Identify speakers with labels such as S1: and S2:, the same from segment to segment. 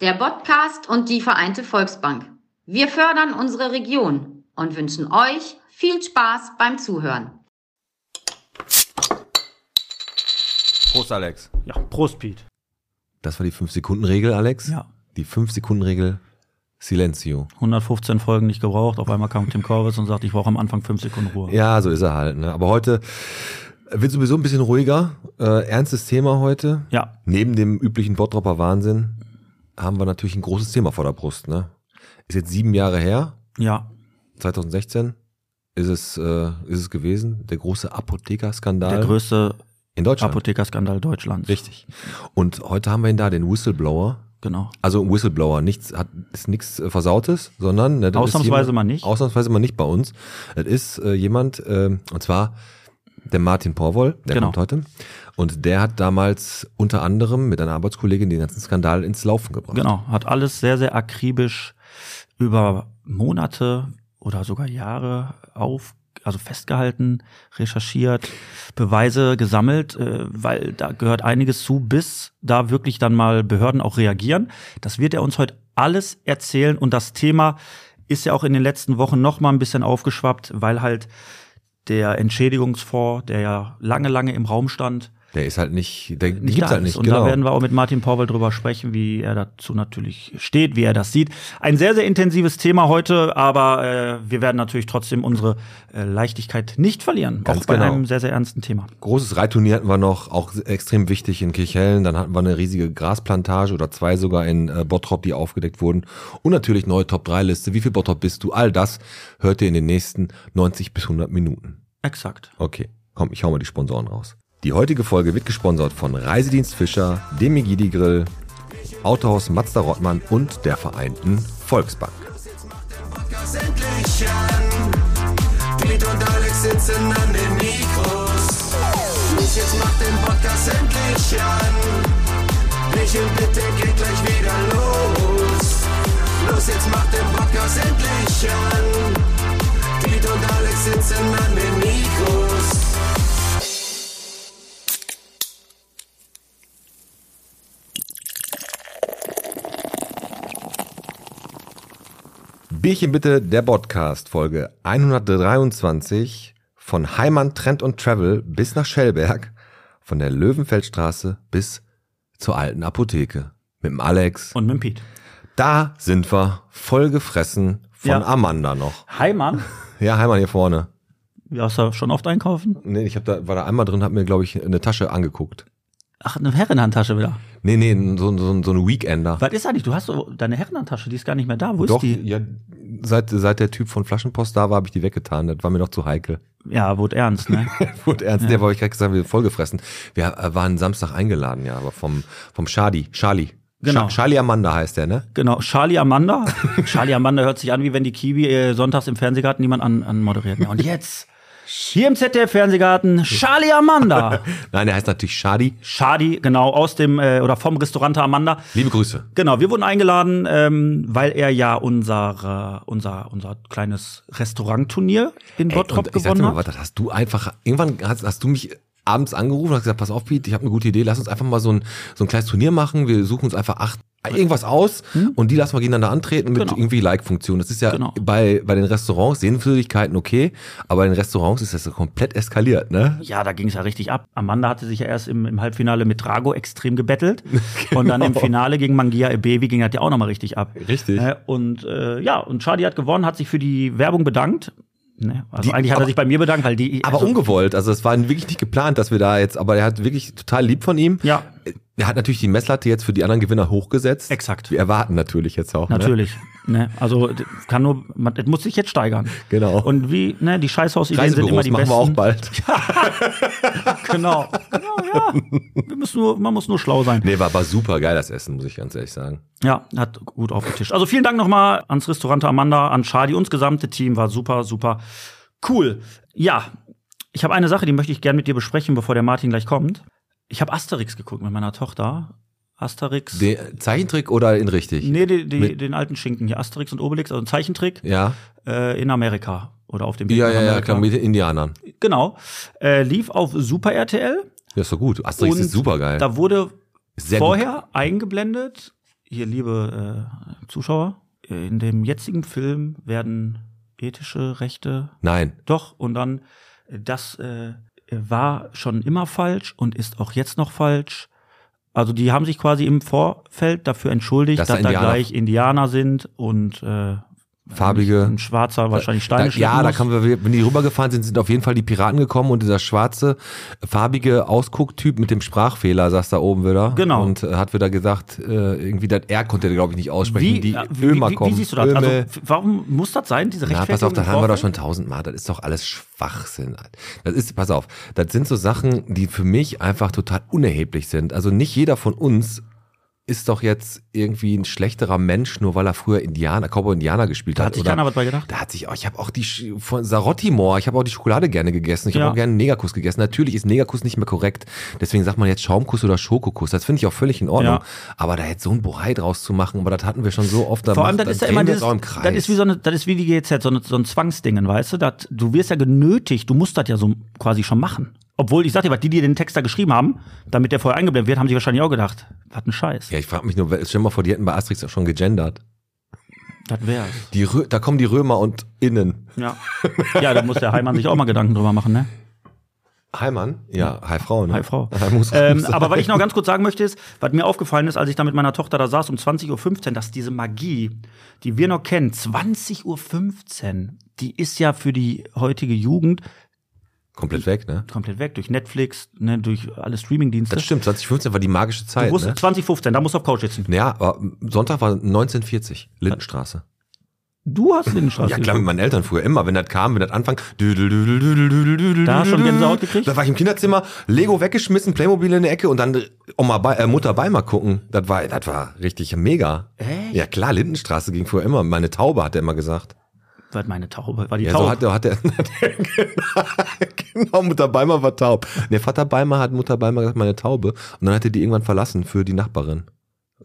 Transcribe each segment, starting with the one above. S1: der Podcast und die Vereinte Volksbank. Wir fördern unsere Region und wünschen euch viel Spaß beim Zuhören.
S2: Prost, Alex.
S3: Ja, Prost, Piet.
S2: Das war die 5-Sekunden-Regel, Alex.
S3: Ja.
S2: Die 5-Sekunden-Regel Silencio.
S3: 115 Folgen nicht gebraucht. Auf einmal kam Tim Korbitz und sagte, ich brauche am Anfang fünf Sekunden Ruhe.
S2: Ja, so ist er halt. Ne? Aber heute wird sowieso ein bisschen ruhiger. Äh, ernstes Thema heute.
S3: Ja.
S2: Neben dem üblichen Bottropper Wahnsinn haben wir natürlich ein großes Thema vor der Brust. Ne? Ist jetzt sieben Jahre her,
S3: Ja.
S2: 2016 ist es, äh, ist es gewesen, der große Apothekerskandal
S3: Der größte
S2: in Deutschland.
S3: Apothekerskandal Deutschlands.
S2: Richtig. Und heute haben wir ihn da, den Whistleblower.
S3: Genau.
S2: Also ein Whistleblower, nichts hat ist nichts äh, Versautes, sondern ne, das ist
S3: Ausnahmsweise
S2: jemand-
S3: mal nicht.
S2: Ausnahmsweise mal nicht bei uns. Das ist äh, jemand ähm, und zwar der Martin Porwoll, der
S3: Genau.
S2: kommt heute und der hat damals unter anderem mit einer Arbeitskollegin den ganzen Skandal ins Laufen gebracht.
S3: Genau. Hat alles sehr, sehr akribisch über Monate oder sogar Jahre auf, also festgehalten, recherchiert, Beweise gesammelt, äh, weil da gehört einiges zu, bis da wirklich dann mal Behörden auch reagieren. Das wird er uns heute alles erzählen und das Thema ist ja auch in den letzten Wochen noch mal ein bisschen aufgeschwappt, weil halt der Entschädigungsfonds, der ja lange, lange im Raum stand,
S2: Der ist halt nicht, der
S3: nicht
S2: gibt's
S3: da
S2: halt
S3: ist.
S2: nicht,
S3: Und
S2: genau.
S3: da werden wir auch mit Martin Powell drüber sprechen, wie er dazu natürlich steht, wie er das sieht. Ein sehr, sehr intensives Thema heute, aber äh, wir werden natürlich trotzdem unsere äh, Leichtigkeit nicht verlieren.
S2: Ganz
S3: auch bei
S2: genau.
S3: einem sehr, sehr ernsten Thema.
S2: Großes Reitturnier hatten wir noch, auch extrem wichtig in Kirchhellen. Dann hatten wir eine riesige Grasplantage oder zwei sogar in äh, Bottrop, die aufgedeckt wurden. Und natürlich neue Top-3-Liste. Wie viel Bottrop bist du? All das hört ihr in den nächsten 90 bis 100 Minuten.
S3: Exakt.
S2: Okay, komm, ich hau mal die Sponsoren raus. Die heutige Folge wird gesponsert von Reisedienst Fischer, dem Megidi Grill, Autohaus Mazda Rottmann und der Vereinten Volksbank.
S4: Podcast endlich an. Piet und Alex sitzen an den Mikros. Ich jetzt mach den Podcast endlich an. Ich und bitte geht gleich wieder los. Los, jetzt mach den Podcast endlich an. Piet und Alex sitzen an den Mikros.
S2: Bierchen bitte, der Podcast, Folge 123 von Heimann Trend und Travel bis nach Schellberg, von der Löwenfeldstraße bis zur alten Apotheke. Mit dem Alex.
S3: Und mit dem Pete.
S2: da sind wir vollgefressen von
S3: Ja.
S2: Amanda noch.
S3: Hi, Mann.
S2: Ja, Heimann hier vorne.
S3: Warst du schon oft einkaufen?
S2: Nee, ich hab da, war da einmal drin, hab mir, glaube ich, eine Tasche angeguckt.
S3: Ach, eine Herrenhandtasche wieder.
S2: Nee, nee, so, so, so ein Weekender.
S3: Was ist eigentlich? Du hast so deine Herrenhandtasche, die ist gar nicht mehr da. Wo
S2: Doch,
S3: ist die?
S2: ja, seit, seit der Typ von Flaschenpost da war, habe ich die weggetan. Das war mir noch zu heikel.
S3: Ja, wurde ernst, ne?
S2: Wurde ernst, der war ich gerade gesagt, wir sind vollgefressen. Wir äh, waren Samstag eingeladen, ja, aber vom, vom Shadi, Charlie.
S3: Genau.
S2: Scha- Charlie Amanda heißt der, ne?
S3: Genau, Charlie Amanda. Charlie Amanda hört sich an, wie wenn die Kiwi äh, sonntags im Fernsehgarten niemand an, anmoderiert. Ja, und jetzt, hier im ZDF-Fernsehgarten, Charlie Amanda.
S2: Nein, der heißt natürlich Shadi.
S3: Charlie, genau, aus dem äh, oder vom Restaurant Amanda.
S2: Liebe Grüße.
S3: Genau, wir wurden eingeladen, ähm, weil er ja unser, äh, unser, unser kleines Restaurantturnier in
S2: Ey, und
S3: Bottrop
S2: ich sag dir
S3: gewonnen
S2: mal,
S3: hat.
S2: was hast du einfach, irgendwann hast, hast du mich abends angerufen und hast gesagt, pass auf, Pete, ich habe eine gute Idee, lass uns einfach mal so ein, so ein kleines Turnier machen, wir suchen uns einfach acht irgendwas aus und die lassen wir gegeneinander antreten mit
S3: Hm? Genau.
S2: irgendwie Like-Funktion. Das ist ja
S3: Genau.
S2: bei, bei den Restaurants, Sehenswürdigkeiten okay, aber bei den Restaurants ist das so komplett eskaliert, ne?
S3: Ja, da ging es ja richtig ab. Amanda hatte sich ja erst im, im Halbfinale mit Drago extrem gebettelt.
S2: Genau.
S3: Und dann im Finale gegen Mangia Ebevi ging das ja auch nochmal richtig ab.
S2: Richtig.
S3: Ne, und äh, ja, und Charlie hat gewonnen, hat sich für die Werbung bedankt. Ne, also
S2: Die-
S3: eigentlich hat
S2: aber-
S3: er sich bei mir bedankt, weil die.
S2: Aber
S3: also,
S2: ungewollt, also es war wirklich nicht geplant, dass wir da jetzt, aber er hat wirklich total lieb von ihm.
S3: Ja.
S2: Er hat natürlich die Messlatte jetzt für die anderen Gewinner hochgesetzt.
S3: Exakt.
S2: Wir erwarten natürlich jetzt auch. Ne?
S3: Natürlich. Ne? Also d- kann nur, man das muss sich jetzt steigern.
S2: Genau.
S3: Und wie, ne, die Scheißhausideen sind immer
S2: Reisebüros
S3: die
S2: machen
S3: besten.
S2: wir auch bald.
S3: Genau. Genau, ja. Wir müssen nur, man muss nur schlau sein.
S2: Nee, war aber super geil das Essen, muss ich ganz ehrlich sagen.
S3: Ja, hat gut aufgetischt. Also vielen Dank nochmal ans Restaurant Amanda, an Shadi und das gesamte Team. War super, super cool. Ja, ich habe eine Sache, die möchte ich gerne mit dir besprechen, bevor der Martin gleich kommt. Ich habe Asterix geguckt mit meiner Tochter. Asterix.
S2: Den Zeichentrick oder in richtig?
S3: nee, die, die,
S2: mit-
S3: den alten Schinken hier. Asterix und Obelix, also ein Zeichentrick
S2: Ja,
S3: äh, in Amerika oder auf dem Weg
S2: ja,
S3: nach
S2: ja, ja,
S3: Amerika.
S2: klar, mit den Indianern.
S3: Genau. Äh, lief auf Super RTL.
S2: Ja, ist doch gut. Asterix
S3: Und
S2: ist super geil.
S3: Da wurde
S2: Sehr
S3: vorher eingeblendet, hier liebe äh, Zuschauer, in dem jetzigen Film werden ethische Rechte
S2: Nein.
S3: doch und dann äh, das äh, war schon immer falsch und ist auch jetzt noch falsch. Also die haben sich quasi im Vorfeld dafür entschuldigt,
S2: Dass
S3: dass,
S2: da
S3: da
S2: Indianer-
S3: gleich Indianer sind und äh,
S2: Farbige-
S3: ein Schwarzer wahrscheinlich
S2: Da,
S3: Steine schleppen
S2: ja, da
S3: muss.
S2: kann man, wenn die rübergefahren sind, sind auf jeden Fall die Piraten gekommen und dieser schwarze, farbige Ausgucktyp mit dem Sprachfehler saß da oben wieder.
S3: Genau.
S2: Und äh, hat wieder gesagt, äh, irgendwie das R konnte der, glaube ich, nicht aussprechen. die
S3: äh,
S2: Ömer
S3: wie, wie,
S2: kommen.
S3: wie siehst du das? Also,
S2: Öme.
S3: f- warum muss das sein, diese
S2: Na,
S3: Rechtfertigung?
S2: pass auf, das
S3: im
S2: haben wir doch schon
S3: Vorfeld?
S2: tausendmal. Das ist doch alles Schwachsinn. Alter. Das ist, pass auf, das sind so Sachen, die für mich einfach total unerheblich sind. Also nicht jeder von uns ist doch jetzt irgendwie ein schlechterer Mensch, nur weil er früher Indianer, Cowboy Indianer gespielt
S3: Da
S2: hat.
S3: hat sich
S2: oder-
S3: keiner was bei gedacht.
S2: da hat sich auch, ich habe auch die Sch- von Sarottimor, ich habe auch die Schokolade gerne gegessen. Ich
S3: Ja.
S2: habe auch gerne Negerkuss gegessen. Natürlich ist Negerkuss nicht mehr korrekt. Deswegen sagt man jetzt Schaumkuss oder Schokokuss. Das finde ich auch völlig in Ordnung.
S3: Ja.
S2: Aber da jetzt so ein Bohai draus zu machen, aber das hatten wir schon so oft. da
S3: Vor allem,
S2: macht-
S3: das ist ja
S2: dann
S3: immer
S2: drehen wir
S3: dieses,
S2: uns auch im Kreis.
S3: das ist wie so eine, das ist wie die GZ, so, eine, so ein Zwangsdingen, weißt du? Das, du wirst ja genötigt, du musst das ja so quasi schon machen. Obwohl, ich sag dir was, die, die den Text da geschrieben haben, damit der vorher eingeblendet wird, haben sich wahrscheinlich auch gedacht, was ein Scheiß.
S2: ja, ich frage mich nur, wer- stell dir mal vor, die hätten bei Asterix auch schon gegendert.
S3: Das wär's.
S2: Die Rö da kommen die Römer und Innen.
S3: Ja. ja, da muss der Heimann sich auch mal Gedanken drüber machen, ne?
S2: Heimann? Ja, Hi Frau. Ne?
S3: Hi Frau.
S2: Hi muss
S3: Ähm,
S2: sein.
S3: aber was ich noch ganz kurz sagen möchte, ist, was mir aufgefallen ist, als ich da mit meiner Tochter da saß um 20.15 Uhr, dass diese Magie, die wir noch kennen, 20.15 Uhr, die ist ja für die heutige Jugend
S2: Komplett weg, ne?
S3: komplett weg, durch Netflix, ne, durch alle Streamingdienste.
S2: Das stimmt, 2015 war die magische
S3: Du
S2: Zeit.
S3: musst,
S2: Ne?
S3: 2015, da musst du auf Couch sitzen.
S2: Ja, aber Sonntag war 1940, Lindenstraße.
S3: Du hast Lindenstraße.
S2: Ja, klar, mit
S3: geguckt.
S2: meinen Eltern früher immer, wenn das kam, wenn das anfang.
S3: Da
S2: Da
S3: hast du schon Gänsehaut gekriegt?
S2: Da war ich im Kinderzimmer, Lego weggeschmissen, Playmobil in der Ecke und dann Oma bei, äh, Mutter bei mal gucken. Das war, das war richtig mega.
S3: Echt?
S2: Ja klar, Lindenstraße ging früher immer. Meine Taube hat er immer gesagt.
S3: War meine Taube, war die
S2: Ja,
S3: Taube.
S2: so hat, er- hat er. genau, Mutter Beimer war taub. Der Vater Beimer hat Mutter Beimer gesagt, meine Taube. Und dann hat er die irgendwann verlassen für die Nachbarin.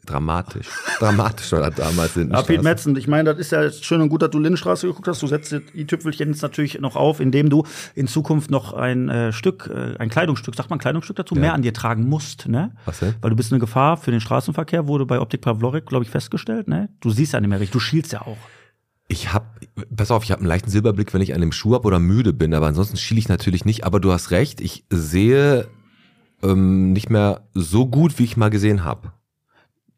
S2: Dramatisch. Dramatisch war das damals
S3: Ja, Pete
S2: Lindenstraße.
S3: Metzen, ich meine, das ist ja schön und gut, dass du Lindenstraße geguckt hast. Du setzt das i-Tüpfelchen jetzt natürlich noch auf, indem du in Zukunft noch ein äh, Stück, äh, ein Kleidungsstück, sagt man Kleidungsstück dazu, mehr an dir tragen musst, ne?
S2: Was denn?
S3: Weil du bist eine Gefahr für den Straßenverkehr, wurde bei Optik Pavlorek, glaube ich, festgestellt, ne? Du siehst ja nicht mehr richtig, du schielst ja auch.
S2: Ich hab, pass auf, ich habe einen leichten Silberblick, wenn ich an dem Schuh hab oder müde bin, aber ansonsten schiele ich natürlich nicht. Aber du hast recht, ich sehe ähm, nicht mehr so gut, wie ich mal gesehen habe.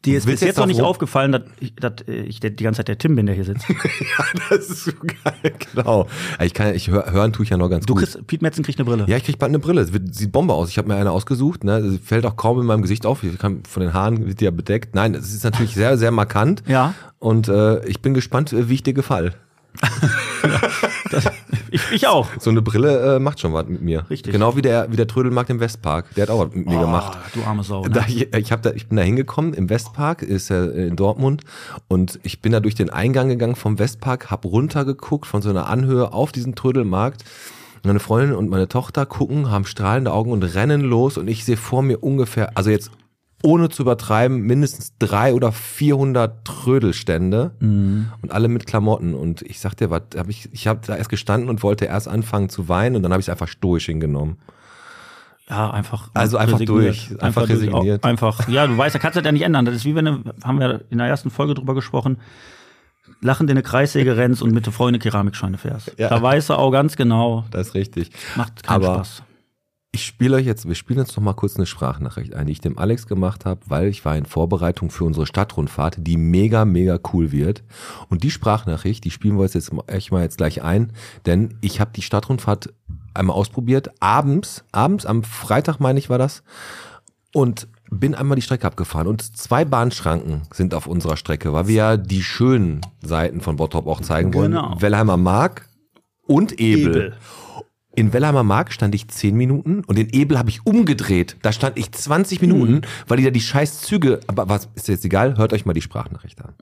S3: Dir ist
S2: Willst jetzt
S3: bis jetzt noch
S2: noch
S3: nicht
S2: rum-
S3: aufgefallen, dass ich, dass äh, ich der- die ganze Zeit der Tim bin, der hier sitzt.
S2: Das ist so geil, genau. Ich kann, ich hör, hören tue ich ja noch ganz
S3: Du
S2: gut.
S3: kriegst, Pete Metzen kriegt eine Brille.
S2: Ja, ich krieg bald eine Brille. Es wird, sieht Bombe aus. Ich habe mir eine ausgesucht. Ne? Sie fällt auch kaum in meinem Gesicht auf. Ich kann, von den Haaren wird die ja bedeckt. Nein, es ist natürlich sehr, sehr markant.
S3: Ja.
S2: Und äh, ich bin gespannt, äh, wie ich dir gefall.
S3: Ich, ich auch.
S2: So eine Brille äh, macht schon was mit mir.
S3: Richtig.
S2: Genau wie der, wie der Trödelmarkt im Westpark. Der hat auch was mit mir gemacht.
S3: Oh, du arme Sau. Ne?
S2: Da, ich, ich, hab da, ich bin da hingekommen im Westpark, ist ja in Dortmund, und ich bin da durch den Eingang gegangen vom Westpark, hab runtergeguckt von so einer Anhöhe auf diesen Trödelmarkt. Meine Freundin und meine Tochter gucken, haben strahlende Augen und rennen los und ich sehe vor mir ungefähr, also jetzt ohne zu übertreiben, mindestens drei oder 400 Trödelstände und alle mit Klamotten. Und ich sag dir, was, hab ich, ich habe da erst gestanden und wollte erst anfangen zu weinen und dann habe ich es einfach stoisch hingenommen.
S3: Ja, einfach.
S2: Also einfach
S3: resigniert.
S2: durch. Einfach
S3: durch.
S2: resigniert.
S3: Auch Einfach, ja, du weißt, da kannst du das ja nicht ändern. Das ist wie wenn du, haben wir in der ersten Folge drüber gesprochen, lachend in eine Kreissäge rennst und mit der Freunde Keramikscheine fährst.
S2: Ja.
S3: Da weißt du auch ganz genau,
S2: Das ist richtig.
S3: macht keinen
S2: Aber
S3: Spaß.
S2: Ich spiele euch jetzt, wir spielen jetzt noch mal kurz eine Sprachnachricht ein, die ich dem Alex gemacht habe, weil ich war in Vorbereitung für unsere Stadtrundfahrt, die mega, mega cool wird. Und die Sprachnachricht, die spielen wir uns jetzt mal- echt mal jetzt gleich ein, denn ich habe die Stadtrundfahrt einmal ausprobiert, abends, abends, am Freitag meine ich war das, und bin einmal die Strecke abgefahren und zwei Bahnschranken sind auf unserer Strecke, weil wir ja die schönen Seiten von Bottrop auch zeigen wollen.
S3: Genau.
S2: Wellheimer Mark und Ebel. In Wellheimer Mark stand ich 10 Minuten und in Ebel habe ich umgedreht. Da stand ich 20
S3: Hm.
S2: Minuten, weil die da die scheiß Züge. Aber was ist jetzt egal? Hört euch mal die Sprachnachricht an.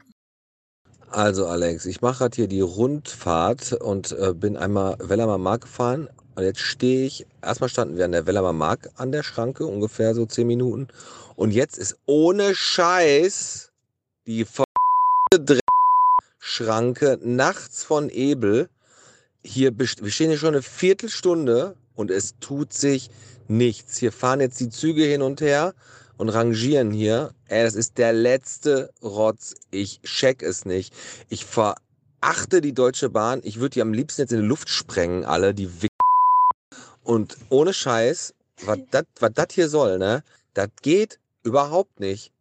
S5: Also Alex, ich mache gerade hier die Rundfahrt und äh, bin einmal Wellermer Mark gefahren. Und jetzt stehe ich, erstmal standen wir an der Wellermer Mark an der Schranke, ungefähr so 10 Minuten. Und jetzt ist ohne Scheiß die ver Dre- Schranke nachts von Ebel. Hier, best- wir stehen hier schon eine Viertelstunde und es tut sich nichts. Hier fahren jetzt die Züge hin und her und rangieren hier. Ey, das ist der letzte Rotz. Ich check es nicht. Ich verachte die Deutsche Bahn. Ich würde die am liebsten jetzt in die Luft sprengen, alle, die Wick Und ohne Scheiß, was das was das hier soll, ne? Das geht überhaupt nicht.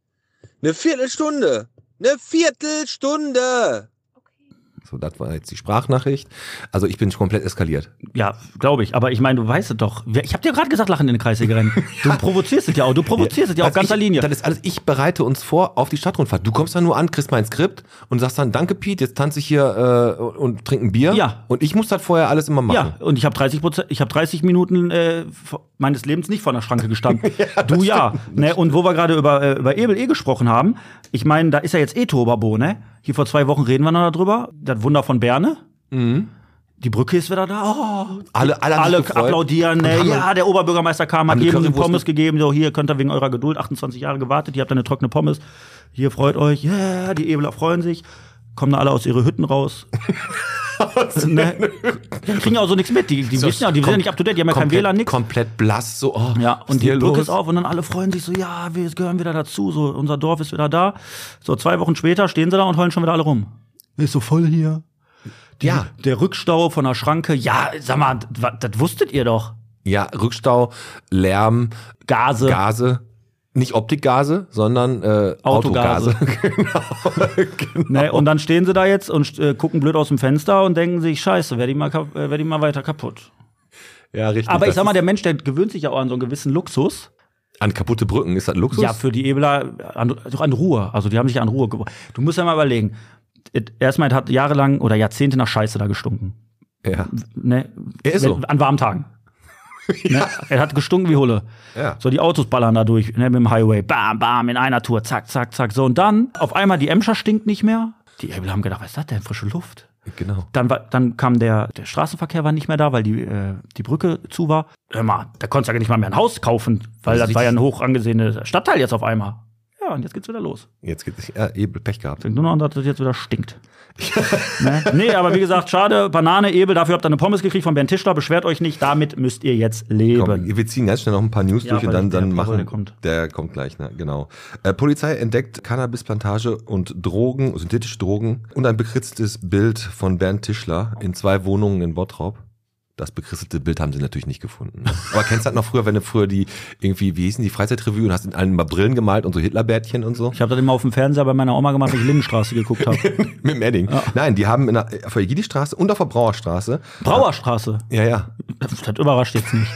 S5: Eine Viertelstunde! Eine Viertelstunde!
S2: So, das war jetzt die Sprachnachricht. Also ich bin komplett eskaliert.
S3: Ja, glaube ich. Aber ich meine, du weißt es doch. Wer- Ich habe dir gerade gesagt, lachen in den Kreissäge rennen. Du provozierst es ja auch. Du provozierst es ja auf
S2: Also
S3: ganzer
S2: ich,
S3: Linie.
S2: Das ist alles, ich bereite uns vor auf die Stadtrundfahrt. Du kommst dann nur an, kriegst mein Skript und sagst dann, danke Piet, jetzt tanze ich hier äh, und, und trinke ein Bier.
S3: Ja.
S2: Und ich muss das vorher alles immer machen.
S3: Ja, und ich habe 30 Prozent, ich habe 30 Minuten äh, v- meines Lebens nicht vor einer Schranke gestanden. du ja. Ne? Und wo wir gerade über, äh, über Ebel eh gesprochen haben, ich meine, da ist ja jetzt eh Tobabo, ne? Hier vor zwei Wochen reden wir noch darüber. Das Wunder von Berne. Die Brücke ist wieder da. Oh,
S2: Mhm. Alle, alle, haben
S3: alle
S2: sich gefreut.
S3: applaudieren. Ne?
S2: Und haben-
S3: Ja, der Oberbürgermeister kam, hat
S2: Haben die
S3: jedem die
S2: Currywurst
S3: Pommes
S2: mit-
S3: gegeben. So, hier könnt ihr wegen eurer Geduld 28 Jahre gewartet. Ihr habt eine trockene Pommes. Hier freut euch. Ja, yeah, die Ebeler freuen sich. Kommen da alle aus ihren Hütten raus. ne? Kriegen auch so nichts mit. Die, die wissen ja, die sind ja nicht up to date. Die haben ja kein
S2: komplett,
S3: WLAN, nix.
S2: Komplett blass, so, oh,
S3: Ja,
S2: was
S3: und die
S2: hier
S3: Brücke
S2: los?
S3: ist auf und dann alle freuen sich so, ja, wir gehören wieder dazu, so unser Dorf ist wieder da. So zwei Wochen später stehen sie da und heulen schon wieder alle rum. Ist so voll hier. Die,
S2: Ja.
S3: Der Rückstau von der Schranke, ja, sag mal, das, das wusstet ihr doch.
S2: Ja, Rückstau, Lärm,
S3: Gase.
S2: Gase. Nicht Optikgase, sondern äh,
S3: Autogase.
S2: Autogase.
S3: Ne, und dann stehen sie da jetzt und äh, gucken blöd aus dem Fenster und denken sich, scheiße, werde ich, mal kap- äh, werd ich mal weiter kaputt.
S2: ja, richtig.
S3: Aber ich
S2: das
S3: sag mal,
S2: ist-
S3: der Mensch, der gewöhnt sich ja auch an so einen gewissen Luxus.
S2: an kaputte Brücken, ist das Luxus?
S3: Ja, für die Ebeler an, doch an Ruhe. Also die haben sich an Ruhe gebracht. Du musst ja mal überlegen. It- Erstmal, es hat jahrelang oder Jahrzehnte nach Scheiße da gestunken.
S2: ja.
S3: Ne?
S2: Ja, ist so.
S3: An warmen Tagen. Ne? Er hat gestunken wie Hulle.
S2: Ja.
S3: So, die Autos ballern da durch ne, mit dem Highway. Bam, bam, in einer Tour. Zack, zack, zack. So, und dann auf einmal die Emscher stinkt nicht mehr. Die Ebeler haben gedacht, was ist das denn? Frische Luft.
S2: Genau.
S3: Dann, war, dann kam der, der Straßenverkehr war nicht mehr da, weil die, äh, die Brücke zu war. Hör mal, da konntest du ja nicht mal mehr ein Haus kaufen, weil
S2: Also
S3: das war ja
S2: richtig-
S3: ein hoch angesehener Stadtteil jetzt auf einmal. Ja, und jetzt geht's wieder los.
S2: Jetzt geht's ja, eben Pech gehabt.
S3: Denkt nur noch, dass das jetzt wieder stinkt. ne? Nee, aber wie gesagt, schade, Banane, Ebel, dafür habt ihr eine Pommes gekriegt von Bernd Tischler, beschwert euch nicht, damit müsst ihr jetzt leben.
S2: Komm, wir ziehen ganz schnell noch ein paar News
S3: Ja,
S2: durch und
S3: weil
S2: dann,
S3: der
S2: dann
S3: Paul,
S2: machen.
S3: der kommt.
S2: Der kommt gleich, ne? genau. Äh, Polizei entdeckt Cannabisplantage und Drogen, synthetische Drogen und ein bekritzeltes Bild von Bernd Tischler in zwei Wohnungen in Bottrop. Das bekritzelte Bild haben sie natürlich nicht gefunden. Aber kennst du das noch früher, wenn du früher die irgendwie, wie hießen die Freizeitrevue und hast in allen mal Brillen gemalt und so Hitlerbärtchen und so?
S3: Ich habe das immer auf dem Fernseher bei meiner Oma gemacht, wenn ich Lindenstraße geguckt habe.
S2: Mit dem Edding. Nein, die haben in der, auf der Egidi-Straße und auf der Brauerstraße.
S3: Brauerstraße.
S2: Ja, ja.
S3: Das das überrascht jetzt nicht.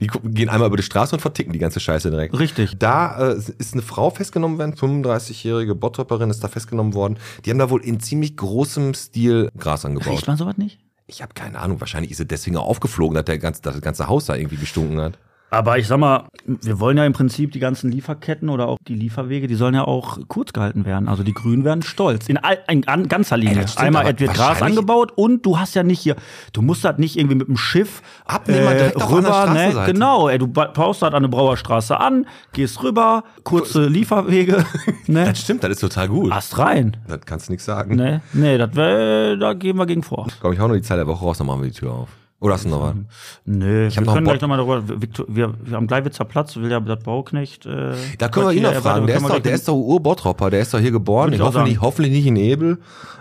S2: Die gu- gehen einmal über die Straße und verticken die ganze Scheiße direkt.
S3: Richtig.
S2: Da äh, ist eine Frau festgenommen worden, 35-jährige Bottroperin ist da festgenommen worden. Die haben da wohl in ziemlich großem Stil Gras
S3: Riecht
S2: angebaut.
S3: man sowas nicht?
S2: Ich habe keine Ahnung, wahrscheinlich ist sie deswegen auch aufgeflogen, dass, der ganze, dass das ganze Haus da irgendwie gestunken hat.
S3: Aber ich sag mal, wir wollen ja im Prinzip die ganzen Lieferketten oder auch die Lieferwege, die sollen ja auch kurz gehalten werden. Also die Grünen werden stolz. In, all, in an, ganzer Linie.
S2: das stimmt,
S3: Einmal
S2: aber
S3: wird Gras
S2: wahrscheinlich-
S3: angebaut und du hast ja nicht hier, du musst das nicht irgendwie mit dem Schiff äh,
S2: Abnehmer direkt auf
S3: rüber.
S2: einer
S3: Ne?
S2: Straßenseite.
S3: Genau, ey, du ba- baust das an der Brauerstraße an, gehst rüber, kurze Lieferwege. ne?
S2: Das stimmt, das ist total gut.
S3: Ast rein.
S2: Das kannst du nichts sagen.
S3: Ne, nee, das wär, da gehen wir gegen vor.
S2: Komm, ich hau noch die Zeit der Woche raus, dann machen wir die Tür auf. Oder hast du noch was?
S3: Nee,
S2: hab
S3: wir
S2: noch
S3: können
S2: Bock.
S3: gleich nochmal darüber. Viktor, wir, wir haben Gleiwitzer Platz, will ja das Bauknecht. Äh,
S2: Da können wir ihn noch
S3: Quartier, äh, warte,
S2: fragen. Der
S3: können
S2: ist,
S3: wir
S2: doch,
S3: gleich-
S2: der ist doch Urbotropper, der ist doch hier geboren.
S3: Würde ich
S2: Ich
S3: auch
S2: hoffe,
S3: sagen.
S2: nicht, hoffentlich nicht in Ebel.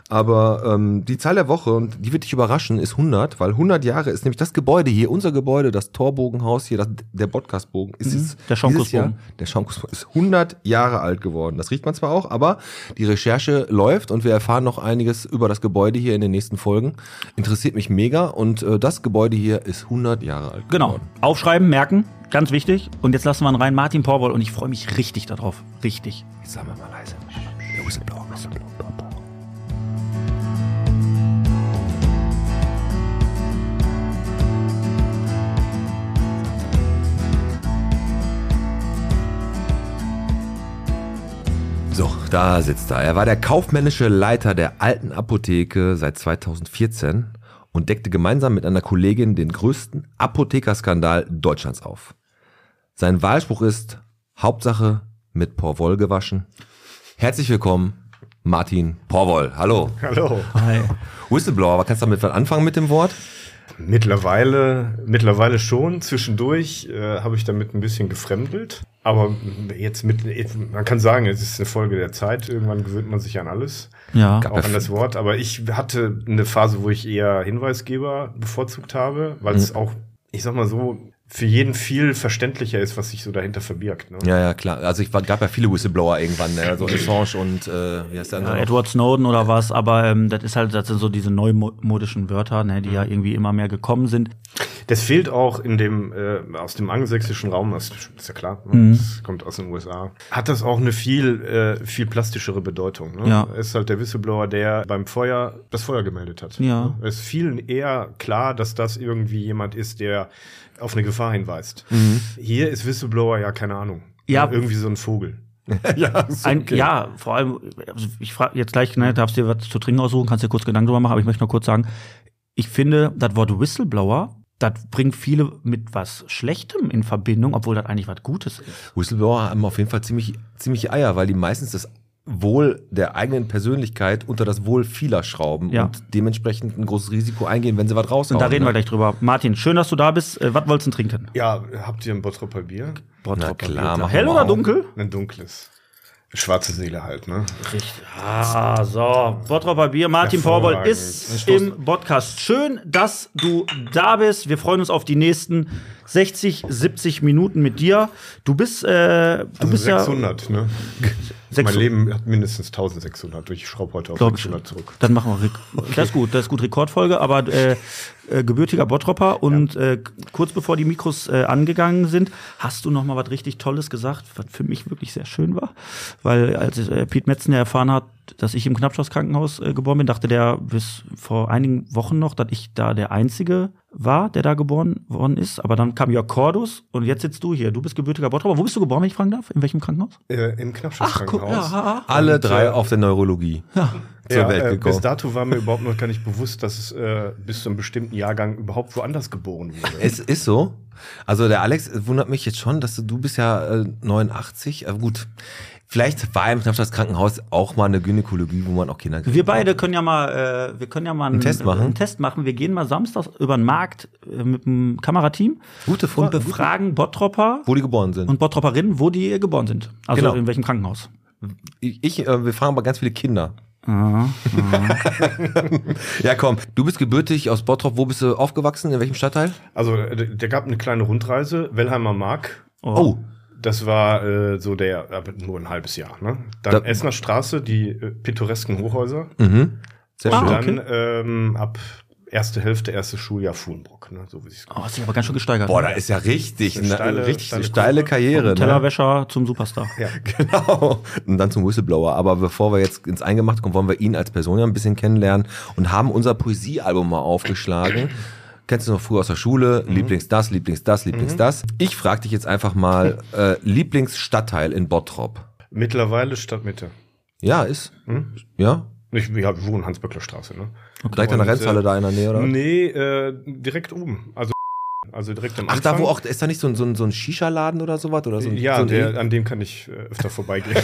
S2: Aber ähm, die Zahl der Woche, und die wird dich überraschen, ist 100, weil 100 Jahre ist nämlich das Gebäude hier, unser Gebäude, das Torbogenhaus hier, das, der Podcastbogen, ist jetzt
S3: Mhm. der Schaumkussbogen.
S2: dieses Jahr- Der Schaumkussbogen ist 100 Jahre alt geworden. Das riecht man zwar auch, aber die Recherche läuft und wir erfahren noch einiges über das Gebäude hier in den nächsten Folgen. Interessiert mich mega und äh, das Gebäude hier ist 100 Jahre alt
S3: Genau.
S2: geworden.
S3: Aufschreiben, merken, ganz wichtig. Und jetzt lassen wir ihn rein, Martin Porwoll. Und ich freue mich richtig darauf. Richtig.
S2: Jetzt sagen wir mal leise. Der Whistleblower, Whistleblower. So, da sitzt er. Er war der kaufmännische Leiter der alten Apotheke seit 2014 und deckte gemeinsam mit einer Kollegin den größten Apothekerskandal Deutschlands auf. Sein Wahlspruch ist Hauptsache mit Porwoll gewaschen. Herzlich willkommen, Martin Porwoll. Hallo.
S6: Hallo.
S3: Hi.
S2: Whistleblower, aber kannst du damit was anfangen mit dem Wort?
S6: Mittlerweile, mittlerweile schon. Zwischendurch äh, habe ich damit ein bisschen gefremdelt. Aber jetzt mit, man kann sagen, es ist eine Folge der Zeit. Irgendwann gewöhnt man sich an alles.
S3: Ja.
S2: Gab-
S6: Auch an das Wort. Aber ich hatte eine Phase, wo ich eher Hinweisgeber bevorzugt habe, weil es auch, ich sag mal so, für jeden viel verständlicher ist, was sich so dahinter verbirgt. Ne?
S2: Ja, ja, klar. Also ich war, gab ja viele Whistleblower irgendwann, ne? so Assange und äh, wie heißt der
S3: Ja,
S2: andere? noch?
S3: Edward Snowden oder was, aber ähm, das ist halt, das sind so diese neumodischen Wörter, ne, die
S2: Mhm.
S3: ja irgendwie immer mehr gekommen sind.
S6: Das fehlt auch in dem äh, aus dem angelsächsischen Raum, das ist ja klar, ne?
S3: Mhm.
S6: das kommt aus den USA. Hat das auch eine viel äh, viel plastischere Bedeutung. Ne?
S3: Ja.
S6: Ist halt der Whistleblower, der beim Feuer das Feuer gemeldet hat.
S3: Ja.
S6: Ne? Es ist viel eher klar, dass das irgendwie jemand ist, der auf eine Gefahr hinweist. Hier ist Whistleblower ja keine Ahnung.
S3: Mhm.
S6: Ne?
S3: Ja.
S6: Irgendwie so ein Vogel.
S2: ja, so,
S3: Ein, Ja, vor allem, also ich frage jetzt gleich, ne, darfst dir was zu trinken aussuchen, kannst dir kurz Gedanken drüber machen, aber ich möchte nur kurz sagen, ich finde, das Wort Whistleblower, das bringt viele mit was Schlechtem in Verbindung, obwohl das eigentlich was Gutes ist.
S2: Whistleblower haben auf jeden Fall ziemlich, ziemlich Eier, weil die meistens das Wohl der eigenen Persönlichkeit unter das Wohl vieler schrauben
S3: Ja.
S2: und dementsprechend ein großes Risiko eingehen, wenn sie was
S3: Und
S2: raushauen.
S3: da reden wir
S2: ne?
S3: gleich drüber. Martin, schön, dass du da bist. Äh, was wolltest du denn trinken?
S6: Ja, habt ihr ein Bottroper Bier?
S2: Na klar, machen
S3: Hell
S2: wir
S3: oder
S2: auf.
S3: dunkel?
S6: Ein dunkles. Schwarze Seele halt, ne?
S3: Richtig. Ah, so. Bottropper Bier, Martin Porwoll
S6: Hervorragend. Ein
S3: ist
S6: Stoß.
S3: im Podcast. Schön, dass du da bist. Wir freuen uns auf die nächsten 60, 70 Minuten mit dir. Du bist, äh, du
S6: Also
S3: bist
S6: 600, ne?
S3: ja.
S6: Mein Leben hat mindestens 1600. Ich schraube heute auf
S3: Glaub ich.
S6: 600 zurück.
S3: Dann machen wir. Rek- Das ist gut, das ist gut, Rekordfolge, aber äh, äh, gebürtiger Bottropper und äh, k- kurz bevor die Mikros äh, angegangen sind, hast du noch mal was richtig Tolles gesagt, was für mich wirklich sehr schön war, weil als äh, Piet Metzner erfahren hat, dass ich im Knappschaftskrankenhaus äh, geboren bin, dachte der bis vor einigen Wochen noch, dass ich da der Einzige war, der da geboren worden ist, aber dann kam Jörg Cordus und jetzt sitzt du hier. Du bist gebürtiger Bottropper. Wo bist du geboren, wenn ich fragen darf? In welchem Krankenhaus?
S6: Äh, Im Knappschaftskrankenhaus.
S3: ja,
S2: Alle
S6: Und,
S2: drei
S6: äh,
S2: auf der Neurologie zur
S6: Ja,
S2: Welt
S6: äh, bis
S2: gekommen.
S6: dato war mir überhaupt noch gar nicht bewusst, dass es äh, bis zu einem bestimmten Jahrgang überhaupt woanders geboren wurde.
S2: es ist so. Also der Alex wundert mich jetzt schon, dass du, du bist ja äh, 89. Aber gut, vielleicht war im Knappschaftskrankenhaus auch mal eine Gynäkologie, wo man auch Kinder kriegt.
S3: Wir beide können ja mal, äh, wir können ja mal einen,
S2: Test machen?
S3: einen Test machen. Wir gehen mal samstags über den Markt äh, mit dem Kamerateam
S2: Gute
S3: und
S2: Frage.
S3: befragen Bottropper
S2: Wo die geboren sind.
S3: und Bottropperinnen, wo die geboren sind. Also
S2: Genau.
S3: in welchem Krankenhaus.
S2: Ich, ich, äh, wir fragen aber ganz viele Kinder. ja, komm. Du bist gebürtig aus Bottrop. Wo bist du aufgewachsen? In welchem Stadtteil?
S6: Also, äh, der gab eine kleine Rundreise, Wellheimer Mark.
S2: Oh,
S6: Das war äh, so der, aber nur ein halbes Jahr. Ne?
S2: Da-
S6: Dann Essener Straße, die äh, pittoresken Hochhäuser.
S2: mhm. sehr
S3: Ah,
S2: schön.
S3: okay.
S6: Dann ähm, ab erste Hälfte, erstes Schuljahr Fuhlenbrock. Ne? So wie es
S3: Oh, hat sich aber ganz schön gesteigert.
S2: Boah, da ist ja richtig,
S6: Eine
S2: eine
S6: steile-
S2: richtig
S6: steile
S2: steile, steile
S6: Kurve.
S2: Karriere. Ne?
S3: Tellerwäscher zum Superstar.
S6: ja.
S2: Genau. Und dann zum Whistleblower. Aber bevor wir jetzt ins Eingemachte kommen, wollen wir ihn als Person ja ein bisschen kennenlernen und haben unser Poesiealbum mal aufgeschlagen. Kennst du noch früher aus der Schule?
S6: Mhm.
S2: Lieblings das, Lieblings das, Lieblings das. Ich frage dich jetzt einfach mal, äh, Lieblingsstadtteil in Bottrop.
S6: Mittlerweile Stadtmitte.
S2: Ja, ist.
S6: Hm?
S2: Ja.
S6: Ich, ja, wir wohnen Hansböckler Straße, ne?
S2: Direkt an der
S6: Und,
S2: Rennhalle
S6: äh,
S2: da in der Nähe, oder?
S6: Nee, äh, direkt oben. Also, also direkt am
S2: Ach,
S6: Anfang.
S2: da wo auch, ist da nicht so ein, so ein, so ein Shisha-Laden oder sowas? Oder so ein,
S6: Ja,
S2: so ein
S6: der, an dem kann ich äh, öfter vorbeigehen.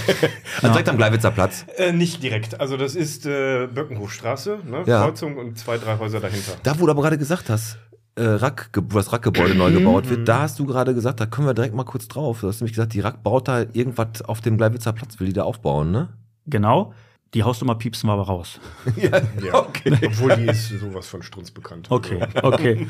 S2: also direkt am Gleiwitzer Platz.
S6: äh, nicht direkt. Also das ist äh, Böckenhofstraße, ne?
S2: Ja.
S6: Kreuzung und zwei, drei Häuser dahinter.
S2: Da, wo du aber gerade gesagt hast, äh, Rack, wo das Rackgebäude neu gebaut wird, da hast du gerade gesagt, da können wir direkt mal kurz drauf. Du hast nämlich gesagt, die Rack baut da irgendwas auf dem Gleiwitzer Platz, will die da aufbauen, ne?
S3: Genau. Die Hausnummer piepsen wir aber raus.
S6: Ja. Okay. Obwohl die ist sowas von Strunz bekannt.
S3: Okay,
S6: Also,
S3: okay.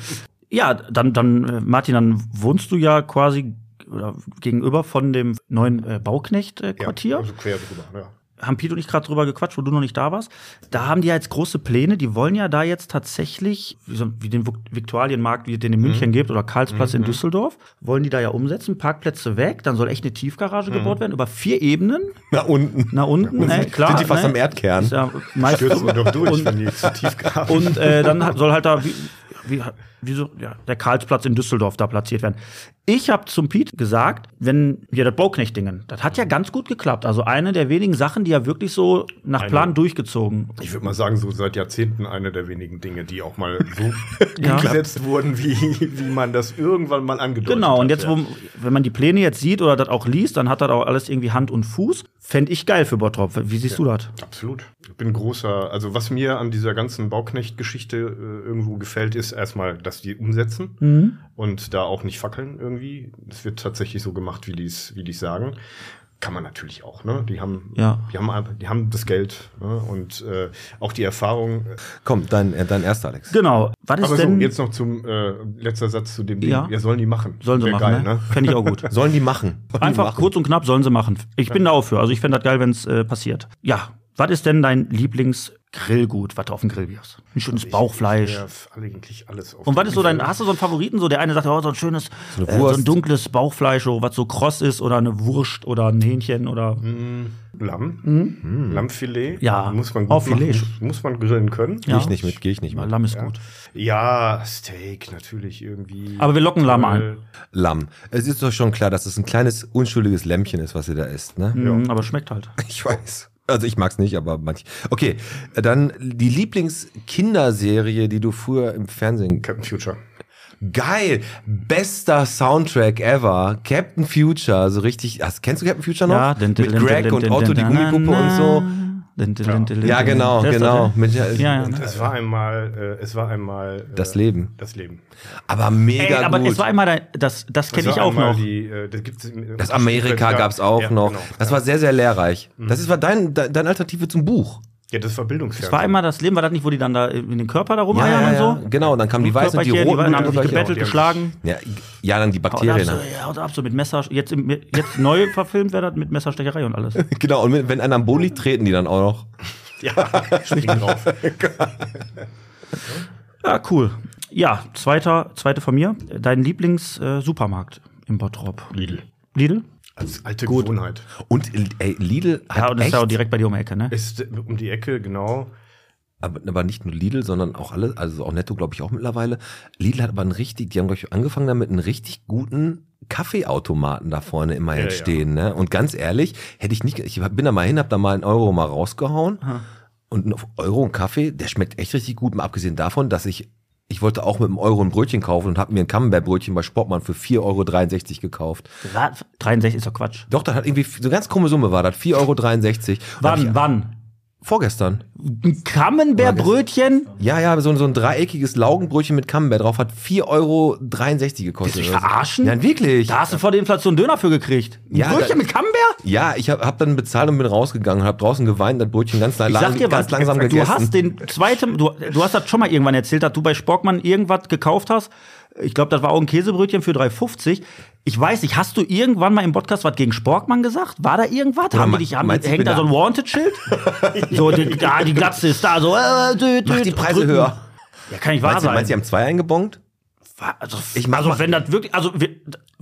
S3: Ja, dann, dann, äh, Martin, dann wohnst du ja quasi oder gegenüber von dem neuen äh, Bauknecht-Quartier.
S6: ja, also quer drüber, ja.
S3: haben Piet und ich gerade drüber gequatscht, wo du noch nicht da warst. Da haben die ja jetzt große Pläne. Die wollen ja da jetzt tatsächlich, wie, so, wie den Vuk- Viktualienmarkt, wie es den in München gibt, oder Karlsplatz in Düsseldorf, wollen die da ja umsetzen. Parkplätze weg, dann soll echt eine Tiefgarage gebaut werden, über vier Ebenen.
S2: Na unten.
S3: Nach unten, äh, klar.
S2: Sind die fast
S3: ne?
S2: am Erdkern?
S3: Ist ja meist
S6: Stürzen wir doch durch,
S3: Und-
S6: wenn die zu tief graben.
S3: und äh, dann hat- soll halt da wie, wie, wie so, ja, der Karlsplatz in Düsseldorf da platziert werden. Ich habe zum Piet gesagt, wenn hier das Bauknecht-Dingen, das hat ja ganz gut geklappt. Also eine der wenigen Sachen, die ja wirklich so nach Plan durchgezogen.
S6: Ich würde mal sagen, so seit Jahrzehnten eine der wenigen Dinge, die auch mal so
S3: Ja.
S6: umgesetzt wurden, wie, wie man das irgendwann mal angedeutet
S3: Genau,
S6: hat.
S3: und jetzt, wo, wenn man die Pläne jetzt sieht oder das auch liest, dann hat das auch alles irgendwie Hand und Fuß. Fänd ich geil für Bottrop. Wie siehst du das?
S6: Absolut. bin großer, also was mir an dieser ganzen Bauknecht-Geschichte äh, irgendwo gefällt, ist erstmal, dass die umsetzen
S3: Mhm.
S6: und da auch nicht fackeln irgendwie. Es wird tatsächlich so gemacht, wie die es wie die's sagen. Kann man natürlich auch, ne? Die haben,
S3: Ja.
S6: die haben, ab- die haben das Geld ne? und äh, auch die Erfahrung.
S2: Komm, dein, äh, dein erster, Alex.
S3: Genau. Was ist
S6: Aber so,
S3: denn?
S6: jetzt noch zum äh, letzter Satz zu dem Ding.
S3: Ja.
S6: Ja, sollen die machen.
S3: sollen sie
S6: Wär
S3: machen,
S6: geil,
S3: ne? Fände ich auch gut.
S2: Sollen die machen? Sollen
S3: Einfach
S2: die machen?
S3: kurz und knapp sollen sie machen. Ich bin dafür. Also ich fände das geil, wenn es äh, passiert. Ja, was ist denn dein Lieblingsgrillgut, was du auf dem Grill wirst? Ein schönes Bauchfleisch.
S6: Ich werf eigentlich alles auf
S3: Und was
S6: den
S3: ist so dein,
S6: Grill.
S3: hast du so einen Favoriten? So der eine sagt, oh, so ein schönes,
S2: So eine
S3: äh, so ein
S2: Wurst.
S3: dunkles Bauchfleisch, so, was so kross ist oder eine Wurst oder ein Hähnchen oder.
S2: Mhm.
S6: Lamm? Lammfilet?
S3: Hm? Ja.
S6: Muss man,
S3: Oh,
S6: gut machen,
S3: Filet.
S6: muss, muss man grillen können.
S3: Ja.
S2: Geh ich nicht mit, geh ich nicht mit.
S3: Lamm ist
S6: Ja.
S3: gut.
S6: Ja, Steak natürlich irgendwie.
S3: Aber wir locken Lamm ein.
S2: Lamm. Es ist doch schon klar, dass es ein kleines, unschuldiges Lämmchen ist, was ihr da isst, ne?
S3: Mhm, aber schmeckt halt.
S2: Ich weiß. Also ich mag's nicht, aber manch. Okay, äh, dann die Lieblings-Kinderserie, die du früher im Fernsehen.
S6: Captain Future.
S2: Geil! Bester Soundtrack ever. Captain Future, so richtig. Hast, kennst du Captain Future noch? Mit Greg und Otto, die Gummipuppe und so.
S3: so.
S2: Ja, genau, genau. Mit, ja,
S3: Ja, ne. ja.
S6: Es war einmal, äh, es war einmal äh,
S2: Das Leben.
S6: Das Leben.
S2: Aber mega
S3: Ey, aber
S2: gut. Also
S3: es war einmal dein, das, das kenne
S6: Es
S3: ich
S6: war
S3: auch
S6: einmal
S3: noch.
S6: Die, äh, das gibt's im-
S2: das Amerika
S6: Ja,
S2: gab's auch
S6: ja,
S2: noch.
S6: Genau.
S2: Das war sehr, sehr lehrreich.
S3: Mhm.
S2: Das ist, war dein, dein, deine Alternative zum Buch.
S6: ja, das war Bildungsfernsehen.
S3: Es war einmal das Leben, war das nicht, wo die dann da in den Körper da rumeiern und so?
S2: Genau, dann kamen die Weißen und die
S3: Körperchen,
S2: Roten.
S3: Weißen haben
S2: und
S3: sich
S2: solche-
S3: gebettelt,
S6: Ja, die
S3: geschlagen.
S2: Ja, ja, dann die
S3: Haut ab,
S2: Bakterien.
S3: so, ja, haut ab, so mit Messer. Jetzt, im, jetzt neu verfilmt wäre das mit Messerstecherei und alles.
S2: Genau, und wenn einen am Bulli treten die dann auch noch.
S6: Ja, springen drauf.
S3: Ja, cool. Ja, zweiter, zweite von mir. Dein Lieblings-Supermarkt im Bottrop.
S6: Lidl.
S3: Lidl?
S6: Als alte Gewohnheit.
S2: Und ey, Lidl hat
S3: Ja, und das
S2: echt,
S3: ist ja auch direkt bei dir um die Ecke, ne?
S6: Ist äh, um die Ecke, genau.
S2: aber, aber nicht nur Lidl, sondern auch alle, also auch Netto glaube ich auch mittlerweile. Lidl hat aber einen richtig, die haben glaube ich angefangen damit, einen richtig guten Kaffeeautomaten da vorne immer
S6: Ja,
S2: jetzt
S6: ja.
S2: stehen. Ne? Und ganz ehrlich, hätte ich nicht, ich bin da mal hin, hab da mal einen Euro mal rausgehauen und einen Euro einen Kaffee, der schmeckt echt richtig gut, mal abgesehen davon, dass ich ich wollte auch mit einem Euro ein Brötchen kaufen und habe mir ein Camembert-Brötchen bei Sportmann für 4,63 Euro gekauft.
S3: Ra- 63 ist doch Quatsch.
S2: Doch, das hat irgendwie, so eine ganz krumme Summe war das, 4,63 Euro. Und hab
S3: Wann,
S2: ich-
S3: wann?
S2: Vorgestern.
S3: Ein Camembert-Brötchen?
S2: Ja, ja, so, ein- so ein dreieckiges Laugenbrötchen mit Camembert drauf hat 4,63 Euro gekostet.
S3: Willst du mich
S2: oder so.
S3: verarschen?
S2: Ja, wirklich.
S3: Da hast du vor der Inflation Döner für gekriegt. Ein
S2: Ja,
S3: Brötchen
S2: da-
S3: mit Camembert?
S2: Ja, ich hab, hab dann bezahlt und bin rausgegangen und hab draußen geweint, das Brötchen ganz,
S3: Ich sag
S2: lang,
S3: dir was,
S2: ganz langsam
S3: du
S2: gegessen.
S3: hast den zweiten, du, du hast das schon mal irgendwann erzählt, dass du bei Sporkmann irgendwas gekauft hast. Ich glaube, das war auch ein Käsebrötchen für 3,50. Ich weiß nicht, hast du irgendwann mal im Podcast was gegen Sporkmann gesagt? War da irgendwas? haben die
S2: mein-
S3: dich, haben,
S2: meinst du, ich
S3: hängt
S2: bin
S3: da so ein Wanted-Schild? so, die, da, die Glatze ist da, so, äh, dü, dü,
S2: Mach die Preise
S3: drücken.
S2: höher.
S3: Ja, kann nicht wahr
S2: Meinst du,
S3: sein.
S2: meinst du, die haben zwei eingebongt?
S3: also,
S2: Ich mach
S3: also
S2: mal-
S3: wenn das wirklich, also, wir,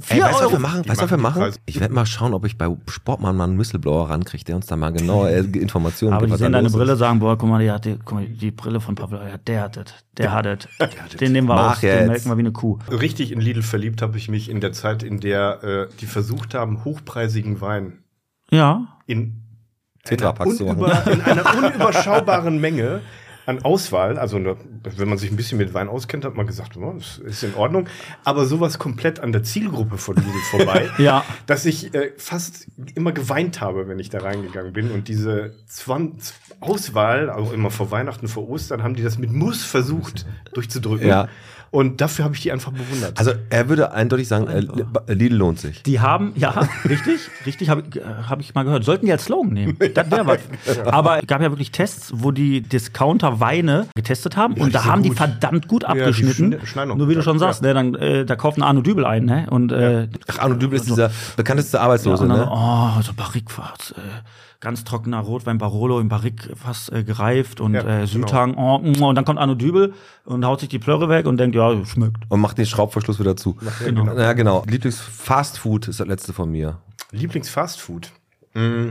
S2: Ey,
S3: 4
S2: weißt du, was
S3: Euro.
S2: wir machen?
S6: Die
S2: Weißt du, was wir
S6: machen die
S2: machen?
S6: Preise.
S2: Ich werde mal schauen, ob ich bei Sportmann mal einen Whistleblower rankriege, der uns da mal genaue äh, Informationen
S3: Aber
S2: gibt,
S3: die
S2: was da
S3: sehen deine
S2: los ist.
S3: Brille, sagen, boah, guck mal, die, hat die, guck mal, die Brille von Pavlo, ja, der hat das, der hat das. Den nehmen wir
S2: Mach
S3: aus,
S2: jetzt.
S3: den melken wir wie eine Kuh.
S6: Richtig in Lidl verliebt habe ich mich in der Zeit, in der äh, die versucht haben, hochpreisigen Wein
S3: Ja,
S6: in
S2: Tetra
S6: einer,
S2: Pak zu machen.
S6: unüber, in einer unüberschaubaren Menge an Auswahl, also ne, wenn man sich ein bisschen mit Wein auskennt, hat man gesagt, oh, das ist in Ordnung, aber sowas komplett an der Zielgruppe von Lidl vorbei,
S3: Ja.
S6: dass ich äh, fast immer geweint habe, wenn ich da reingegangen bin und diese Zwan Z- Auswahl, auch immer vor Weihnachten, vor Ostern, haben die das mit Muss versucht durchzudrücken
S2: Ja.
S6: und dafür habe ich die einfach bewundert.
S2: Also, er würde eindeutig sagen, äh, Lidl lohnt sich.
S3: die haben, ja, richtig, richtig, habe äh, hab ich mal gehört. Sollten die als Slogan nehmen. Das wäre was. Aber es gab ja wirklich Tests, wo die Discounter Weine getestet haben und da haben die verdammt gut
S6: die
S3: abgeschnitten.
S6: schneiden- schneiden auch
S3: Nur wie
S6: gut
S3: du
S6: ab,
S3: schon sagst, ne, dann, äh, da kauft ein Arno Dübel ein, ne? Und, äh,
S2: Ach, Arno Dübel ist dieser bekannteste Arbeitslose,
S3: und dann,
S2: ne?
S3: Oh, so Barrique-Fass. Äh, ganz trockener Rotwein Barolo im Barrique-Fass äh, gereift und
S6: Ja,
S3: äh,
S6: genau.
S3: Südhang. Oh, mm, und dann kommt Arno Dübel und haut sich die Plörre weg und denkt, ja, schmeckt.
S2: Und macht den Schraubverschluss wieder zu.
S3: genau.
S2: Ja, genau. Lieblings-Fast-Food ist das letzte von mir.
S6: Lieblings-Fastfood? Mm,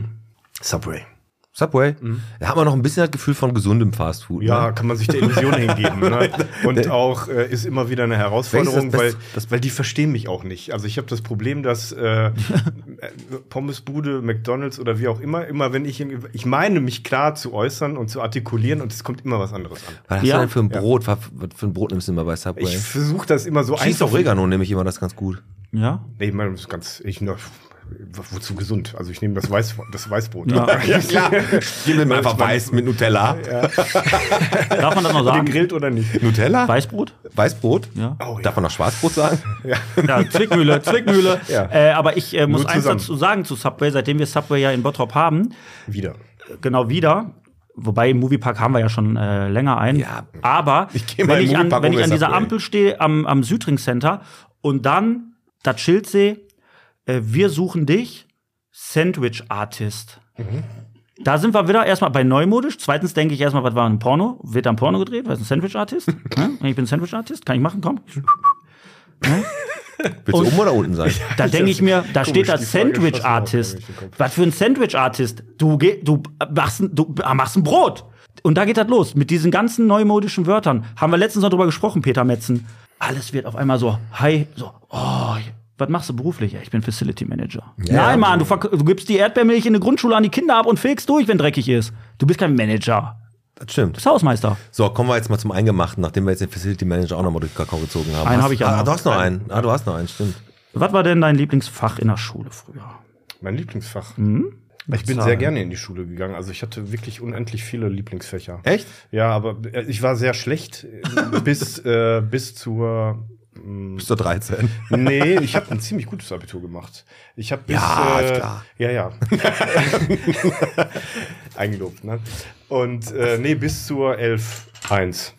S6: Subway.
S2: Subway. Da hat man noch ein bisschen das Gefühl von gesundem Fastfood.
S6: Ja,
S2: Ne?
S6: kann man sich der Illusion hingeben. Ne? Und auch äh, ist immer wieder eine Herausforderung,
S2: Welches das
S6: weil,
S2: Beste-
S6: weil die verstehen mich auch nicht. Also ich habe das Problem, dass äh, Pommesbude, McDonalds oder wie auch immer, immer wenn ich im- ich meine mich klar zu äußern und zu artikulieren und es kommt immer was anderes an.
S2: Was hast
S3: Ja.
S2: du denn für ein Brot? Was was für ein Brot nimmst du immer bei Subway?
S6: Ich
S2: Ich
S6: versuche das immer so
S2: Cheese
S6: einfach.
S2: Oregano nehme ich immer das ganz gut.
S3: Ja.
S6: Nee, ich meine, das ist ganz ich, ne, wozu gesund? Also ich nehme das, Weiß, das Weißbrot.
S3: Ja.
S2: Ja, klar. Gib mir einfach weiß mit Nutella.
S3: Darf man das noch sagen?
S6: Gegrillt oder nicht?
S2: Nutella?
S3: Weißbrot?
S2: Weißbrot?
S3: Ja.
S6: Oh, ja.
S2: Darf man noch Schwarzbrot sagen?
S3: Ja, Zwickmühle, Zwickmühle.
S6: Ja.
S3: Äh, aber ich äh, muss
S6: Nur
S3: eins
S6: zusammen.
S3: dazu sagen zu Subway, seitdem wir Subway ja in Bottrop haben,
S6: Wieder.
S3: genau wieder. Wobei im Moviepark haben wir ja schon äh, länger ein.
S2: Ja.
S3: Aber
S2: geh mal in
S3: wenn
S2: den
S3: ich an,
S2: Moviepark,
S3: wenn
S2: wo
S3: ich
S2: wir
S3: an dieser
S2: Subway.
S3: Ampel stehe am, am Südring Center und dann das Schild sehe, äh, wir suchen dich, Sandwich Artist.
S2: Mhm.
S3: Da sind wir wieder erstmal bei neumodisch. Zweitens denke ich erstmal, was war ein Porno? Wird da ein Porno gedreht? Was ist ein Sandwich Artist? ne? Ich bin Sandwich Artist, kann ich machen, komm.
S2: Willst du oben oder unten sein?
S3: Da denke ich mir, da
S6: komisch,
S3: steht da
S6: die Frage
S3: Sandwich
S6: schoss mir auch
S3: Artist.
S6: irgendwie in den Kopf.
S3: Was für ein Sandwich Artist? Du, geh, du, machst, ein- du ah, machst ein Brot. Und da geht das los mit diesen ganzen neumodischen Wörtern. Haben wir letztens noch drüber gesprochen, Peter Metzen. Alles wird auf einmal so, hi, so, oh, was machst du beruflich? Ja, ich bin Facility Manager. Nein, Mann, du, verk- du gibst die Erdbeermilch in der Grundschule an die Kinder ab und fegst durch, wenn dreckig ist. Du bist kein Manager.
S2: Das stimmt.
S3: Du bist Hausmeister.
S2: So, kommen wir jetzt mal zum Eingemachten, nachdem wir jetzt den Facility Manager auch nochmal durch den Kakao gezogen haben.
S3: Einen
S2: Hast-
S3: hab ich ja
S2: ah,
S3: noch.
S2: Du hast noch einen. Ah, du hast noch einen, stimmt.
S3: Was war denn dein Lieblingsfach in der Schule früher?
S6: Mein Lieblingsfach.
S2: Mhm.
S3: Hm?
S6: Ich bin
S3: Zahlen.
S6: sehr gerne in die Schule gegangen. Also ich hatte wirklich unendlich viele Lieblingsfächer.
S2: Echt?
S6: Ja, aber äh, ich war sehr schlecht äh, bis, äh, bis zur. mh,
S2: Bist du 13?
S6: Nee, ich habe ein ziemlich gutes Abitur gemacht. Ich habe bis
S2: Ja,
S6: äh,
S2: klar.
S6: ja ja eingelobt, ne? Und äh, nee, bis zur 11 1.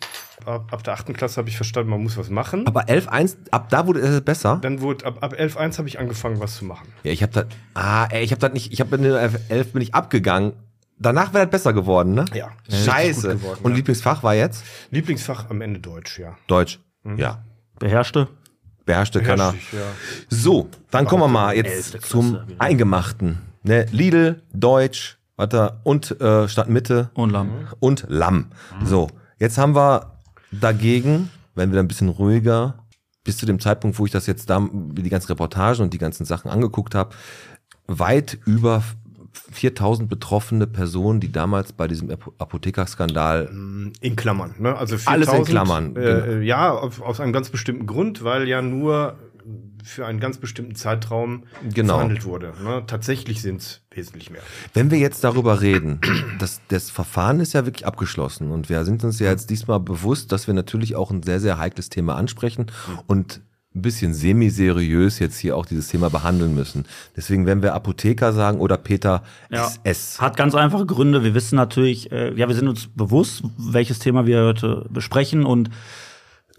S6: Ab, ab der achten Klasse habe ich verstanden, man muss was machen.
S2: Aber 11.1, ab da wurde es besser?
S6: Dann wurde ab, ab 11 1 habe ich angefangen, was zu machen.
S2: Ja, ich hab das. Ah, ey, ich hab das nicht. Ich hab in der F- 11 bin ich abgegangen. Danach wäre das besser geworden, ne?
S6: Ja.
S2: Scheiße.
S6: Gut geworden,
S2: Und
S6: ja.
S2: Lieblingsfach war jetzt?
S6: Lieblingsfach am Ende Deutsch, ja.
S2: Deutsch. Ja.
S3: Beherrschte?
S2: Beherrschte keiner.
S6: Herrschig, ja.
S2: So, dann kommen wir mal
S3: Elfte
S2: jetzt
S3: Klasse
S2: zum
S3: wieder.
S2: Eingemachten. Ne? Lidl, Deutsch, warte, und äh, Stadtmitte
S3: Und Lamm.
S2: und Lamm. So, jetzt haben wir dagegen, wenn wir dann ein bisschen ruhiger, bis zu dem Zeitpunkt, wo ich das jetzt da die ganzen Reportagen und die ganzen Sachen angeguckt habe, weit über 4000 betroffene Personen, die damals bei diesem Apo- Apothekerskandal
S6: In Klammern, ne? Also 4000,
S2: Alles in Klammern,
S6: Äh,
S2: genau.
S6: äh, Ja, auf, aus einem ganz bestimmten Grund, weil ja nur für einen ganz bestimmten Zeitraum
S2: Genau.
S6: verhandelt wurde. Ne? Tatsächlich sind es wesentlich mehr.
S2: Wenn wir jetzt darüber reden, das, das Verfahren ist ja wirklich abgeschlossen und wir sind uns ja jetzt diesmal bewusst, dass wir natürlich auch ein sehr, sehr heikles Thema ansprechen und ein bisschen semi-seriös jetzt hier auch dieses Thema behandeln müssen. Deswegen, wenn wir Apotheker sagen oder Peter
S3: Ja.
S2: SS.
S3: Hat ganz einfache Gründe. Wir wissen natürlich, äh, ja, wir sind uns bewusst, welches Thema wir heute besprechen und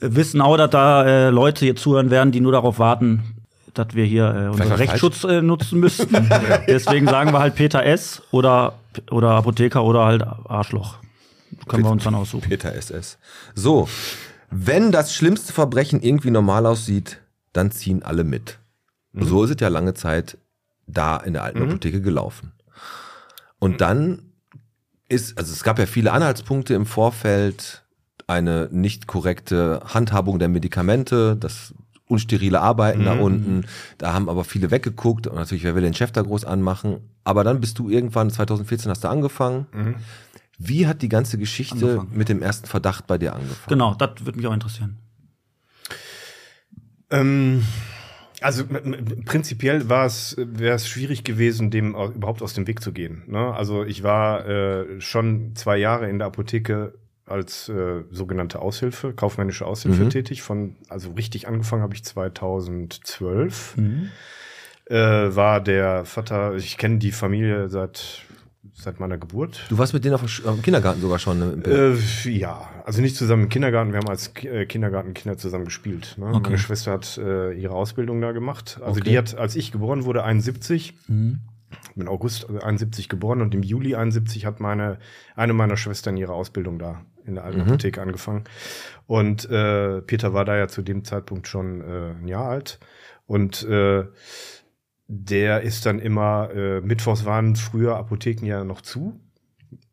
S3: wissen auch, dass da äh, Leute hier zuhören werden, die nur darauf warten, dass wir hier äh, unseren
S2: was
S3: Rechtsschutz äh, nutzen müssten. Deswegen sagen wir halt Peter S. oder, oder Apotheker oder halt Arschloch. Können wir uns dann aussuchen.
S2: Peter SS. So, wenn das schlimmste Verbrechen irgendwie normal aussieht, dann ziehen alle mit.
S3: Mhm.
S2: So ist es ja lange Zeit da in der alten Apotheke gelaufen. Und dann ist, also es gab ja viele Anhaltspunkte im Vorfeld, eine nicht korrekte Handhabung der Medikamente, das unsterile Arbeiten
S3: Mhm.
S2: da unten. Da haben aber viele weggeguckt und natürlich, wer will den Chef da groß anmachen? Aber dann bist du irgendwann, 2014 hast du angefangen.
S6: Mhm.
S2: Wie hat die ganze Geschichte
S3: Angefangen.
S2: mit dem ersten Verdacht bei dir angefangen?
S3: Genau, das würde mich auch interessieren.
S6: Ähm, also m- m- prinzipiell war es, wäre es schwierig gewesen, dem au- überhaupt aus dem Weg zu gehen. Ne? Also ich war äh, schon zwei Jahre in der Apotheke als äh, sogenannte Aushilfe, kaufmännische Aushilfe
S2: Mhm.
S6: tätig. Von also richtig angefangen habe ich 2012. Äh, war der Vater. Ich kenne die Familie seit seit meiner Geburt.
S2: Du warst mit denen auf dem Sch- am Kindergarten sogar schon. Ne?
S6: Äh, ja, also nicht zusammen im Kindergarten. Wir haben als Ki- äh, Kindergartenkinder zusammen gespielt. Ne?
S3: Okay.
S6: Meine Schwester hat äh, ihre Ausbildung da gemacht. Also
S2: Okay.
S6: die hat, als ich geboren wurde, 71. Ich bin August 71 geboren und im Juli 71 hat meine eine meiner Schwestern ihre Ausbildung da in der alten
S2: Mhm.
S6: Apotheke angefangen. Und äh, Peter war da ja zu dem Zeitpunkt schon äh, ein Jahr alt. Und äh, der ist dann immer, äh, mittwochs waren früher Apotheken ja noch zu,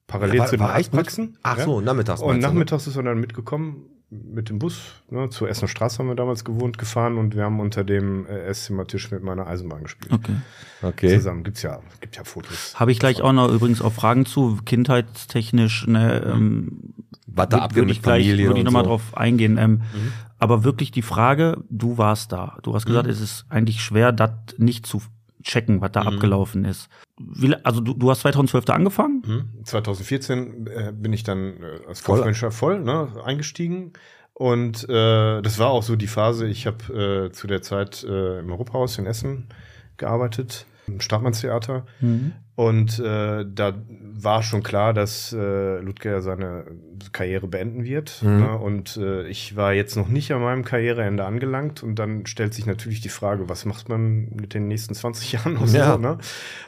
S6: parallel zu
S2: echt mit-
S6: den Arztpraxen.
S2: Ach
S6: ja.
S2: so, nachmittags.
S6: Und
S2: meinst du, ne?
S6: nachmittags ist er dann mitgekommen mit dem Bus. Ne, zur Essener Straße haben wir damals gewohnt, gefahren und wir haben unter dem äh, Esszimmertisch mit meiner Eisenbahn gespielt.
S3: Okay.
S2: Okay.
S6: Zusammen gibt's ja, gibt ja Fotos.
S3: Habe ich gleich auch noch übrigens auch Fragen zu, kindheitstechnisch, ne, ähm,
S2: Was da
S3: Wür-
S2: abgeht
S3: würde
S2: mit
S3: ich gleich,
S2: Familie
S3: Würde ich
S2: und
S3: nochmal
S2: so.
S3: drauf eingehen. Ähm,
S6: Mhm.
S3: Aber wirklich die Frage, du warst da. Du hast gesagt, es ist eigentlich schwer, das nicht zu checken, was da
S6: Mhm.
S3: abgelaufen ist. Wie, la- also du, du hast 2012 da angefangen?
S6: Hm. 2014 äh, bin ich dann äh, als Kaufmanager voll ne, eingestiegen. Und äh, das war auch so die Phase, ich habe äh, zu der Zeit äh, im Europahaus in Essen gearbeitet, im Stadtmannstheater. Und äh, da war schon klar, dass äh, Ludger seine Karriere beenden wird. Ne? Und äh, ich war jetzt noch nicht an meinem Karriereende angelangt. Und dann stellt sich natürlich die Frage, was macht man mit den nächsten 20 Jahren? Oder
S2: Ja.
S6: so, ne?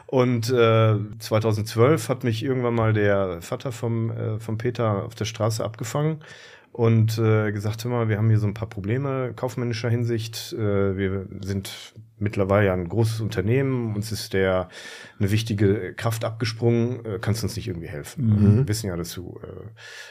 S6: Und äh, 2012 hat mich irgendwann mal der Vater vom, äh, vom Peter auf der Straße abgefangen und äh, gesagt, hör mal, wir haben hier so ein paar Probleme kaufmännischer Hinsicht. Äh, wir sind mittlerweile ja ein großes Unternehmen, uns ist der eine wichtige Kraft abgesprungen, äh, kannst du uns nicht irgendwie helfen?
S3: Mhm.
S6: Wir wissen ja, dass du äh,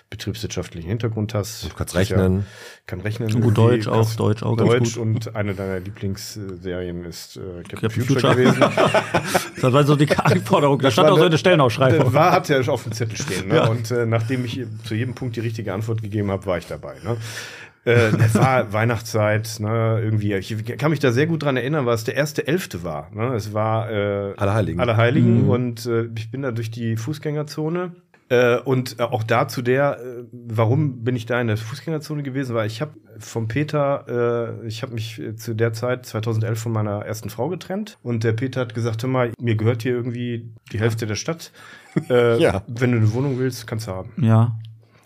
S6: betriebswirtschaftlichen Hintergrund hast.
S2: Du kannst
S6: Sicher-
S2: rechnen.
S6: Kann rechnen.
S3: Gut
S6: irgendwie,
S3: Deutsch auch,
S6: kannst
S3: Deutsch auch ganz
S6: Deutsch
S3: gut.
S6: und eine deiner Lieblingsserien ist äh, Captain,
S3: Captain
S6: Future
S3: Future.
S6: gewesen.
S3: Das war so die Anforderung. Da
S6: Das
S3: stand
S6: war
S3: auch so
S6: eine-
S3: eine Stellenausschreibung.
S6: War, hat er auf dem Zettel stehen. Ne?
S3: Ja.
S6: Und äh, nachdem ich zu jedem Punkt die richtige Antwort gegeben habe, war ich dabei. Ne? Äh, es war Weihnachtszeit, ne, irgendwie. Ich kann mich da sehr gut dran erinnern, weil es der erste Elfte war. Ne? Es war äh,
S2: Allerheiligen.
S6: Allerheiligen und äh, ich bin da durch die Fußgängerzone. Äh, und äh, auch da zu der, äh, warum bin ich da in der Fußgängerzone gewesen? Weil ich habe vom Peter, äh, ich habe mich äh, zu der Zeit 2011 von meiner ersten Frau getrennt und der Peter hat gesagt, hör mal, mir gehört hier irgendwie die Hälfte der Stadt. Äh,
S2: Ja.
S6: Wenn du eine Wohnung willst, kannst du haben.
S3: Ja.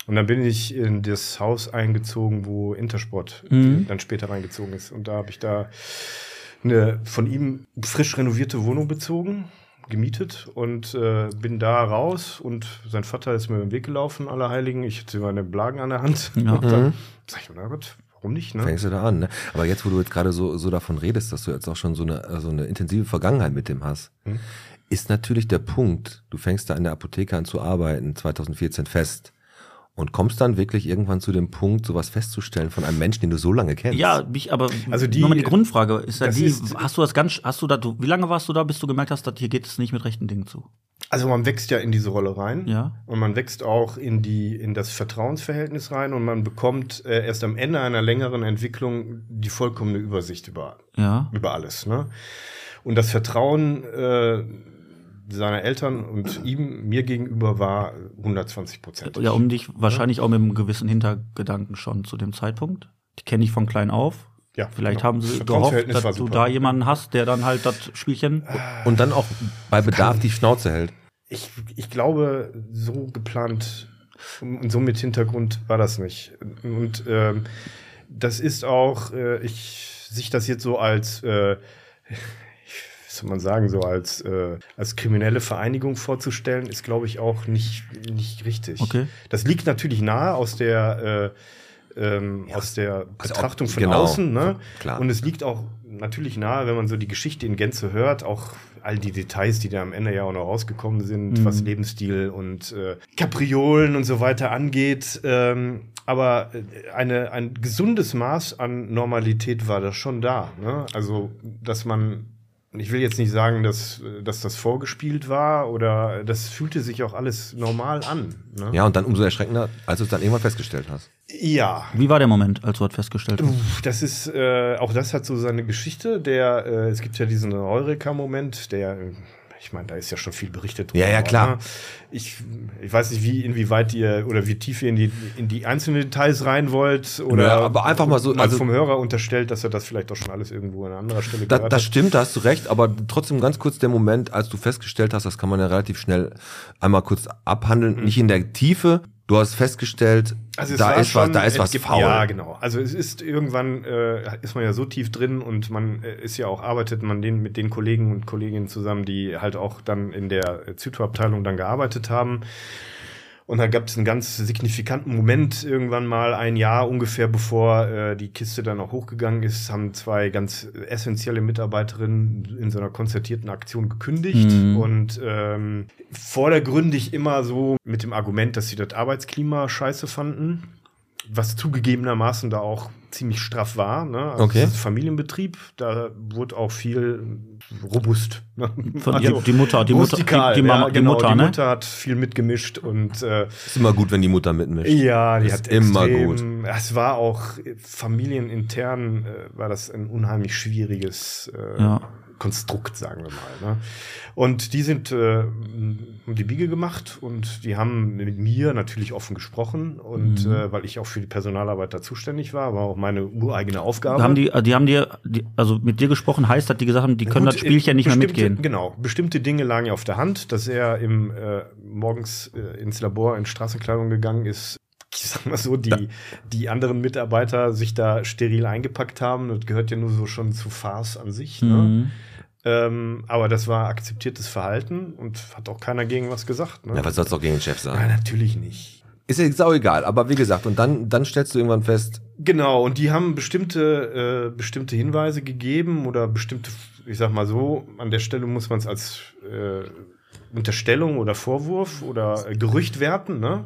S6: Und dann bin ich in das Haus eingezogen, wo Intersport äh, dann später reingezogen ist. Und da habe ich da eine von ihm frisch renovierte Wohnung bezogen, gemietet und äh, bin da raus. Und sein Vater ist mir im Weg gelaufen, Allerheiligen. Ich hatte meine Blagen an der Hand. Und dann sag ich, na Gott, warum nicht? Ne?
S2: Mhm. Fängst du da an, ne? Aber jetzt, wo du jetzt gerade so, so davon redest, dass du jetzt auch schon so eine, äh, so eine intensive Vergangenheit mit dem hast,
S6: Hm?
S2: ist natürlich der Punkt, du fängst da in der Apotheke an zu arbeiten, 2014 fest. Und kommst dann wirklich irgendwann zu dem Punkt, sowas festzustellen von einem Menschen, den du so lange kennst.
S3: Ja, mich aber
S6: Also die-
S3: nochmal die Grundfrage ist ja
S6: das
S3: die,
S6: ist-
S3: hast du das ganz, hast du da, du, wie lange warst du da, bis du gemerkt hast, dass hier geht es nicht mit rechten Dingen zu?
S6: Also man wächst ja in diese Rolle rein
S3: Ja.
S6: und man wächst auch in die in das Vertrauensverhältnis rein und man bekommt äh, erst am Ende einer längeren Entwicklung die vollkommene Übersicht über
S3: Ja.
S6: über alles. Ne? Und das Vertrauen äh, seiner Eltern und ihm mir gegenüber war 120 Prozent.
S3: Ja, um dich wahrscheinlich auch mit einem gewissen Hintergedanken schon zu dem Zeitpunkt. Die kenne ich von klein auf.
S6: Ja,
S3: Vielleicht
S6: genau.
S3: haben sie
S6: Das
S3: gehofft,
S6: Vertrauensverhältnis war
S3: dass du
S6: super.
S3: da jemanden hast, der dann halt das Spielchen.
S2: Und dann auch bei Bedarf die Schnauze hält.
S6: ich, ich glaube, so geplant und so mit Hintergrund war das nicht. Und ähm, das ist auch, äh, ich sich das jetzt so als, äh, wie soll man sagen, so als, äh, als kriminelle Vereinigung vorzustellen, ist, glaube ich, auch nicht, nicht richtig.
S3: Okay.
S6: Das liegt natürlich nahe aus der äh, ähm,
S2: Ja,
S6: aus der
S2: also
S6: Betrachtung
S2: auch-
S6: von
S2: genau,
S6: außen, ne?
S2: klar.
S6: Und es liegt auch natürlich nahe, wenn man so die Geschichte in Gänze hört, auch all die Details, die da am Ende ja auch noch rausgekommen sind,
S2: Mhm.
S6: was Lebensstil und äh, Kapriolen und so weiter angeht. Ähm, aber äh, eine, ein gesundes Maß an Normalität war da schon da. Ne? Also, dass man, ich will jetzt nicht sagen, dass, äh, dass das vorgespielt war oder das fühlte sich auch alles normal an. Ne?
S2: Ja, und dann umso erschreckender, als du es dann irgendwann festgestellt hast.
S6: ja,
S3: Wie war der Moment, als du das festgestellt hast?
S6: Uff, Das ist, äh, auch das hat so seine Geschichte. Der, äh, es gibt ja diesen Eureka-Moment, der, äh, ich meine, da ist ja schon viel berichtet. drüber,
S2: Ja, ja, klar.
S6: aber, ne? Ich, ich weiß nicht, wie, inwieweit ihr oder wie tief ihr in die, in die einzelnen Details rein wollt oder.
S2: Ja, aber einfach mal so, also-
S6: also vom Hörer unterstellt, dass er das vielleicht auch schon alles irgendwo an anderer Stelle
S2: Da,
S6: gehört
S2: das
S6: hat.
S2: stimmt, da hast du recht, aber trotzdem ganz kurz der Moment, als du festgestellt hast, das kann man ja relativ schnell einmal kurz abhandeln, nicht in der Tiefe. Du hast festgestellt,
S6: Mhm. Also es
S2: da,
S6: war
S2: ist was,
S6: schon-
S2: da ist
S6: es
S2: was
S6: gibt-
S2: faul.
S6: Ja, genau. Also es ist irgendwann äh, ist man ja so tief drin und man äh, ist ja auch arbeitet man den mit den Kollegen und Kolleginnen zusammen, die halt auch dann in der äh, Zyto-Abteilung dann gearbeitet haben. Und da gab es einen ganz signifikanten Moment irgendwann mal, ein Jahr ungefähr bevor äh, die Kiste dann auch hochgegangen ist, haben zwei ganz essentielle Mitarbeiterinnen in so einer konzertierten Aktion gekündigt
S3: Mhm.
S6: und ähm, vordergründig immer so mit dem Argument, dass sie das Arbeitsklima scheiße fanden was zugegebenermaßen da auch ziemlich straff war. Ne? Also
S2: Okay.
S6: es ist Familienbetrieb, da wurde auch viel robust. Ne?
S3: Von ihr- die Mutter- die Mutter-
S6: rustikal,
S3: die- die Mama-
S6: ja,
S3: die
S6: genau,
S3: Mutter,
S6: die
S3: ne?
S6: Mutter hat viel mitgemischt und äh,
S2: Ist immer gut, wenn die Mutter mitmischt.
S6: ja, die
S2: Ist
S6: hat
S2: immer
S6: extrem, gut. Es war auch äh, familienintern äh, war das ein unheimlich schwieriges äh,
S3: Ja.
S6: Konstrukt, sagen wir mal. Ne? Und die sind äh, m- haben die Biege gemacht und die haben mit mir natürlich offen gesprochen und
S3: Mhm.
S6: äh, weil ich auch für die Personalarbeit da zuständig war, war auch meine ureigene Aufgabe.
S3: Haben die, die haben dir, die, also mit dir gesprochen, heißt, dass die gesagt haben, die können
S6: Gut,
S3: das Spielchen nicht mehr
S6: bestimmte-
S3: mitgehen.
S6: Genau, bestimmte Dinge lagen ja auf der Hand, dass er im äh, morgens äh, ins Labor in Straßenkleidung gegangen ist. Ich sag mal so, die, die anderen Mitarbeiter sich da steril eingepackt haben. Das gehört ja nur so schon zu Farce an sich. Ne?
S3: Mhm.
S6: Ähm, aber das war akzeptiertes Verhalten und hat auch keiner gegen was gesagt. Ne?
S2: Ja, was soll's doch gegen den Chef
S6: ja,
S2: sagen?
S6: natürlich nicht.
S2: Ist ja sau egal, aber wie gesagt, und dann, dann stellst du irgendwann fest,
S6: Genau, und die haben bestimmte, äh, bestimmte Hinweise gegeben oder bestimmte, ich sag mal so, an der Stelle muss man es als äh, Unterstellung oder Vorwurf oder äh, Gerücht werten, ne?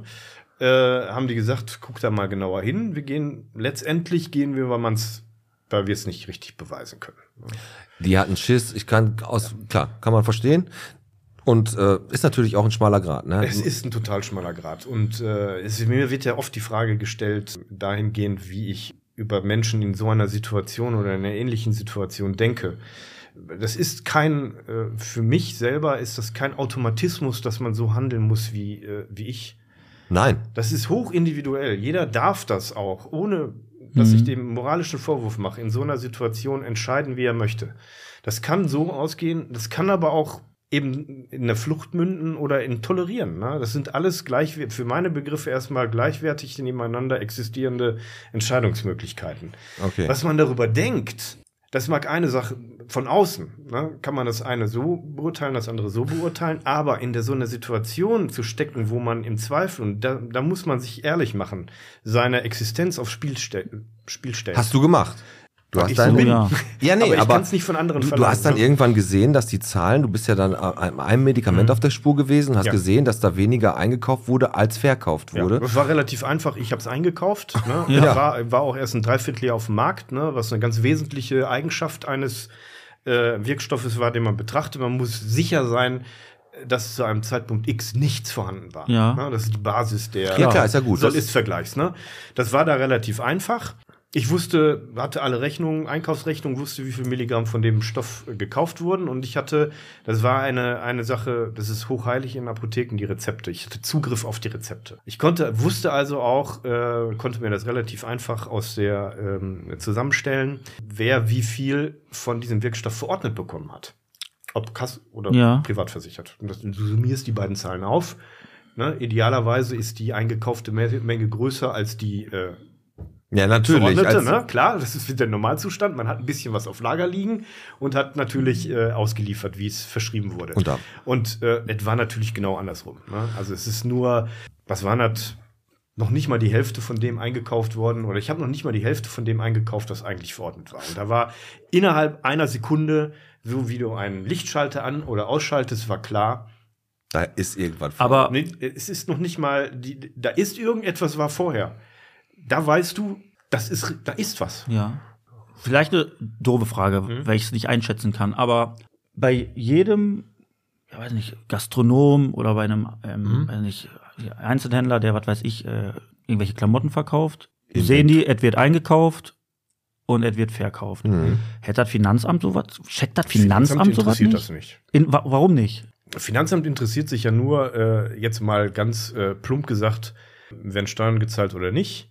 S6: Äh, haben die gesagt, guck da mal genauer hin. Wir gehen, letztendlich gehen wir, weil man's, weil wir es nicht richtig beweisen können.
S2: die hatten Schiss, ich kann aus, klar, kann man verstehen. Und äh, ist natürlich auch ein schmaler Grad, ne?
S6: Es ist ein total schmaler Grad. Und äh, es, mir wird ja oft die Frage gestellt, dahingehend, wie ich über Menschen in so einer Situation oder in einer ähnlichen Situation denke. Das ist kein, äh, für mich selber ist das kein Automatismus, dass man so handeln muss wie, äh, wie ich.
S2: Nein.
S6: Das ist hochindividuell. Jeder darf das auch, ohne dass
S3: Mhm.
S6: ich dem moralischen Vorwurf mache, in so einer Situation entscheiden, wie er möchte. Das kann so ausgehen, das kann aber auch eben in der Flucht münden oder in Tolerieren. Ne? Das sind alles gleich, für meine Begriffe erstmal gleichwertig nebeneinander existierende Entscheidungsmöglichkeiten.
S2: Okay.
S6: Was man darüber denkt, das mag eine Sache von außen, ne? kann man das eine so beurteilen, das andere so beurteilen, aber in der, so einer Situation zu stecken, wo man im Zweifel, und da, da muss man sich ehrlich machen, seine Existenz aufs Spiel, ste Spiel stellt.
S2: Hast du gemacht? Du hast
S6: Ich
S2: dein-
S6: so bin.
S3: Ja.
S2: Ja, nee,
S6: aber
S2: aber,
S6: ich kann es nicht von anderen
S2: du, du
S6: verlangen,
S2: hast dann
S6: ne?
S2: irgendwann gesehen, dass die Zahlen, du bist ja dann an einem Medikament auf der Spur gewesen, hast
S6: Mhm. Ja.
S2: gesehen, dass da weniger eingekauft wurde, als verkauft
S6: Ja,
S2: wurde.
S6: das war relativ einfach. Ich habe es eingekauft. Ne?
S2: Ja.
S6: War, war auch erst ein Dreivierteljahr auf dem Markt, ne? was eine ganz wesentliche Eigenschaft eines äh, Wirkstoffes war, den man betrachtet. Man muss sicher sein, dass zu einem Zeitpunkt X nichts vorhanden war.
S3: Ja.
S6: Ne? Das ist die Basis der
S2: Ja, klar, ist ja gut.
S6: Soll
S2: Das-
S6: ist Vergleichs. Ne? Das war da relativ einfach. Ich wusste, hatte alle Rechnungen, Einkaufsrechnungen, wusste, wie viel Milligramm von dem Stoff äh, gekauft wurden. Und ich hatte, das war eine, eine Sache, das ist hochheilig in Apotheken, die Rezepte. Ich hatte Zugriff auf die Rezepte. Ich konnte, wusste also auch, äh, konnte mir das relativ einfach aus der ähm, zusammenstellen, wer wie viel von diesem Wirkstoff verordnet bekommen hat. Ob Kass oder
S3: Ja.
S6: privat versichert. Und das, du summierst die beiden Zahlen auf. Ne? Idealerweise ist die eingekaufte Me- Menge größer als die äh,
S2: Ja, natürlich.
S6: verordnete.
S2: Als,
S6: Ne? Klar, das ist wieder der Normalzustand. Man hat ein bisschen was auf Lager liegen und hat natürlich äh, ausgeliefert, wie es verschrieben wurde.
S2: Und da.
S6: Und äh, es war natürlich genau andersrum. Ne? Also es ist nur, was waren das? Noch nicht mal die Hälfte von dem eingekauft worden, oder ich habe noch nicht mal die Hälfte von dem eingekauft, was eigentlich verordnet war. Und da war innerhalb einer Sekunde, so wie du einen Lichtschalter an- oder ausschaltest, war klar,
S2: Da ist irgendwann.
S3: Aber
S6: Nee, es ist noch nicht mal, die, da ist irgendetwas war vorher. Da weißt du, das ist, da ist was.
S3: Ja. Vielleicht eine doofe Frage,
S6: Mhm.
S3: weil ich es nicht einschätzen kann, aber bei jedem, ich weiß nicht, Gastronom oder bei einem ähm,
S6: Mhm.
S3: weiß nicht, Einzelhändler, der, was weiß ich, äh, irgendwelche Klamotten verkauft,
S2: Eben.
S3: sehen die, es wird eingekauft und es wird verkauft.
S6: Mhm.
S2: Hm.
S3: Hätte das Finanzamt sowas? Checkt das Finanzamt, sowas
S6: interessiert
S3: nicht?
S6: das nicht.
S3: In, wa warum nicht?
S6: Finanzamt interessiert sich ja nur, äh, jetzt mal ganz äh, plump gesagt, werden Steuern gezahlt oder nicht.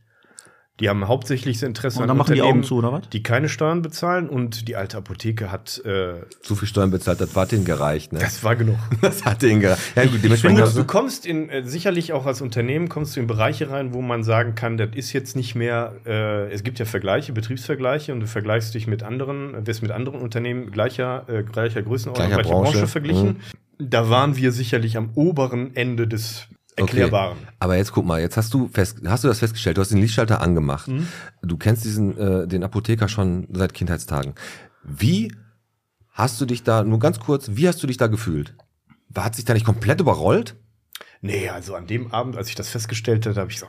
S6: Die haben hauptsächlich das Interesse
S3: Und dann machen die
S6: Unternehmen,
S3: Augen zu, oder was?
S6: die keine Steuern bezahlen und die alte Apotheke hat, äh,
S2: Zu viel Steuern bezahlt, das war denen gereicht, ne?
S6: das war genug.
S2: Das hat denen gereicht. Ja, gut, dementsprechend.
S6: Gut,
S2: hast
S6: du
S2: du-
S6: kommst in, äh, sicherlich auch als Unternehmen kommst du in Bereiche rein, wo man sagen kann, das ist jetzt nicht mehr, äh, es gibt ja Vergleiche, Betriebsvergleiche und du vergleichst dich mit anderen, wirst mit anderen Unternehmen gleicher, äh, gleicher Größenordnung,
S2: Gleicher
S6: gleicher, Branche,
S2: Branche, Mhm.
S6: verglichen. Da waren wir sicherlich am oberen Ende des Erklärbaren.
S2: Aber jetzt guck mal, jetzt hast du fest, hast du das festgestellt, du hast den Lichtschalter angemacht.
S6: Mhm.
S2: Du kennst diesen, äh, den Apotheker schon seit Kindheitstagen. Wie hast du dich da, nur ganz kurz, wie hast du dich da gefühlt? Hat sich da nicht komplett überrollt?
S6: Nee, also an dem Abend, als ich das festgestellt hatte, habe ich so,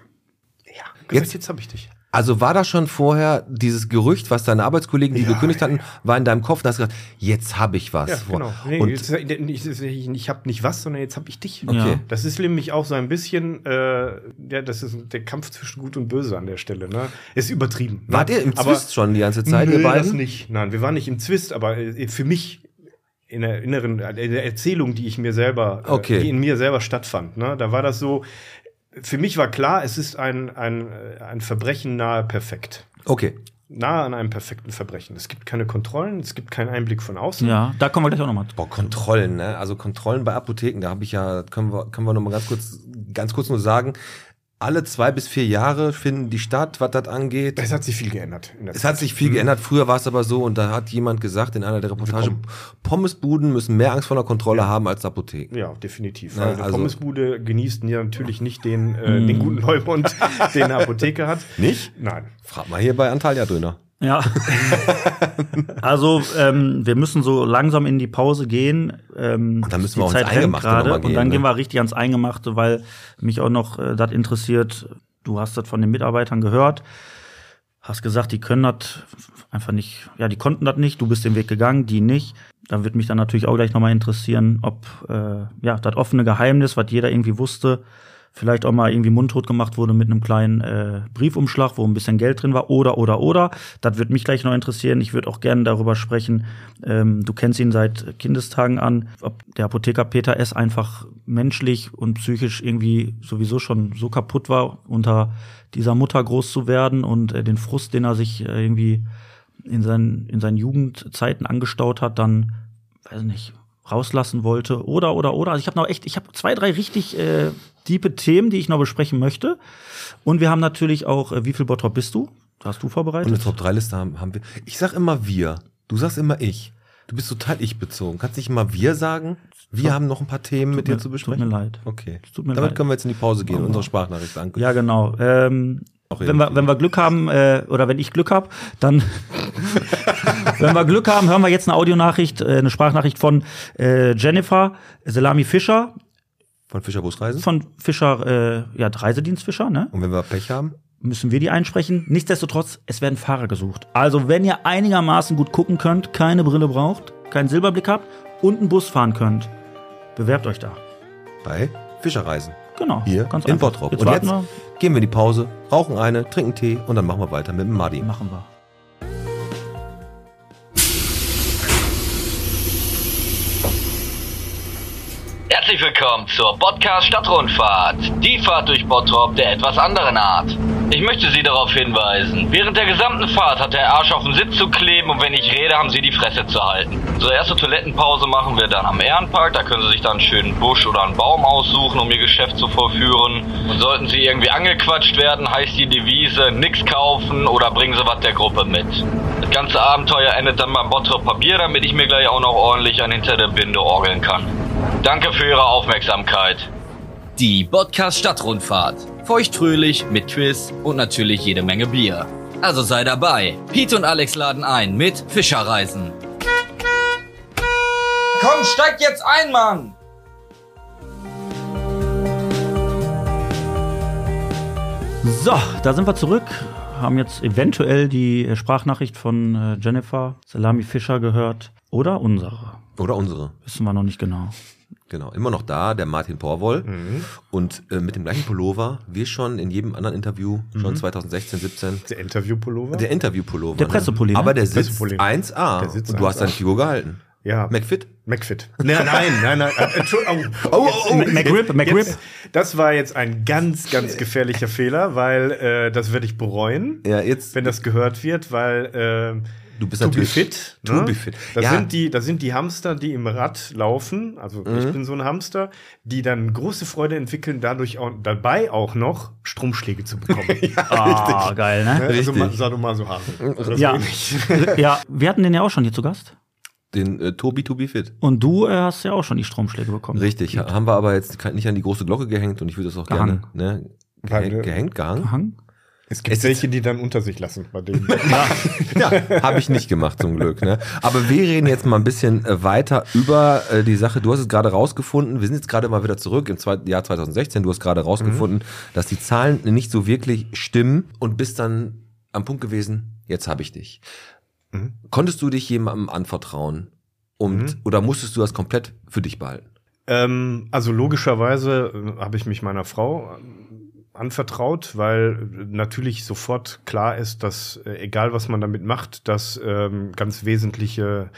S6: ja, gesagt,
S2: Jetzt-
S6: jetzt, jetzt habe ich dich.
S2: Also war da schon vorher dieses Gerücht, was deine Arbeitskollegen, die
S6: Ja,
S2: gekündigt
S6: ja,
S2: hatten, war in deinem Kopf, da hast du gedacht, jetzt habe ich was.
S6: Ja, genau. Nee,
S2: Und
S6: jetzt, ich ich habe nicht was, sondern jetzt habe ich dich.
S2: Okay.
S3: Ja.
S6: Das ist nämlich auch so ein bisschen, äh, ja, das ist der Kampf zwischen Gut und Böse an der Stelle. Ne? Ist übertrieben. ne?
S2: wart ihr im
S6: Aber-
S2: Zwist schon die ganze Zeit,
S6: Nö,
S2: ihr
S6: Das
S2: beiden?
S6: nicht. Nein, wir waren nicht im Zwist, aber äh, für mich in der inneren in der Erzählung, die ich mir selber, äh,
S2: Okay.
S6: die in mir selber stattfand, ne, da war das so. Für mich war klar, es ist ein, ein, äh, ein Verbrechen nahe perfekt.
S2: Okay.
S6: Nahe an einem perfekten Verbrechen. Es gibt keine Kontrollen, es gibt keinen Einblick von außen.
S3: Ja, da kommen wir gleich auch nochmal.
S2: Boah, Kontrollen, ne? Also Kontrollen bei Apotheken, da habe ich ja, können wir, können wir nochmal ganz kurz, ganz kurz nur sagen, alle zwei bis vier Jahre finden die statt, was das angeht.
S6: Es hat sich viel geändert. in der
S2: Es
S6: Zeit.
S2: hat sich
S3: Mhm.
S2: viel geändert. Früher war es aber so, und da hat jemand gesagt in einer der Reportagen, Pommesbuden müssen mehr Angst vor der Kontrolle haben als Apotheken.
S6: Ja, definitiv.
S2: Ja,
S6: also, die
S2: also-
S6: Pommesbude genießt ja natürlich nicht den, äh, den guten Leumund, den eine Apotheke hat.
S2: Nicht?
S6: Nein.
S2: Frag mal hier bei Antalya Döner.
S3: Ja. also, ähm, wir müssen so langsam in die Pause gehen. Ähm,
S2: Und dann müssen
S3: die
S2: wir auch ins
S3: rennt
S2: Eingemachte
S3: gerade.
S2: noch mal
S3: Und
S2: gehen,
S3: dann
S2: ne?
S3: gehen wir richtig ans Eingemachte, weil mich auch noch äh, das interessiert. Du hast das von den Mitarbeitern gehört. Hast gesagt, die können das einfach nicht, ja, die konnten das nicht, du bist den Weg gegangen, die nicht. Da wird mich dann natürlich auch gleich nochmal interessieren, ob äh, ja, das offene Geheimnis, was jeder irgendwie wusste, vielleicht auch mal irgendwie mundtot gemacht wurde mit einem kleinen äh, Briefumschlag, wo ein bisschen Geld drin war, oder, oder, oder. Das wird mich gleich noch interessieren. Ich würde auch gerne darüber sprechen. Ähm, du kennst ihn seit Kindestagen an, ob der Apotheker Peter S. einfach menschlich und psychisch irgendwie sowieso schon so kaputt war, unter dieser Mutter groß zu werden und äh, den Frust, den er sich äh, irgendwie in seinen, in seinen Jugendzeiten angestaut hat, dann, weiß nicht, rauslassen wollte oder oder oder. Also ich habe noch echt, ich habe zwei, drei richtig äh, diepe Themen, die ich noch besprechen möchte. Und wir haben natürlich auch, äh, wie viel Bottrop bist du? Hast du
S2: Und eine
S3: vorbereitet?
S2: Top-3-Liste haben, haben wir. Ich sag immer wir. Du sagst immer ich. Du bist total ich bezogen. Kannst nicht immer wir sagen? Wir haben noch ein paar Themen mit
S3: mir-
S2: dir zu besprechen.
S3: tut mir leid.
S2: Okay.
S3: Tut mir
S2: Damit
S3: leid.
S2: können wir jetzt in die Pause gehen.
S3: Oh.
S2: Unsere Sprachnachricht danke.
S3: Ja, genau. Ähm,
S2: Auch
S3: wenn, wir,
S2: irgendwie.
S3: wenn wir Glück haben, äh, oder wenn ich Glück habe, dann wenn wir Glück haben, hören wir jetzt eine Audionachricht, äh, eine Sprachnachricht von äh, Jennifer Selami Fischer
S2: Von Fischer Busreisen.
S3: von Fischer, äh, ja, Reisedienst Fischer, ne?
S2: Und wenn wir Pech haben?
S3: müssen wir die einsprechen. Nichtsdestotrotz, es werden Fahrer gesucht. Also, wenn ihr einigermaßen gut gucken könnt, keine Brille braucht, keinen Silberblick habt und einen Bus fahren könnt, bewerbt euch da.
S2: Bei Fischerreisen.
S3: Genau.
S2: Hier in
S3: einfach.
S2: Bottrop.
S3: Jetzt
S2: und jetzt
S3: warten
S2: gehen wir in die Pause, rauchen eine, trinken Tee und dann machen wir weiter mit dem Madi.
S3: wir. Machen wir.
S7: Herzlich willkommen zur Podcast Stadtrundfahrt. Die Fahrt durch Bottrop der etwas anderen Art. Ich möchte Sie darauf hinweisen. Während der gesamten Fahrt hat der Arsch auf den Sitz zu kleben und wenn ich rede, haben Sie die Fresse zu halten. Unsere erste Toilettenpause machen wir dann am Ehrenpark. Da können Sie sich dann einen schönen Busch oder einen Baum aussuchen, um Ihr Geschäft zu vollführen. Und sollten Sie irgendwie angequatscht werden, heißt die Devise nix kaufen oder bringen Sie was der Gruppe mit. Das ganze Abenteuer endet dann beim Bottroper Bier, damit ich mir gleich auch noch ordentlich an hinter der Binde orgeln kann. Danke für Ihre Aufmerksamkeit.
S8: Die Podcast Stadtrundfahrt. Feuchtfröhlich mit Quiz und natürlich jede Menge Bier. Also sei dabei. Pete und Alex laden ein mit Fischerreisen. Komm, steig jetzt ein, Mann!
S3: So, da sind wir zurück. Haben jetzt eventuell die äh, Sprachnachricht von äh, Jennifer Salami Fischer gehört. Oder unsere.
S2: Oder unsere.
S3: Wissen wir noch nicht genau.
S2: Genau. Immer noch da, der Martin Porwoll.
S3: Mhm.
S2: Und äh, mit dem gleichen Pullover, wie schon in jedem anderen Interview, schon 2016, 17.
S6: Der Interviewpullover.
S2: Der Interview-Pullover.
S3: Mhm. Der Pressepulli, ne?
S2: Aber der sitzt
S6: Pressepulli.
S2: 1A.
S6: Der sitzt
S2: und du hast
S6: 1A.
S2: deine Figur gehalten.
S6: ja.
S2: McFit?
S6: McFit. Nein, nein, nein, nein. Äh, Entschuldigung. Oh,
S2: oh,
S6: jetzt-
S2: oh,
S6: jetzt-
S3: McRib, McRib.
S6: jetzt- Das war jetzt ein ganz, ganz gefährlicher Fehler, weil äh, das werde ich bereuen,
S2: Ja, jetzt.
S6: wenn das gehört wird, weil ähm,
S2: du bist
S6: to be
S2: natürlich.
S6: fit.
S2: To be fit.
S6: Das,
S2: Ja.
S6: sind die, das sind die Hamster, die im Rad laufen. Also
S2: Mhm.
S6: ich bin so ein Hamster, die dann große Freude entwickeln, dadurch auch, dabei auch noch Stromschläge zu bekommen. Ne?
S3: Ah, geil, ne?
S6: Also
S2: richtig. Also,
S6: mal, sag doch mal so Also, haben.
S3: Ja. ja, wir hatten den ja auch schon hier zu Gast.
S2: Den äh, Tobi to be fit.
S3: Und du äh, hast ja auch schon die Stromschläge bekommen.
S2: Richtig. Ha- Haben wir aber jetzt ke- nicht an die große Glocke gehängt und ich würde das auch
S3: Gehangen.
S2: gerne. Ne?
S6: Weil,
S2: Gehängt,
S6: äh,
S2: gehängt, gehangen?
S3: Hang?
S6: Es gibt welche, die dann unter sich lassen bei dem.
S2: Ja, habe ich nicht gemacht zum Glück. Ne? Aber wir reden jetzt mal ein bisschen äh, weiter über äh, die Sache. Du hast es gerade rausgefunden. Wir sind jetzt gerade mal wieder zurück im zwei, Jahr 2016. Du hast gerade rausgefunden, dass die Zahlen nicht so wirklich stimmen und bist dann am Punkt gewesen. Jetzt habe ich dich. Konntest du dich jemandem anvertrauen? Und, Oder musstest du das komplett für dich behalten?
S6: Ähm, also logischerweise äh, habe ich mich meiner Frau ähm, anvertraut, weil äh, natürlich sofort klar ist, dass äh, egal was man damit macht, das ähm, ganz wesentliche,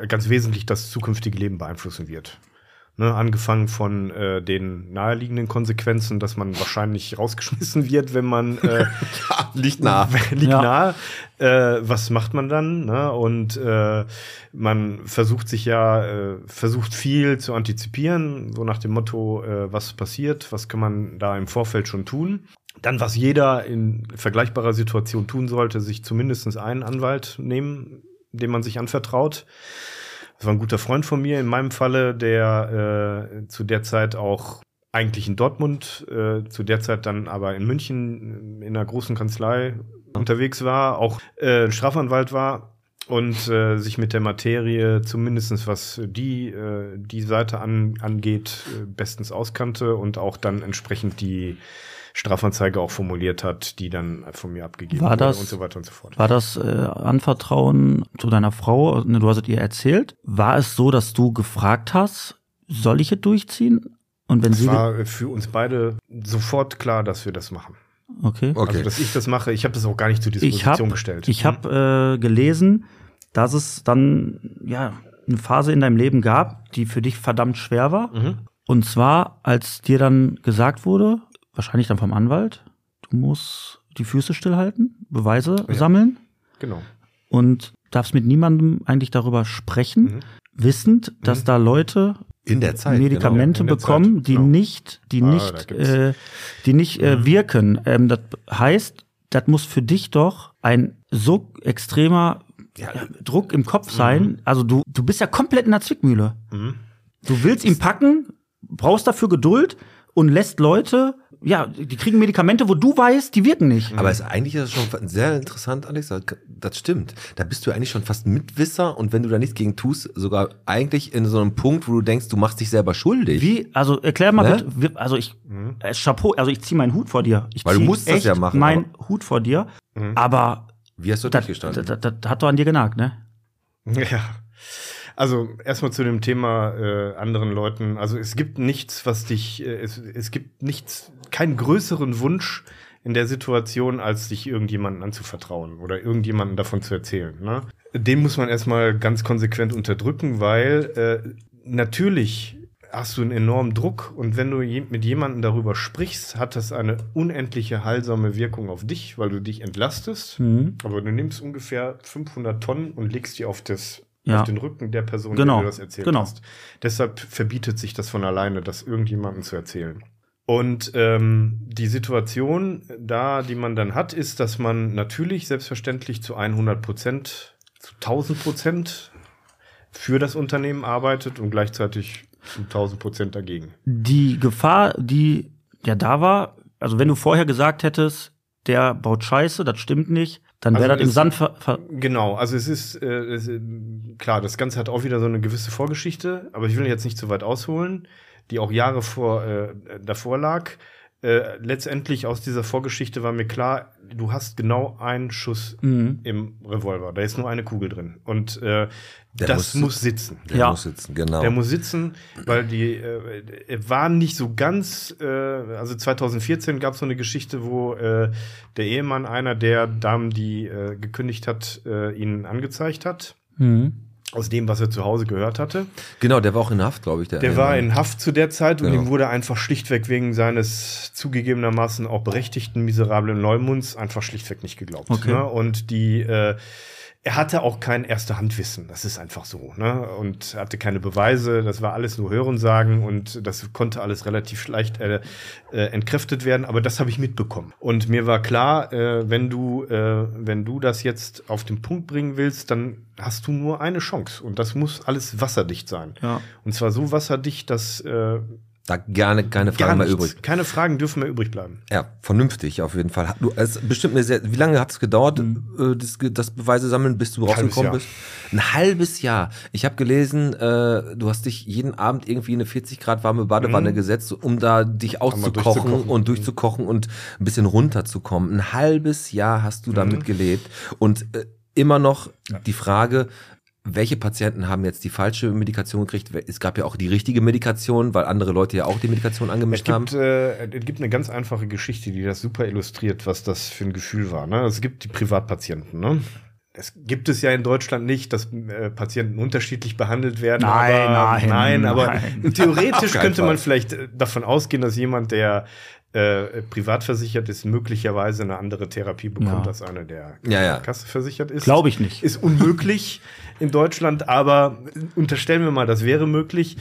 S6: äh, ganz wesentlich das zukünftige Leben beeinflussen wird. Ne, angefangen von äh, den naheliegenden Konsequenzen, dass man wahrscheinlich rausgeschmissen wird, wenn man äh,
S2: Liegt nah.
S6: liegt
S3: Ja.
S6: nahe. Äh, was macht man dann? Ne? Und äh, man versucht sich ja, äh, versucht viel zu antizipieren, so nach dem Motto, äh, was passiert, was kann man da im Vorfeld schon tun. Dann, was jeder in vergleichbarer Situation tun sollte, sich zumindest einen Anwalt nehmen, dem man sich anvertraut. Das war ein guter Freund von mir in meinem Falle, der äh, zu der Zeit auch eigentlich in Dortmund, äh, zu der Zeit dann aber in München äh, in einer großen Kanzlei unterwegs war, auch äh, ein Strafanwalt war und äh, sich mit der Materie zumindestens was die, äh, die Seite an, angeht, äh, bestens auskannte und auch dann entsprechend die Strafanzeige auch formuliert hat, die dann von mir abgegeben
S3: War
S6: wurde
S3: das-
S6: und so weiter und so fort.
S3: War das äh, Anvertrauen zu deiner Frau, ne, du hast es ihr erzählt, war es so, dass du gefragt hast, soll ich es durchziehen? Und wenn
S6: Es
S3: sie...
S6: war äh, für uns beide sofort klar, dass wir das machen.
S3: okay.
S2: Okay.
S6: Also, dass ich das mache, ich habe das auch gar nicht zur
S3: Ich
S6: Disposition
S3: habe
S6: gestellt.
S3: ich hab, äh, gelesen, dass es dann ja eine Phase in deinem Leben gab, die für dich verdammt schwer war.
S6: Mhm.
S3: Und zwar, als dir dann gesagt wurde, wahrscheinlich dann vom Anwalt, du musst die Füße stillhalten, Beweise sammeln
S6: Genau.
S3: und darfst mit niemandem eigentlich darüber sprechen,
S6: Mhm.
S3: wissend, dass da Leute
S2: In der Zeit.
S3: Medikamente
S6: in der
S3: bekommen,
S6: Zeit,
S3: die
S6: genau.
S3: nicht, die
S6: Ah, da
S3: nicht,
S6: gibt's-
S3: äh, die nicht
S2: Mhm.
S3: äh, wirken. Ähm, das heißt, das muss für dich doch ein so extremer ja, Druck im Kopf sein.
S2: Mhm.
S3: Also du, du bist ja komplett in der Zwickmühle. Du willst ihn packen, brauchst dafür Geduld und lässt Leute, ja, die kriegen Medikamente, wo du weißt, die wirken nicht.
S6: Mhm.
S2: Aber es, eigentlich ist es schon fa- sehr interessant, Alex. Das stimmt. Da bist du eigentlich schon fast Mitwisser und wenn du da nichts gegen tust, sogar eigentlich in so einem Punkt, wo du denkst, du machst dich selber schuldig.
S3: Wie? Also erklär mal
S2: Ne?
S3: bitte. wir- Also ich,
S6: Mhm.
S3: äh, Chapeau, also ich ziehe meinen Hut vor dir. Ich
S2: Weil du
S3: zieh
S2: musst das
S3: echt
S2: ja machen,
S3: Mein Hut vor dir.
S6: Mhm.
S3: Aber
S2: Wie hast du das
S3: das,
S2: durchgestanden?
S3: das, das, das hat doch an dir genagt, ne?
S6: Ja. Also erstmal zu dem Thema äh, anderen Leuten. Also es gibt nichts, was dich, äh, es, es gibt nichts, keinen größeren Wunsch in der Situation, als sich irgendjemanden anzuvertrauen oder irgendjemanden davon zu erzählen. Ne? Den muss man erstmal ganz konsequent unterdrücken, weil äh, natürlich hast du einen enormen Druck und wenn du je mit jemandem darüber sprichst, hat das eine unendliche heilsame Wirkung auf dich, weil du dich entlastest.
S3: Mhm.
S6: Aber du nimmst ungefähr 500 Tonnen und legst die auf, das,
S3: Ja.
S6: auf den Rücken der Person,
S3: Genau,
S6: der du das erzählt
S3: genau.
S6: hast. Deshalb verbietet sich das von alleine, das irgendjemandem zu erzählen. Und ähm, die Situation da, die man dann hat, ist, dass man natürlich selbstverständlich zu 100 Prozent, zu 1000 Prozent für das Unternehmen arbeitet und gleichzeitig zu 1000 Prozent dagegen.
S3: Die Gefahr, die ja da war, also wenn du vorher gesagt hättest, der baut Scheiße, das stimmt nicht, dann
S6: Also
S3: wäre das im
S6: ist-
S3: Sand ver, ver
S6: Genau, also es ist, äh, es, äh, klar, das Ganze hat auch wieder so eine gewisse Vorgeschichte, aber ich will jetzt nicht zu weit ausholen, die auch Jahre vor, äh, davor lag. Äh, letztendlich aus dieser Vorgeschichte war mir klar, du hast genau einen Schuss
S3: Mhm.
S6: im Revolver. Da ist nur eine Kugel drin. Und
S2: Der
S6: äh, das
S2: muss-
S6: muss sitzen.
S2: Der
S3: Ja.
S2: muss sitzen, genau.
S6: Der muss sitzen, weil die äh, äh, waren nicht so ganz. Äh, also 2014 gab es so eine Geschichte, wo äh, der Ehemann einer der Damen, die äh, gekündigt hat, äh, ihn angezeigt hat.
S3: mhm.
S6: Aus dem, was er zu Hause gehört hatte.
S2: genau, der war auch in Haft, glaube ich. Der,
S6: Der war in Haft zu der Zeit und
S2: Genau.
S6: ihm wurde einfach schlichtweg wegen seines zugegebenermaßen auch berechtigten miserablen Leumunds einfach schlichtweg nicht geglaubt.
S3: Okay.
S6: Ne? Und die, äh, er hatte auch kein erste Handwissen, das ist einfach so. Ne? Und hatte keine Beweise, das war alles nur Hörensagen und das konnte alles relativ leicht äh, äh, entkräftet werden, aber das habe ich mitbekommen. Und mir war klar, äh, wenn du, äh, wenn du das jetzt auf den Punkt bringen willst, dann hast du nur eine Chance und das muss alles wasserdicht sein.
S3: Ja.
S6: Und zwar so wasserdicht, dass äh,
S2: Da gerne keine
S6: Gar
S2: Fragen mehr
S6: nichts.
S2: übrig.
S6: Keine Fragen dürfen mehr übrig bleiben.
S2: Ja, vernünftig auf jeden Fall. Du, es ist bestimmt eine sehr, wie lange hat es gedauert, äh, das, Ge- das Beweise sammeln, bis du rausgekommen
S6: Mhm. halbes
S2: bist? Ein halbes Jahr. Ich habe gelesen, äh, du hast dich jeden Abend irgendwie in eine 40 Grad warme Badewanne gesetzt, um da dich auszukochen
S6: Mhm. durchzukochen. Mhm.
S2: und durchzukochen und ein bisschen runterzukommen. Ein halbes Jahr hast du
S6: Mhm.
S2: damit gelebt und äh, immer noch die Frage, welche Patienten haben jetzt die falsche Medikation gekriegt? Es gab ja auch die richtige Medikation, weil andere Leute ja auch die Medikation
S6: Es
S2: angemischt haben.
S6: gibt, äh, es gibt eine ganz einfache Geschichte, die das super illustriert, was das für ein Gefühl war. Ne? Es gibt die Privatpatienten. Ne? Das gibt es ja in Deutschland nicht, dass äh, Patienten unterschiedlich behandelt werden.
S3: Nein,
S6: aber,
S3: nein,
S6: nein. Aber
S3: nein.
S6: theoretisch
S2: Auf keinen
S6: könnte man
S2: Fall.
S6: vielleicht äh, davon ausgehen, dass jemand, der äh, privat versichert ist, möglicherweise eine andere Therapie bekommt
S3: Ja.
S6: als eine, der
S2: Ja, ja.
S6: Kasse versichert ist.
S3: Glaube ich nicht.
S6: Ist unmöglich in Deutschland, aber unterstellen wir mal, das wäre möglich.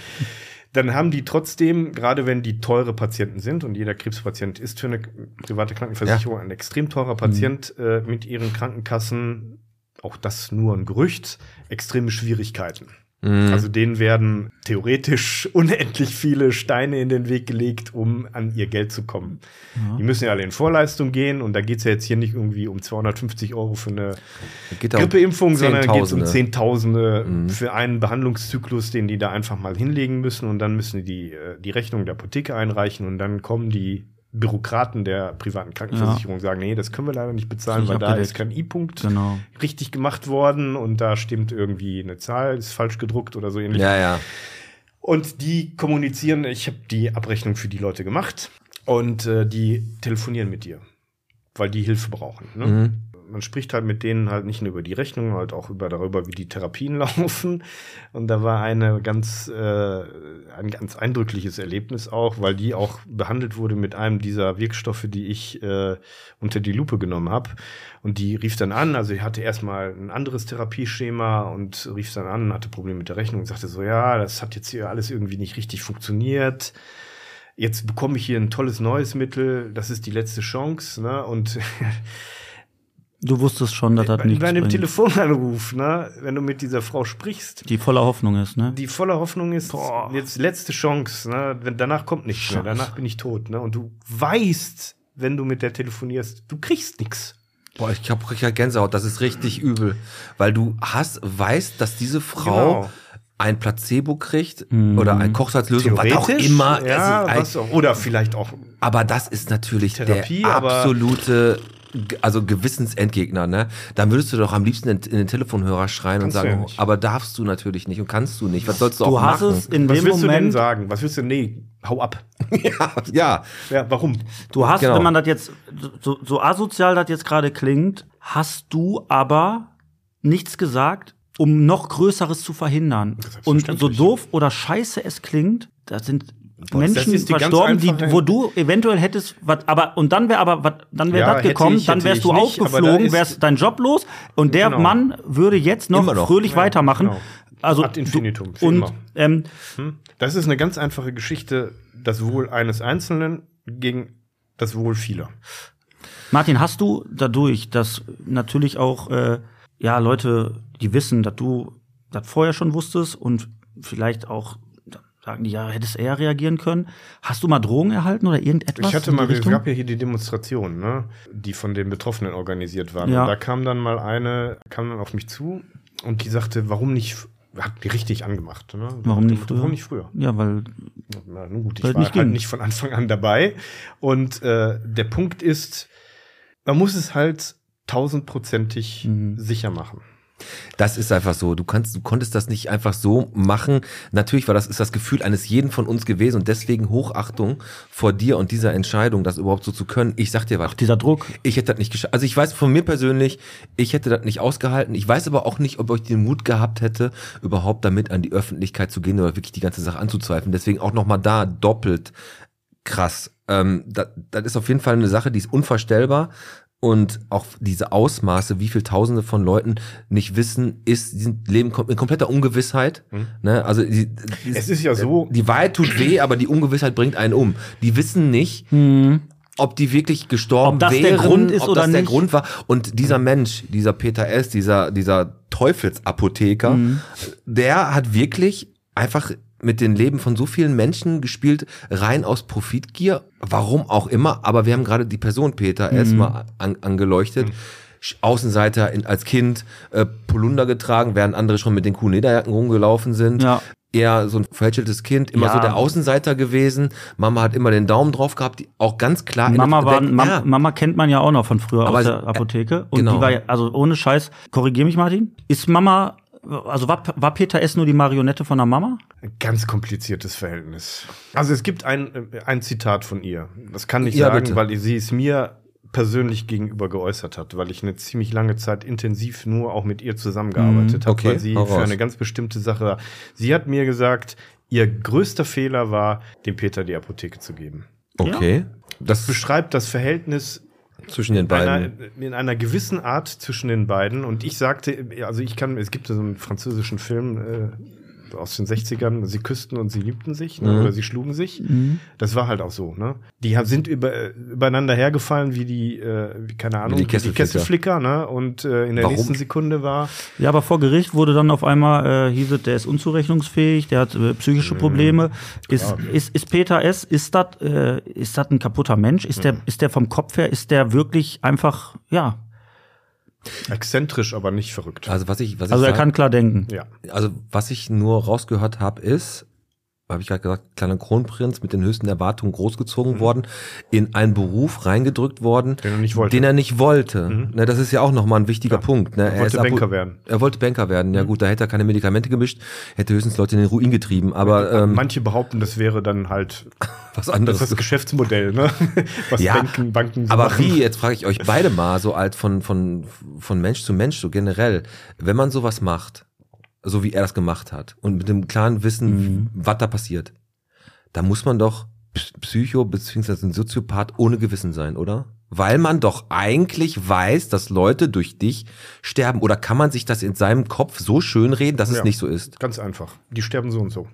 S6: Dann haben die trotzdem, gerade wenn die teure Patienten sind, und jeder Krebspatient ist für eine private Krankenversicherung ein extrem teurer Patient, äh, mit ihren Krankenkassen, auch das nur ein Gerücht, extreme Schwierigkeiten.
S2: Mhm.
S6: Also denen werden theoretisch unendlich viele Steine in den Weg gelegt, um an ihr Geld zu kommen. Die müssen ja alle in Vorleistung gehen und da geht's ja jetzt hier nicht irgendwie um 250 Euro für eine
S2: Geht da um
S6: Grippeimpfung, sondern geht es um
S2: Zehntausende.
S6: Zehntausende für einen Behandlungszyklus, den die da einfach mal hinlegen müssen und dann müssen die äh, die Rechnung der Apotheke einreichen und dann kommen die Bürokraten der privaten Krankenversicherung und sagen, nee, das können wir leider nicht bezahlen,
S3: Ist
S6: weil
S3: nicht
S6: da
S3: abgedeckt.
S6: ist kein I-Punkt
S3: Genau.
S6: richtig gemacht worden und da stimmt irgendwie eine Zahl, ist falsch gedruckt oder so ähnlich.
S2: Ja, ja.
S6: Und die kommunizieren, ich habe die Abrechnung für die Leute gemacht und äh, die telefonieren mit dir, weil die Hilfe brauchen. Ne?
S2: Mhm.
S6: Man spricht halt mit denen halt nicht nur über die Rechnung, halt auch über darüber, wie die Therapien laufen. Und da war eine ganz, äh, ein ganz eindrückliches Erlebnis auch, weil die auch behandelt wurde mit einem dieser Wirkstoffe, die ich äh, unter die Lupe genommen habe. Und die rief dann an, also ich hatte erstmal ein anderes Therapieschema und rief dann an, hatte Probleme mit der Rechnung und sagte so, ja, das hat jetzt hier alles irgendwie nicht richtig funktioniert. Jetzt bekomme ich hier ein tolles neues Mittel, das ist die letzte Chance, ne? Und
S3: Du wusstest schon, dass das
S6: bei,
S3: nichts
S6: bei einem
S3: bringt.
S6: Telefonanruf, ne, wenn du mit dieser Frau sprichst,
S3: die voller Hoffnung ist, ne?
S6: die voller Hoffnung ist, jetzt letzte Chance, ne? Wenn, danach kommt nichts mehr,
S3: Scheiße.
S6: danach bin ich tot, ne? Und du weißt, wenn du mit der telefonierst, du kriegst nichts.
S2: Boah, ich hab richtig Gänsehaut, das ist richtig übel. Weil du hast, weißt, dass diese Frau
S6: Genau. Mhm.
S2: ein Placebo kriegt oder ein Kochsalzlösung, was auch
S6: Theoretisch,
S2: immer.
S6: ja,
S2: es ist ein,
S6: was auch, oder vielleicht auch
S2: Aber das ist natürlich
S6: Therapie,
S2: der
S6: aber-
S2: absolute, ge- also Gewissensendgegner, ne? Dann würdest du doch am liebsten in, in den Telefonhörer schreien
S6: Kannst
S2: und
S6: du
S2: sagen, oh,
S6: ja nicht.
S2: aber darfst du natürlich nicht und kannst du nicht. Was sollst du,
S3: Du
S2: auch
S3: hast
S2: machen?
S3: es in
S6: Was
S3: dem
S6: willst du denn
S3: Moment.
S6: sagen? Was willst du? Nee, hau ab.
S2: ja,
S6: Ja, warum?
S3: Du hast,
S2: Genau.
S3: wenn man das jetzt, so, so asozial das jetzt gerade klingt, hast du aber nichts gesagt, um noch Größeres zu verhindern. Und so doof oder scheiße es klingt, da sind Menschen
S6: ist die ganz
S3: verstorben, die,
S6: einfache-
S3: wo du eventuell hättest, was, aber, und dann wäre aber, wat, dann wäre
S6: Ja,
S3: das
S6: hätte
S3: gekommen,
S6: ich-
S3: dann
S6: hätte
S3: wärst
S6: ich
S3: du
S6: nicht, aber da
S3: aufgeflogen,
S6: ist-
S3: wärst dein Job los, und der
S6: Genau.
S3: Mann würde jetzt noch,
S2: Immer noch.
S3: fröhlich weitermachen.
S6: genau.
S3: Also,
S6: Ad infinitum,
S3: du,
S6: für
S3: und,
S6: immer.
S3: ähm,
S6: Hm? Das ist eine ganz einfache Geschichte, das Wohl eines Einzelnen gegen das Wohl vieler.
S3: Martin, hast du dadurch, dass natürlich auch äh, ja Leute, die wissen, dass du das vorher schon wusstest und vielleicht auch sagen die, ja, hättest eher reagieren können. Hast du mal Drohungen erhalten oder irgendetwas?
S6: ich hatte
S3: in die
S6: mal, es
S3: Richtung?
S6: gab ja hier die Demonstration, ne, die von den Betroffenen organisiert waren.
S3: Ja.
S6: Und da kam dann mal eine, kam dann auf mich zu und die sagte, warum nicht, f- hat mich richtig angemacht. Ne?
S3: Warum nicht früher?
S6: Warum nicht früher?
S3: Ja, weil
S6: Na nun gut, ich
S3: Weil
S6: war
S3: nicht
S6: halt
S3: ging.
S6: nicht von Anfang an dabei. Und äh, der Punkt ist, man muss es halt tausendprozentig
S3: Mhm.
S6: sicher machen.
S2: Das ist einfach so. Du kannst, du konntest das nicht einfach so machen. Natürlich war das, ist das Gefühl eines jeden von uns gewesen und deswegen Hochachtung vor dir und dieser Entscheidung, das überhaupt so zu können. Ich sag dir was.
S3: dieser Druck.
S2: Ich hätte das nicht geschafft. Also ich weiß von mir persönlich, ich hätte das nicht ausgehalten. Ich weiß aber auch nicht, ob ich den Mut gehabt hätte, überhaupt damit an die Öffentlichkeit zu gehen oder wirklich die ganze Sache anzuzweifeln. Deswegen auch nochmal da doppelt krass. Ähm, das, das ist auf jeden Fall eine Sache, die ist unvorstellbar. Und auch diese Ausmaße, wie viel Tausende von Leuten nicht wissen, ist, die sind- leben kom- in kompletter Ungewissheit. Ne? Also die, die,
S6: Mhm. Es ist ja so,
S2: die Wahrheit tut weh, aber die Ungewissheit bringt einen um. Die wissen nicht,
S3: Mhm.
S2: ob die wirklich gestorben
S3: Ob das der
S2: wären,
S3: Grund ist
S2: ob
S3: oder
S2: das der
S3: nicht.
S2: Grund war. Und dieser Mensch, dieser Peter
S3: Mhm.
S2: S., dieser, dieser Teufelsapotheker, der hat wirklich einfach mit den Leben von so vielen Menschen gespielt, rein aus Profitgier, warum auch immer, aber wir haben gerade die Person Peter
S3: Mhm.
S2: erstmal an, angeleuchtet. Sch- Außenseiter in, als Kind, äh, Polunder getragen, während andere schon mit den coolen Lederjacken rumgelaufen sind.
S3: Ja.
S2: Eher so ein verhätscheltes Kind, immer
S3: Ja.
S2: so der Außenseiter gewesen. Mama hat immer den Daumen drauf gehabt, die auch ganz klar in
S3: Mama,
S2: der-
S3: war,
S2: weg-
S3: Mam-
S2: ja.
S3: Mama kennt man ja auch noch von früher
S2: Aber
S3: aus
S2: sie-
S3: der Apotheke. Und
S2: genau.
S3: die war ja, also ohne Scheiß, korrigier mich, Martin, ist Mama, also war, war Peter S. nur die Marionette von der Mama?
S6: Ein ganz kompliziertes Verhältnis. Also es gibt ein, äh, ein Zitat von ihr. Das kann ich
S2: Ja,
S6: sagen,
S2: bitte.
S6: weil sie es mir persönlich gegenüber geäußert hat, weil ich eine ziemlich lange Zeit intensiv nur auch mit ihr zusammengearbeitet habe,
S2: Mhm, Okay,
S6: weil sie
S2: hau
S6: für
S2: raus.
S6: eine ganz bestimmte Sache war. Sie hat mir gesagt, ihr größter Fehler war, dem Peter die Apotheke zu geben.
S2: Okay. Das
S6: Beschreibt das Verhältnis
S2: zwischen den
S6: einer, äh,
S2: beiden.
S6: in einer gewissen Art zwischen den beiden. Und ich sagte, also ich kann, es gibt so einen französischen Film äh, aus den 60ern, sie küssten und sie liebten sich
S2: Mhm.
S6: ne? oder sie schlugen sich. Das war halt auch so. Ne? Die ha- sind über, äh, übereinander hergefallen wie die, äh, wie, keine Ahnung,
S2: die Kesselflicker.
S6: Kesselflicker. Ne? Und äh, in der
S2: Warum?
S6: nächsten Sekunde war,
S3: Ja, aber vor Gericht wurde dann auf einmal, äh, hieß es, der ist unzurechnungsfähig, der hat äh, psychische Probleme. Ist, ist, ist Peter S., ist das äh, ist das ein kaputter Mensch? Ist, der, ist der vom Kopf her, ist der wirklich einfach, ja,
S6: exzentrisch, aber nicht verrückt.
S2: Also was ich, was
S3: also
S2: ich
S3: er
S2: sagen-
S3: kann klar denken.
S6: ja.
S2: also was ich nur rausgehört habe, ist, habe ich gerade gesagt, kleiner Kronprinz mit den höchsten Erwartungen großgezogen worden, in einen Beruf reingedrückt worden,
S6: Den er nicht wollte.
S2: Den er nicht wollte. Ne, das ist ja auch nochmal ein wichtiger Punkt. Ne? Er, ist
S6: wollte
S2: Apo-
S6: Banker werden.
S2: Er wollte Banker werden. Ja gut, da hätte er keine Medikamente gemischt, hätte höchstens Leute in den Ruin getrieben. Aber ähm,
S6: Manche behaupten, das wäre dann halt
S2: was
S6: das,
S2: anderes.
S6: ist das Geschäftsmodell, ne? was
S2: Ja,
S6: Banken, Banken so
S2: aber
S6: machen.
S2: wie, jetzt frage ich euch beide mal, so als von, von, von Mensch zu Mensch, so generell, wenn man sowas macht, so wie er das gemacht hat, und mit dem klaren Wissen, was da passiert, da muss man doch Ps- Psycho bzw. ein Soziopath ohne Gewissen sein, oder? Weil man doch eigentlich weiß, dass Leute durch dich sterben. Oder kann man sich das in seinem Kopf so schön reden, dass es
S6: Ja.
S2: nicht so ist?
S6: Ganz einfach. Die sterben so und so.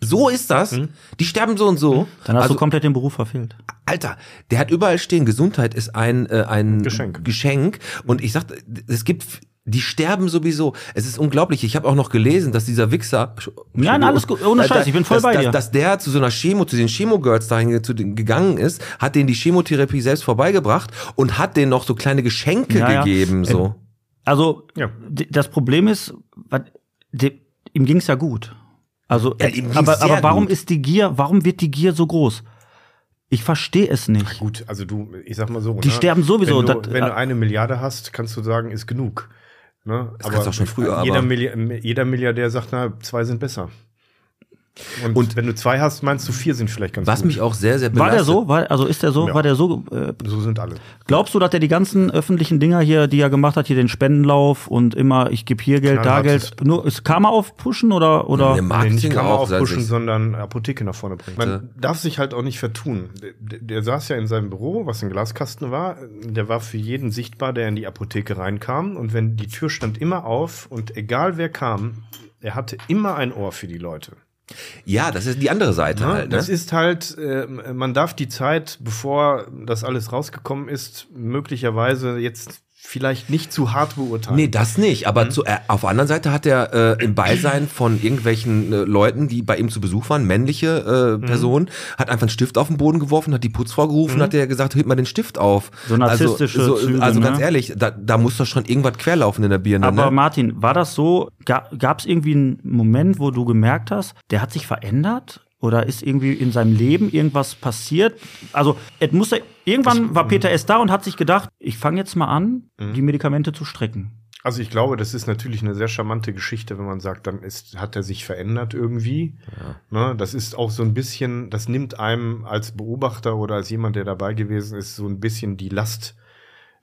S2: So ist das. Die sterben so und so.
S3: Dann hast
S2: Also-
S3: du komplett den Beruf verfehlt.
S2: Alter, der hat überall stehen, Gesundheit ist ein, äh, ein
S6: Geschenk.
S2: Geschenk. Und ich sagte, es gibt, die sterben sowieso. Es ist unglaublich. Ich habe auch noch gelesen, dass dieser Wichser.
S3: Nein, alles gut. Ohne
S2: Äh,
S3: Scheiß,
S2: dass-
S3: ich bin voll
S2: dass,
S3: bei
S2: dass,
S3: dir.
S2: Dass der zu so einer Chemo, zu den Chemo-Girls dahin ge- zu den, gegangen ist, hat denen die Chemotherapie selbst vorbeigebracht und hat denen noch so kleine Geschenke
S3: Ja, ja.
S2: gegeben. So.
S3: Also,
S6: Ja.
S3: d- das Problem ist, was- de- ihm ging's ja gut. Also,
S2: Ja,
S3: äh,
S2: ihm ging's
S3: aber,
S2: sehr
S3: aber warum
S2: gut.
S3: ist die Gier, warum wird die Gier so groß? Ich verstehe es nicht.
S6: Gut, also du, ich sag mal so. ne?
S3: Die sterben sowieso,
S6: Wenn du,
S3: dat-
S6: wenn
S3: äh,
S2: Ah.
S6: du eine Milliarde hast, kannst du sagen, ist genug. Ne?
S2: Das kannst du auch schon früher,
S6: Jeder,
S2: aber-
S6: Milli jeder Milliardär sagt, na, zwei sind besser. Und,
S2: Und-
S6: wenn du zwei hast, meinst du, vier sind vielleicht ganz
S2: Was
S6: gut.
S2: mich auch sehr, sehr
S3: War
S2: belastet.
S3: der so? War, also ist der so?
S6: Ja.
S3: War der so? Äh,
S6: So sind alle.
S3: glaubst du, dass er die ganzen öffentlichen Dinger hier, die er gemacht hat, hier den Spendenlauf und immer, ich gebe hier Geld, da
S6: Knallhartes-
S3: Geld, nur ist Karma aufpushen oder oder?
S2: Der
S6: Nee,
S2: Marketing
S6: nicht Kammer
S2: auch. seit
S6: aufpushen,
S2: sich-
S6: sondern Apotheke nach vorne bringen. Man darf sich halt auch nicht vertun. Der, der saß ja in seinem Büro, was ein Glaskasten war. Der war für jeden sichtbar, der in die Apotheke reinkam. Und wenn die Tür stand immer auf und egal wer kam, er hatte immer ein Ohr für die Leute.
S2: Ja, das ist die andere Seite
S6: Ja,
S2: halt. Ne?
S6: Das ist halt, äh, man darf die Zeit, bevor das alles rausgekommen ist, möglicherweise jetzt vielleicht nicht zu hart beurteilen.
S2: Nee, das nicht. Aber
S6: Mhm.
S2: zu, äh, auf der anderen Seite hat er äh, im Beisein von irgendwelchen äh, Leuten, die bei ihm zu Besuch waren, männliche
S6: Mhm.
S2: äh, Personen, hat einfach einen Stift auf den Boden geworfen, hat die Putzfrau gerufen, hat der gesagt, hebt mal den Stift auf.
S3: So narzisstische
S2: also,
S3: Züge,
S2: also ganz
S3: ne?
S2: ehrlich, da, da muss doch schon irgendwas querlaufen in der Birne.
S3: Aber
S2: ne?
S3: Martin, war das so? Gab es irgendwie einen Moment, wo du gemerkt hast, der hat sich verändert? Oder ist irgendwie in seinem Leben irgendwas passiert? Also, es musste,
S2: Also,
S3: irgendwann
S2: mm.
S3: war Peter S. da und hat sich gedacht, ich fange jetzt mal an, die Medikamente zu strecken.
S6: Also ich glaube, das ist natürlich eine sehr charmante Geschichte, wenn man sagt, dann ist, hat er sich verändert irgendwie. Ne, das ist auch so ein bisschen, das nimmt einem als Beobachter oder als jemand, der dabei gewesen ist, so ein bisschen die Last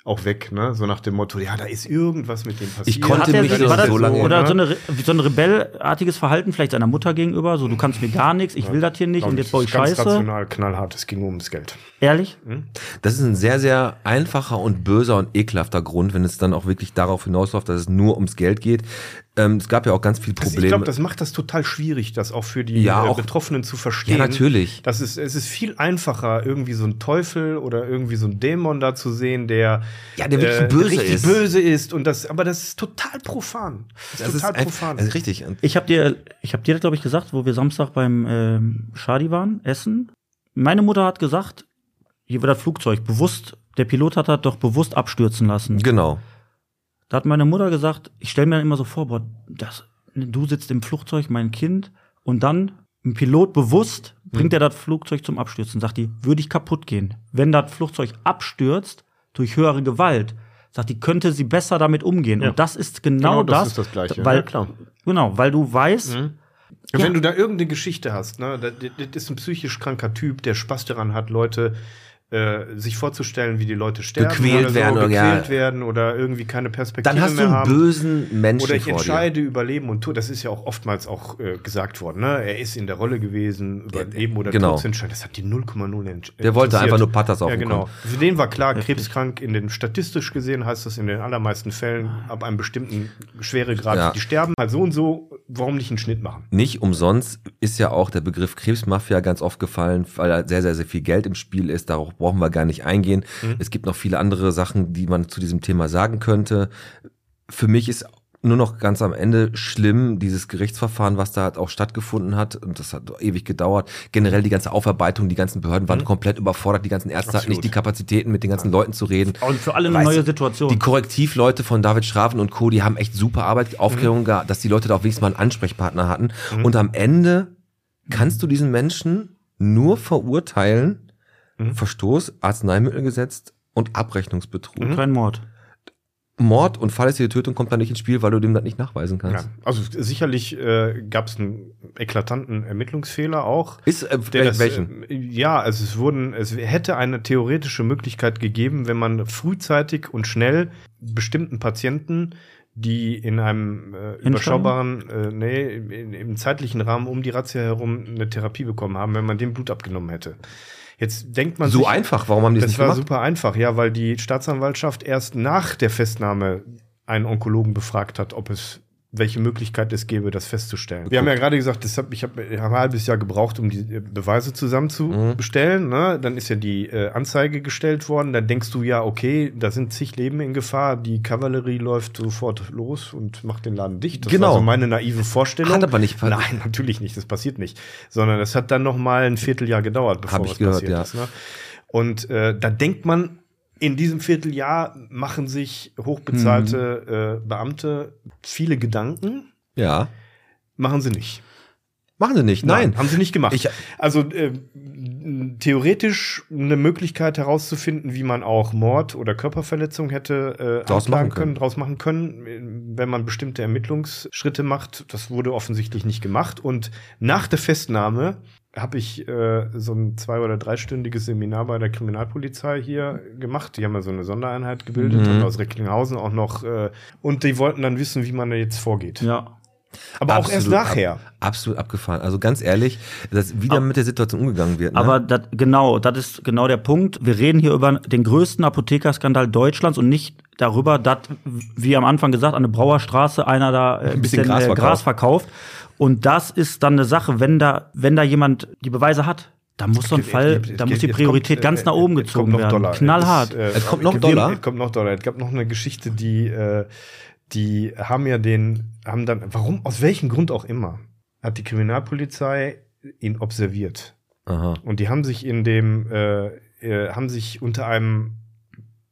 S6: auch weg, ne? So nach dem Motto, ja, da ist irgendwas mit dem passiert.
S2: Ich konnte
S3: Hat er
S2: mich
S3: sich-
S2: das
S3: war das
S2: so lange-
S3: Oder so, eine, Re- so ein rebellartiges Verhalten vielleicht seiner Mutter gegenüber,
S2: Mhm.
S3: so du kannst mir gar nichts, ich will das hier nicht und jetzt baue ich
S6: ganz
S3: Scheiße.
S6: rational, knallhart, es ging nur ums Geld.
S3: Ehrlich?
S2: Das ist ein sehr, sehr einfacher und böser und ekelhafter Grund, wenn es dann auch wirklich darauf hinausläuft, dass es nur ums Geld geht. Ähm, es gab ja auch ganz viele
S6: Das,
S2: Probleme.
S6: Also ich glaube, das macht das total schwierig, das auch für die
S2: Ja,
S6: äh,
S2: auch-
S6: Betroffenen zu verstehen.
S2: ja, natürlich.
S6: Das ist, es ist viel einfacher, irgendwie so einen Teufel oder irgendwie so einen Dämon da zu sehen, der, äh,
S2: Ja, der wirklich böse
S6: richtig
S2: ist.
S6: böse ist. Und das, aber das ist total profan. Das ist
S2: Das ist
S6: total
S2: einfach,
S6: profan.
S2: also richtig. Und
S3: Ich habe dir, ich habe dir das glaube ich gesagt, wo wir Samstag beim ähm, Schadi waren, Essen. Meine Mutter hat gesagt, hier wird das Flugzeug bewusst, der Pilot hat das doch bewusst abstürzen lassen.
S2: genau.
S3: Da hat meine Mutter gesagt, ich stelle mir dann immer so vor, boah, das, du sitzt im Flugzeug, mein Kind, und dann ein Pilot bewusst
S6: Mhm.
S3: bringt er das Flugzeug zum Abstürzen. Sagt die, würde ich kaputt gehen. Wenn das Flugzeug abstürzt durch höhere Gewalt, sagt die, könnte sie besser damit umgleichen.
S9: Ja.
S3: Und das ist genau,
S6: Genau, das
S3: das.
S6: ist das Gleiche. Mhm.
S3: Weil,
S9: Ja, klar.
S3: Genau, weil du weißt,
S6: Und
S3: Ja.
S6: Wenn du da irgendeine Geschichte hast, ne, das, das ist ein psychisch kranker Typ, der Spaß daran hat, Leute äh, sich vorzustellen, wie die Leute sterben
S2: Gequält
S6: oder
S2: werden oder
S6: gequält
S2: ja.
S6: werden oder irgendwie keine Perspektive
S2: Dann hast du
S6: mehr
S2: einen
S6: haben.
S2: bösen Menschen
S6: Oder ich
S2: vor dir.
S6: entscheide über Leben und Tod. Das ist ja auch oftmals auch äh, gesagt worden. Ne? Er ist in der Rolle gewesen, über Leben oder
S2: genau.
S6: Tod zu entscheiden. Das hat die 0,0 entsch-
S2: Der wollte
S6: interessiert.
S2: einfach nur Patas auf
S6: äh, Ja,
S2: den
S6: genau. Für den war klar, krebskrank. In den statistisch gesehen heißt das in den allermeisten Fällen ab einem bestimmten Schweregrad.
S2: Ja.
S6: Die sterben halt so und so. Warum nicht einen Schnitt machen?
S2: Nicht umsonst ist ja auch der Begriff Krebsmafia ganz oft gefallen, weil da sehr, sehr, sehr viel Geld im Spiel ist. Darauf brauchen wir gar nicht eingehen.
S6: Mhm.
S2: Es gibt noch viele andere Sachen, die man zu diesem Thema sagen könnte. Für mich ist nur noch ganz am Ende schlimm dieses Gerichtsverfahren, was da halt auch stattgefunden hat. Und das hat ewig gedauert. Generell die ganze Aufarbeitung, die ganzen Behörden waren komplett überfordert. Die ganzen Ärzte hatten
S6: Mhm. Absolut.
S2: nicht die Kapazitäten, mit den ganzen Leuten zu reden.
S3: und für alle eine
S2: Weißt
S3: neue
S2: du,
S3: Situation.
S2: Die Korrektivleute von David Schraven und Co., die haben echt super Arbeit, die
S6: Mhm.
S2: Aufklärung, ge- dass die Leute da auch wenigstens mal einen Ansprechpartner hatten. Und am Ende kannst
S6: Mhm.
S2: du diesen Menschen nur verurteilen,
S6: Mhm.
S2: Verstoß, Arzneimittelgesetz und Abrechnungsbetrug.
S6: Mhm.
S3: und kein Mord.
S2: Mord und fahrlässige Tötung kommt da nicht ins Spiel, weil du dem das nicht nachweisen
S6: Ja.
S2: kannst.
S6: Also sicherlich äh, gab es einen eklatanten Ermittlungsfehler auch.
S2: Ist äh,
S6: Der das,
S2: welchen?
S6: äh, Ja, also es wurden, es hätte eine theoretische Möglichkeit gegeben, wenn man frühzeitig und schnell bestimmten Patienten, die in einem äh, überschaubaren, äh, nee, im- im, im zeitlichen Rahmen um die Razzia herum eine Therapie bekommen haben, wenn man dem Blut abgenommen hätte. Jetzt denkt man
S2: so
S6: sich,
S2: einfach, warum haben die das
S6: das
S2: nicht
S6: war
S2: gemacht?
S6: super einfach, ja, weil die Staatsanwaltschaft erst nach der Festnahme einen Onkologen befragt hat, ob es welche Möglichkeit es gäbe, das festzustellen. Wir haben ja gerade gesagt, das hab, ich habe hab ein halbes Jahr gebraucht, um die äh, Beweise zusammenzustellen. Ne? Dann ist ja die äh, Anzeige gestellt worden. Dann denkst du ja, okay, da sind zig Leben in Gefahr. Die Kavallerie läuft sofort los und macht den Laden dicht. Das
S2: Genau.
S6: war so meine naive Vorstellung.
S2: Hat aber nicht-
S6: Nein, natürlich nicht. Das passiert nicht. Sondern das hat dann noch mal ein Vierteljahr gedauert, bevor
S2: Hab ich
S6: was
S2: gehört,
S6: passiert
S2: ja.
S6: ist. Ne? Und äh, da denkt man, in diesem Vierteljahr machen sich
S2: Hm.
S6: hochbezahlte äh, Beamte viele Gedanken.
S2: Ja.
S6: Machen sie nicht.
S2: Machen sie nicht. Nein.
S6: haben sie nicht gemacht.
S2: Ich-
S6: also äh, theoretisch eine Möglichkeit herauszufinden, wie man auch Mord oder Körperverletzung hätte äh,
S2: Draus
S6: anklagen
S2: machen können.
S6: draus machen können, äh, wenn man bestimmte Ermittlungsschritte macht. Das wurde offensichtlich nicht gemacht. Und nach der Festnahme habe ich äh, so ein zwei- oder dreistündiges Seminar bei der Kriminalpolizei hier gemacht. Die haben ja so eine Sondereinheit gebildet
S2: Mhm.
S6: und aus Recklinghausen auch noch. Äh, und die wollten dann wissen, wie man da jetzt vorgeht.
S3: Ja.
S6: Aber auch erst
S2: Absolut ab-
S6: nachher.
S2: Absolut abgefahren. Also ganz ehrlich, dass wieder mit der Situation umgegangen wird. Ne?
S3: Aber dat, genau, das ist genau der Punkt. Wir reden hier über den größten Apothekerskandal Deutschlands und nicht darüber, dass, wie am Anfang gesagt, an der Brauerstraße einer da äh, ein
S2: bisschen
S3: bisschen,
S2: Gras
S3: äh,
S2: verkauft.
S3: Gras verkauft. Und das ist dann eine Sache, wenn da, wenn da jemand die Beweise hat. Da muss so ein Fall, da muss die
S6: Jetzt
S3: Priorität
S6: kommt,
S3: ganz
S6: äh,
S3: nach oben
S6: jetzt
S3: gezogen
S6: kommt noch
S3: werden.
S6: Dollar.
S3: Knallhart.
S6: Es, äh,
S2: Es kommt noch
S6: gibt-
S2: Dollar?
S6: Es kommt noch Dollar. Es gab noch eine Geschichte, die, äh, die haben ja den, haben dann, warum, aus welchem Grund auch immer, hat die Kriminalpolizei ihn observiert.
S2: Aha.
S6: Und die haben sich in dem, äh, äh, haben sich unter einem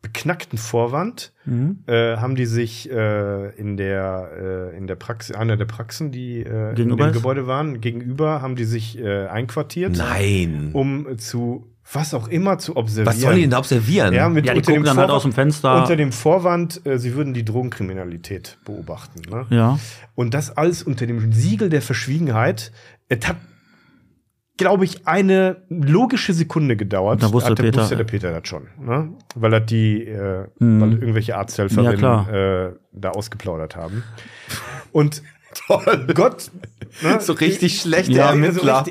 S6: beknackten Vorwand
S3: Mhm.
S6: äh, haben die sich äh, in der äh, in der Praxis einer der Praxen, die äh, in
S3: Gegenüber
S6: dem
S3: ist?
S6: Gebäude waren, gegenüber haben die sich äh, einquartiert
S2: Nein.
S6: um äh, zu was auch immer zu observieren.
S2: Was sollen die denn da observieren?
S6: ja, mit,
S3: Ja, die
S6: unter,
S3: gucken
S6: dem
S3: dann halt aus dem
S6: Vorwand,
S3: Fenster.
S6: unter dem Vorwand, äh, sie würden die Drogenkriminalität beobachten. Ne?
S3: ja.
S6: Und das alles unter dem Siegel der Verschwiegenheit. Es hat, glaube ich, eine logische Sekunde gedauert.
S3: Da wusste
S6: hat, der-
S3: Peter-
S6: wusste der Peter das schon. Ne? Weil er die, äh,
S3: Mhm.
S6: weil irgendwelche
S3: Ja,
S6: Arzthelferinnen
S3: klar.
S6: äh, da ausgeplaudert haben. Und
S2: Toll.
S6: Gott. ne?
S2: So richtig schlecht,
S6: Ja,
S2: der
S6: so
S2: Ermittler.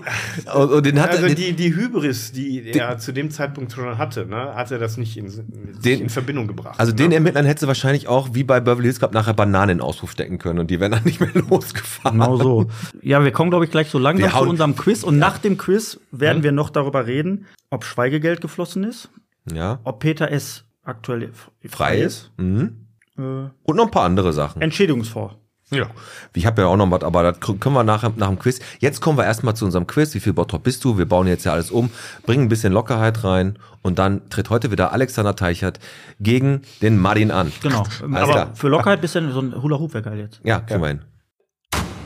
S2: und, und Oh, den hat
S6: Also
S2: er, den-
S6: die, die Hybris, die er zu dem Zeitpunkt schon hatte, ne, hat er das nicht in, sich in Verbindung gebracht.
S2: Also
S6: ne?
S2: den Ermittlern hättest du wahrscheinlich auch wie bei Beverly Hills Cop nachher Bananen in den Auspuff stecken können und die wären dann nicht mehr losgefahren.
S3: Genau so. Ja, wir kommen, glaube ich, gleich so langsam
S2: Wir
S3: zu
S2: hauen-
S3: unserem Quiz. Und nach dem Quiz werden wir noch darüber reden, ob Schweigegeld geflossen ist,
S2: Ja.
S3: ob Peter S. aktuell f-
S2: Frei ist. Mhm.
S6: Äh.
S2: Und noch ein paar andere Sachen.
S3: Entschädigungsfonds.
S6: Ja.
S2: Ich habe ja auch noch was, aber das kr- können wir nachher nach dem Quiz. Jetzt kommen wir erstmal zu unserem Quiz. Wie viel Bottrop bist du? Wir bauen jetzt ja alles um, bringen ein bisschen Lockerheit rein und dann tritt heute wieder Alexander Teichert gegen den Martin an.
S3: Genau.
S2: Alles
S3: Aber
S2: klar.
S3: für Lockerheit bist du so ein Hula-Hoop wäre geil jetzt.
S2: Ja, kriegen wir hin.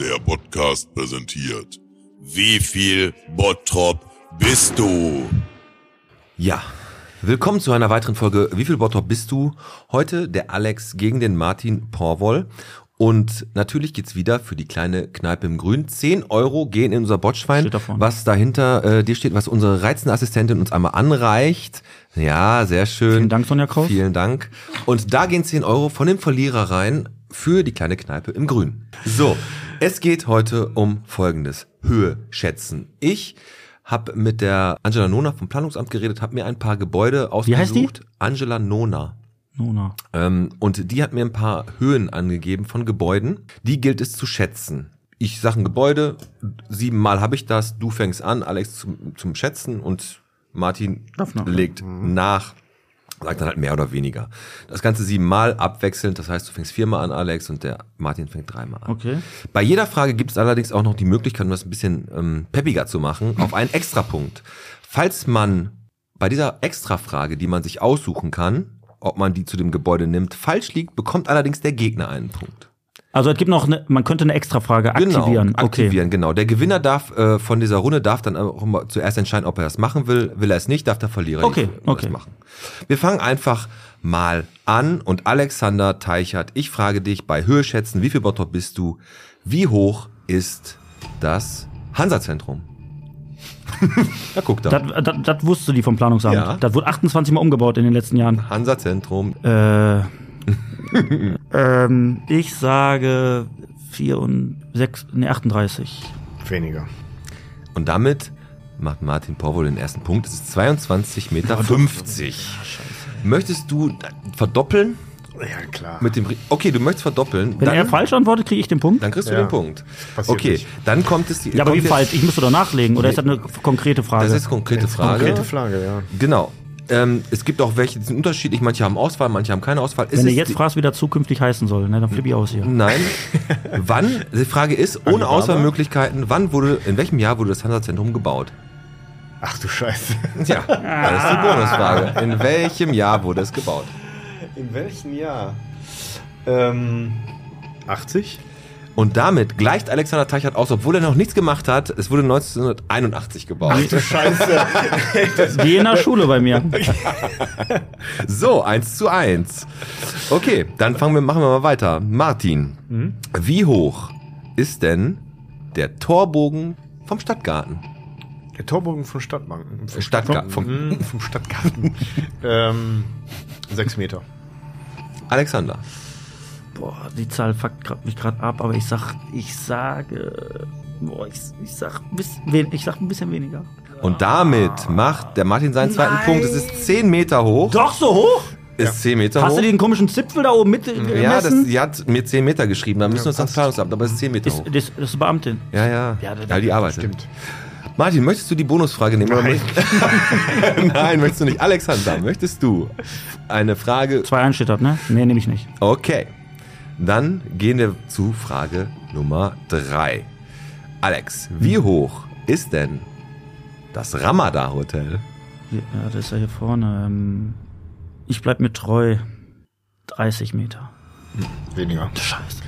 S9: Der Podcast präsentiert. Wie viel Bottrop bist du?
S2: Ja. Willkommen zu einer weiteren Folge Wie viel Bottrop bist du? Heute der Alex gegen den Martin Porwoll. Und natürlich geht's wieder für die kleine Kneipe im Grün. 10 Euro gehen in unser Botschwein.
S3: Steht da vorne.
S2: Was dahinter äh, dir steht, was unsere reizende Assistentin uns einmal anreicht. Ja, sehr schön.
S3: Vielen Dank, Sonja Kraus.
S2: Vielen Dank. Und da gehen 10 Euro von dem Verlierer rein für die kleine Kneipe im Grün. So, es geht heute um Folgendes. Höhe schätzen. Ich habe mit der Angela Nona vom Planungsamt geredet, habe mir ein paar Gebäude ausgesucht.
S3: heißt die?
S2: Angela Nona.
S3: Nona.
S2: Ähm, und die hat mir ein paar Höhen angegeben von Gebäuden. Die gilt es zu schätzen. Ich sage ein Gebäude, siebenmal habe ich das, du fängst an, Alex zum, zum Schätzen und Martin
S3: Darf noch.
S2: legt nach, sagt dann halt mehr oder weniger. Das Ganze siebenmal abwechselnd, das heißt, du fängst viermal an, Alex, und der Martin fängt dreimal an.
S3: Okay.
S2: Bei jeder Frage gibt es allerdings auch noch die Möglichkeit, um das ein bisschen ähm, peppiger zu machen, auf einen Extrapunkt. Falls man bei dieser Extrafrage, die man sich aussuchen kann, ob man die zu dem Gebäude nimmt, falsch liegt, bekommt allerdings der Gegner einen Punkt.
S3: Also es gibt noch eine, man könnte eine extra Frage aktivieren.
S2: Genau, aktivieren, genau. Der Gewinner darf äh, von dieser Runde darf dann auch immer zuerst entscheiden, ob er das machen will. Will er es nicht, darf der Verlierer
S3: Okay,
S2: nicht das
S3: okay.
S2: machen. Wir fangen einfach mal an und Alexander Teichert, ich frage dich bei Höhe schätzen, wie viel Bottrop bist du? Wie hoch ist das Hansa-Zentrum? da guck da.
S3: Okay. Das, das, das wusste die vom Planungsamt.
S2: Ja.
S3: Das wurde 28 Mal umgebaut in den letzten Jahren.
S2: Hansa-Zentrum.
S3: Äh, ähm, ich sage 4 und 6, nee, 38.
S6: Weniger.
S2: Und damit macht Martin Porwoll den ersten Punkt. Es ist 22,50 Meter. Möchtest du verdoppeln?
S6: Ja, klar.
S2: Mit dem, Ri- okay, du möchtest verdoppeln.
S3: Wenn er falsch antwortet, kriege ich den Punkt.
S2: Dann kriegst du
S6: Ja.
S2: den Punkt.
S6: Passiert
S2: Okay,
S6: nicht.
S2: dann kommt es die.
S3: Ja, aber wie
S2: kommt
S3: falsch? Ich müsste doch nachlegen. Oder ist das eine konkrete Frage?
S2: Das ist eine konkrete Frage.
S6: Konkrete Frage, ja.
S2: Genau. Ähm, es gibt auch welche, die sind unterschiedlich. Manche haben Auswahl, manche haben keine Auswahl. Es
S3: Wenn du
S2: ist
S3: jetzt
S2: die-
S3: fragst, wie das zukünftig heißen soll, ne, dann flippe ich aus hier.
S2: Nein. wann? Die Frage ist, ohne
S6: Alibaba?
S2: Auswahlmöglichkeiten, wann wurde, in welchem Jahr wurde das Hansa-Zentrum gebaut?
S6: Ach du Scheiße.
S2: Tja, das ist die Bonusfrage. In welchem Jahr wurde es gebaut?
S6: In welchem Jahr? Ähm, 80?
S2: Und damit gleicht Alexander Teichert aus, obwohl er noch nichts gemacht hat. Es wurde 1981 gebaut.
S3: Wie in der Schule bei mir.
S2: So, eins zu eins. Okay, dann fangen wir, machen wir mal weiter. Martin, wie hoch ist denn der Torbogen vom Stadtgarten?
S6: Der Torbogen von Stadtbanken. Vom
S2: Stadtgarten, vom-
S6: Vom, vom Stadtgarten. ähm, sechs Meter.
S2: Alexander.
S3: Boah, die Zahl fuckt grad, mich gerade ab, aber ich sag, ich sage, boah, ich, ich, sag, bis, wen- ich sag ein bisschen weniger.
S2: Und damit macht der Martin seinen zweiten Punkt. Es ist 10 Meter hoch.
S3: Doch, so hoch?
S2: Ist 10 Meter
S3: Hast
S2: hoch.
S3: du den komischen Zipfel da oben mit
S2: ja, das,
S3: gemessen?
S2: die hat mir 10 Meter geschrieben. Dann müssen wir uns ans Planungsamt, aber es ist 10 Meter hoch.
S3: ist, das, das ist Beamtin.
S2: Ja, ja.
S3: Ja, das-
S2: Ja, die arbeitet. Stimmt. Martin, möchtest du die Bonusfrage nehmen? Nein. Oder Nein, möchtest du nicht. Alexander, möchtest du eine Frage
S3: Zwei einstettert, ne? Nee, nehme ich nicht.
S2: Okay. Dann gehen wir zu Frage Nummer drei. Alex, wie hoch ist denn das Ramada Hotel?
S3: Ja, das ist ja hier vorne. Ähm, ich bleib mir treu. 30 Meter.
S6: Weniger.
S3: Scheiße.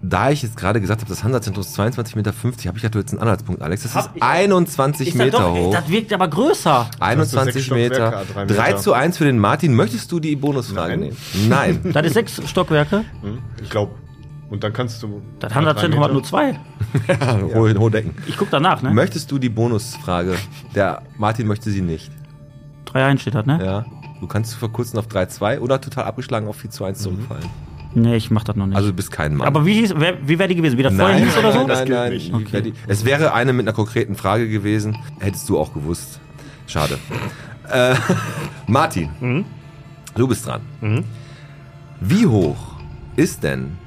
S2: Da ich jetzt gerade gesagt habe, das Hansa-Zentrum ist 22,50 Meter, habe ich dazu jetzt einen Anhaltspunkt, Alex. Das ist
S3: Hab ich-
S2: 21
S3: Ist das,
S2: Meter
S3: doch,
S2: hoch.
S3: das wirkt aber größer.
S6: Das ist
S2: 21
S6: sechs
S2: Meter.
S6: Stockwerke, drei Meter.
S2: 3 zu 1 für den Martin. Möchtest du die Bonusfrage
S6: Nein.
S2: nehmen? Nein.
S3: Das ist sechs Stockwerke.
S6: Hm? Ich glaube. Und dann kannst du.
S3: Das Handelszentrum hat nur zwei.
S2: Hohe, hohe Decken.
S3: Ich guck danach, ne?
S2: Möchtest du die Bonusfrage? Der Martin möchte sie nicht.
S3: Drei einstettert, ne?
S2: Ja. Du kannst verkürzen auf 3-2 oder total abgeschlagen auf 4 zu 1 zurückfallen.
S3: Nee, ich mach das noch nicht.
S2: Also du bist kein Mann.
S3: aber wie, hieß- wer- wie wäre die gewesen? Wie das vorher hieß oder so?
S2: nein, nein,
S6: gilt
S2: nein.
S6: nicht.
S2: Wie
S3: Okay.
S2: wär die- Es wäre eine mit einer konkreten Frage gewesen. Hättest du auch gewusst. Schade. äh, Martin,
S3: Mhm.
S2: du bist dran. Wie hoch ist denn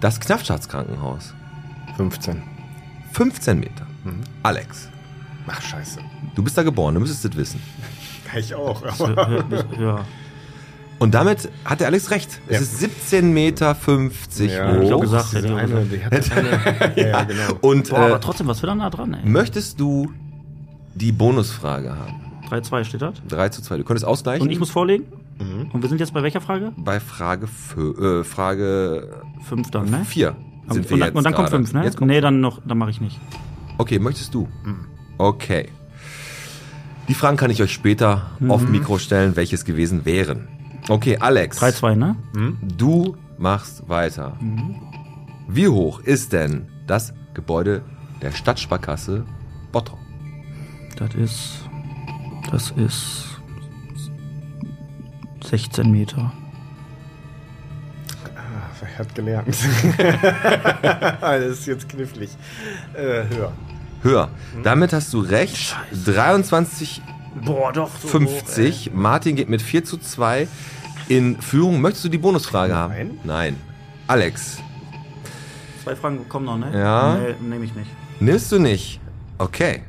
S2: das Knappschaftskrankenhaus?
S6: 15.
S2: 15 Meter.
S3: Mhm.
S2: Alex,
S6: Ach, scheiße.
S2: du bist da geboren, du müsstest es wissen.
S6: Ich auch.
S3: Ja,
S6: Aber
S3: ja, ja.
S2: Und damit hat der Alex recht. Es
S6: Ja. ist
S2: ist 17,50 Meter
S6: Ja,
S3: Hab ich auch
S2: hoch.
S3: gesagt. hätte
S6: diese
S3: ich auch
S6: eine,
S3: gesagt.
S6: die hatte eine. ja, ja, genau.
S2: Und
S3: Boah,
S2: äh,
S3: aber trotzdem, was wir dann da dran, ey?
S2: möchtest du die Bonusfrage haben?
S3: 3-2 steht das.
S2: 3 zu 2. Du könntest ausgleichen.
S3: Und ich muss vorlegen?
S2: Mhm.
S3: Und wir sind jetzt bei welcher Frage?
S2: bei Frage, fö- äh, Frage
S3: Fünf dann, ne?
S2: 4 sind wir
S3: und, dann-
S2: jetzt
S3: und dann kommt
S2: gerade.
S3: fünf, ne?
S2: Jetzt kommt
S3: nee, dann noch, dann mache ich nicht.
S2: Okay, möchtest du?
S3: Mhm.
S2: Okay. Die Fragen kann ich euch später
S3: Mhm.
S2: auf Mikro stellen, welches gewesen wären. Okay, Alex,
S3: 3-2, ne?
S2: du machst weiter.
S3: Mhm.
S2: Wie hoch ist denn das Gebäude der Stadtsparkasse Bottrop?
S3: Das ist. Das ist. 16 Meter.
S6: Ach, er hat gelernt. Ah, das ist jetzt knifflig. Äh, höher.
S2: Höher.
S3: Mhm.
S2: Damit hast du recht. 23,50.
S3: Boah, doch.
S2: äh, Martin geht mit 4 zu 2 in Führung. Möchtest du die Bonusfrage haben?
S6: Nein.
S2: Nein. Alex,
S3: Zwei Fragen kommen noch, ne?
S2: Ja.
S3: Nee, nehme ich nicht.
S2: Nimmst du nicht? Okay.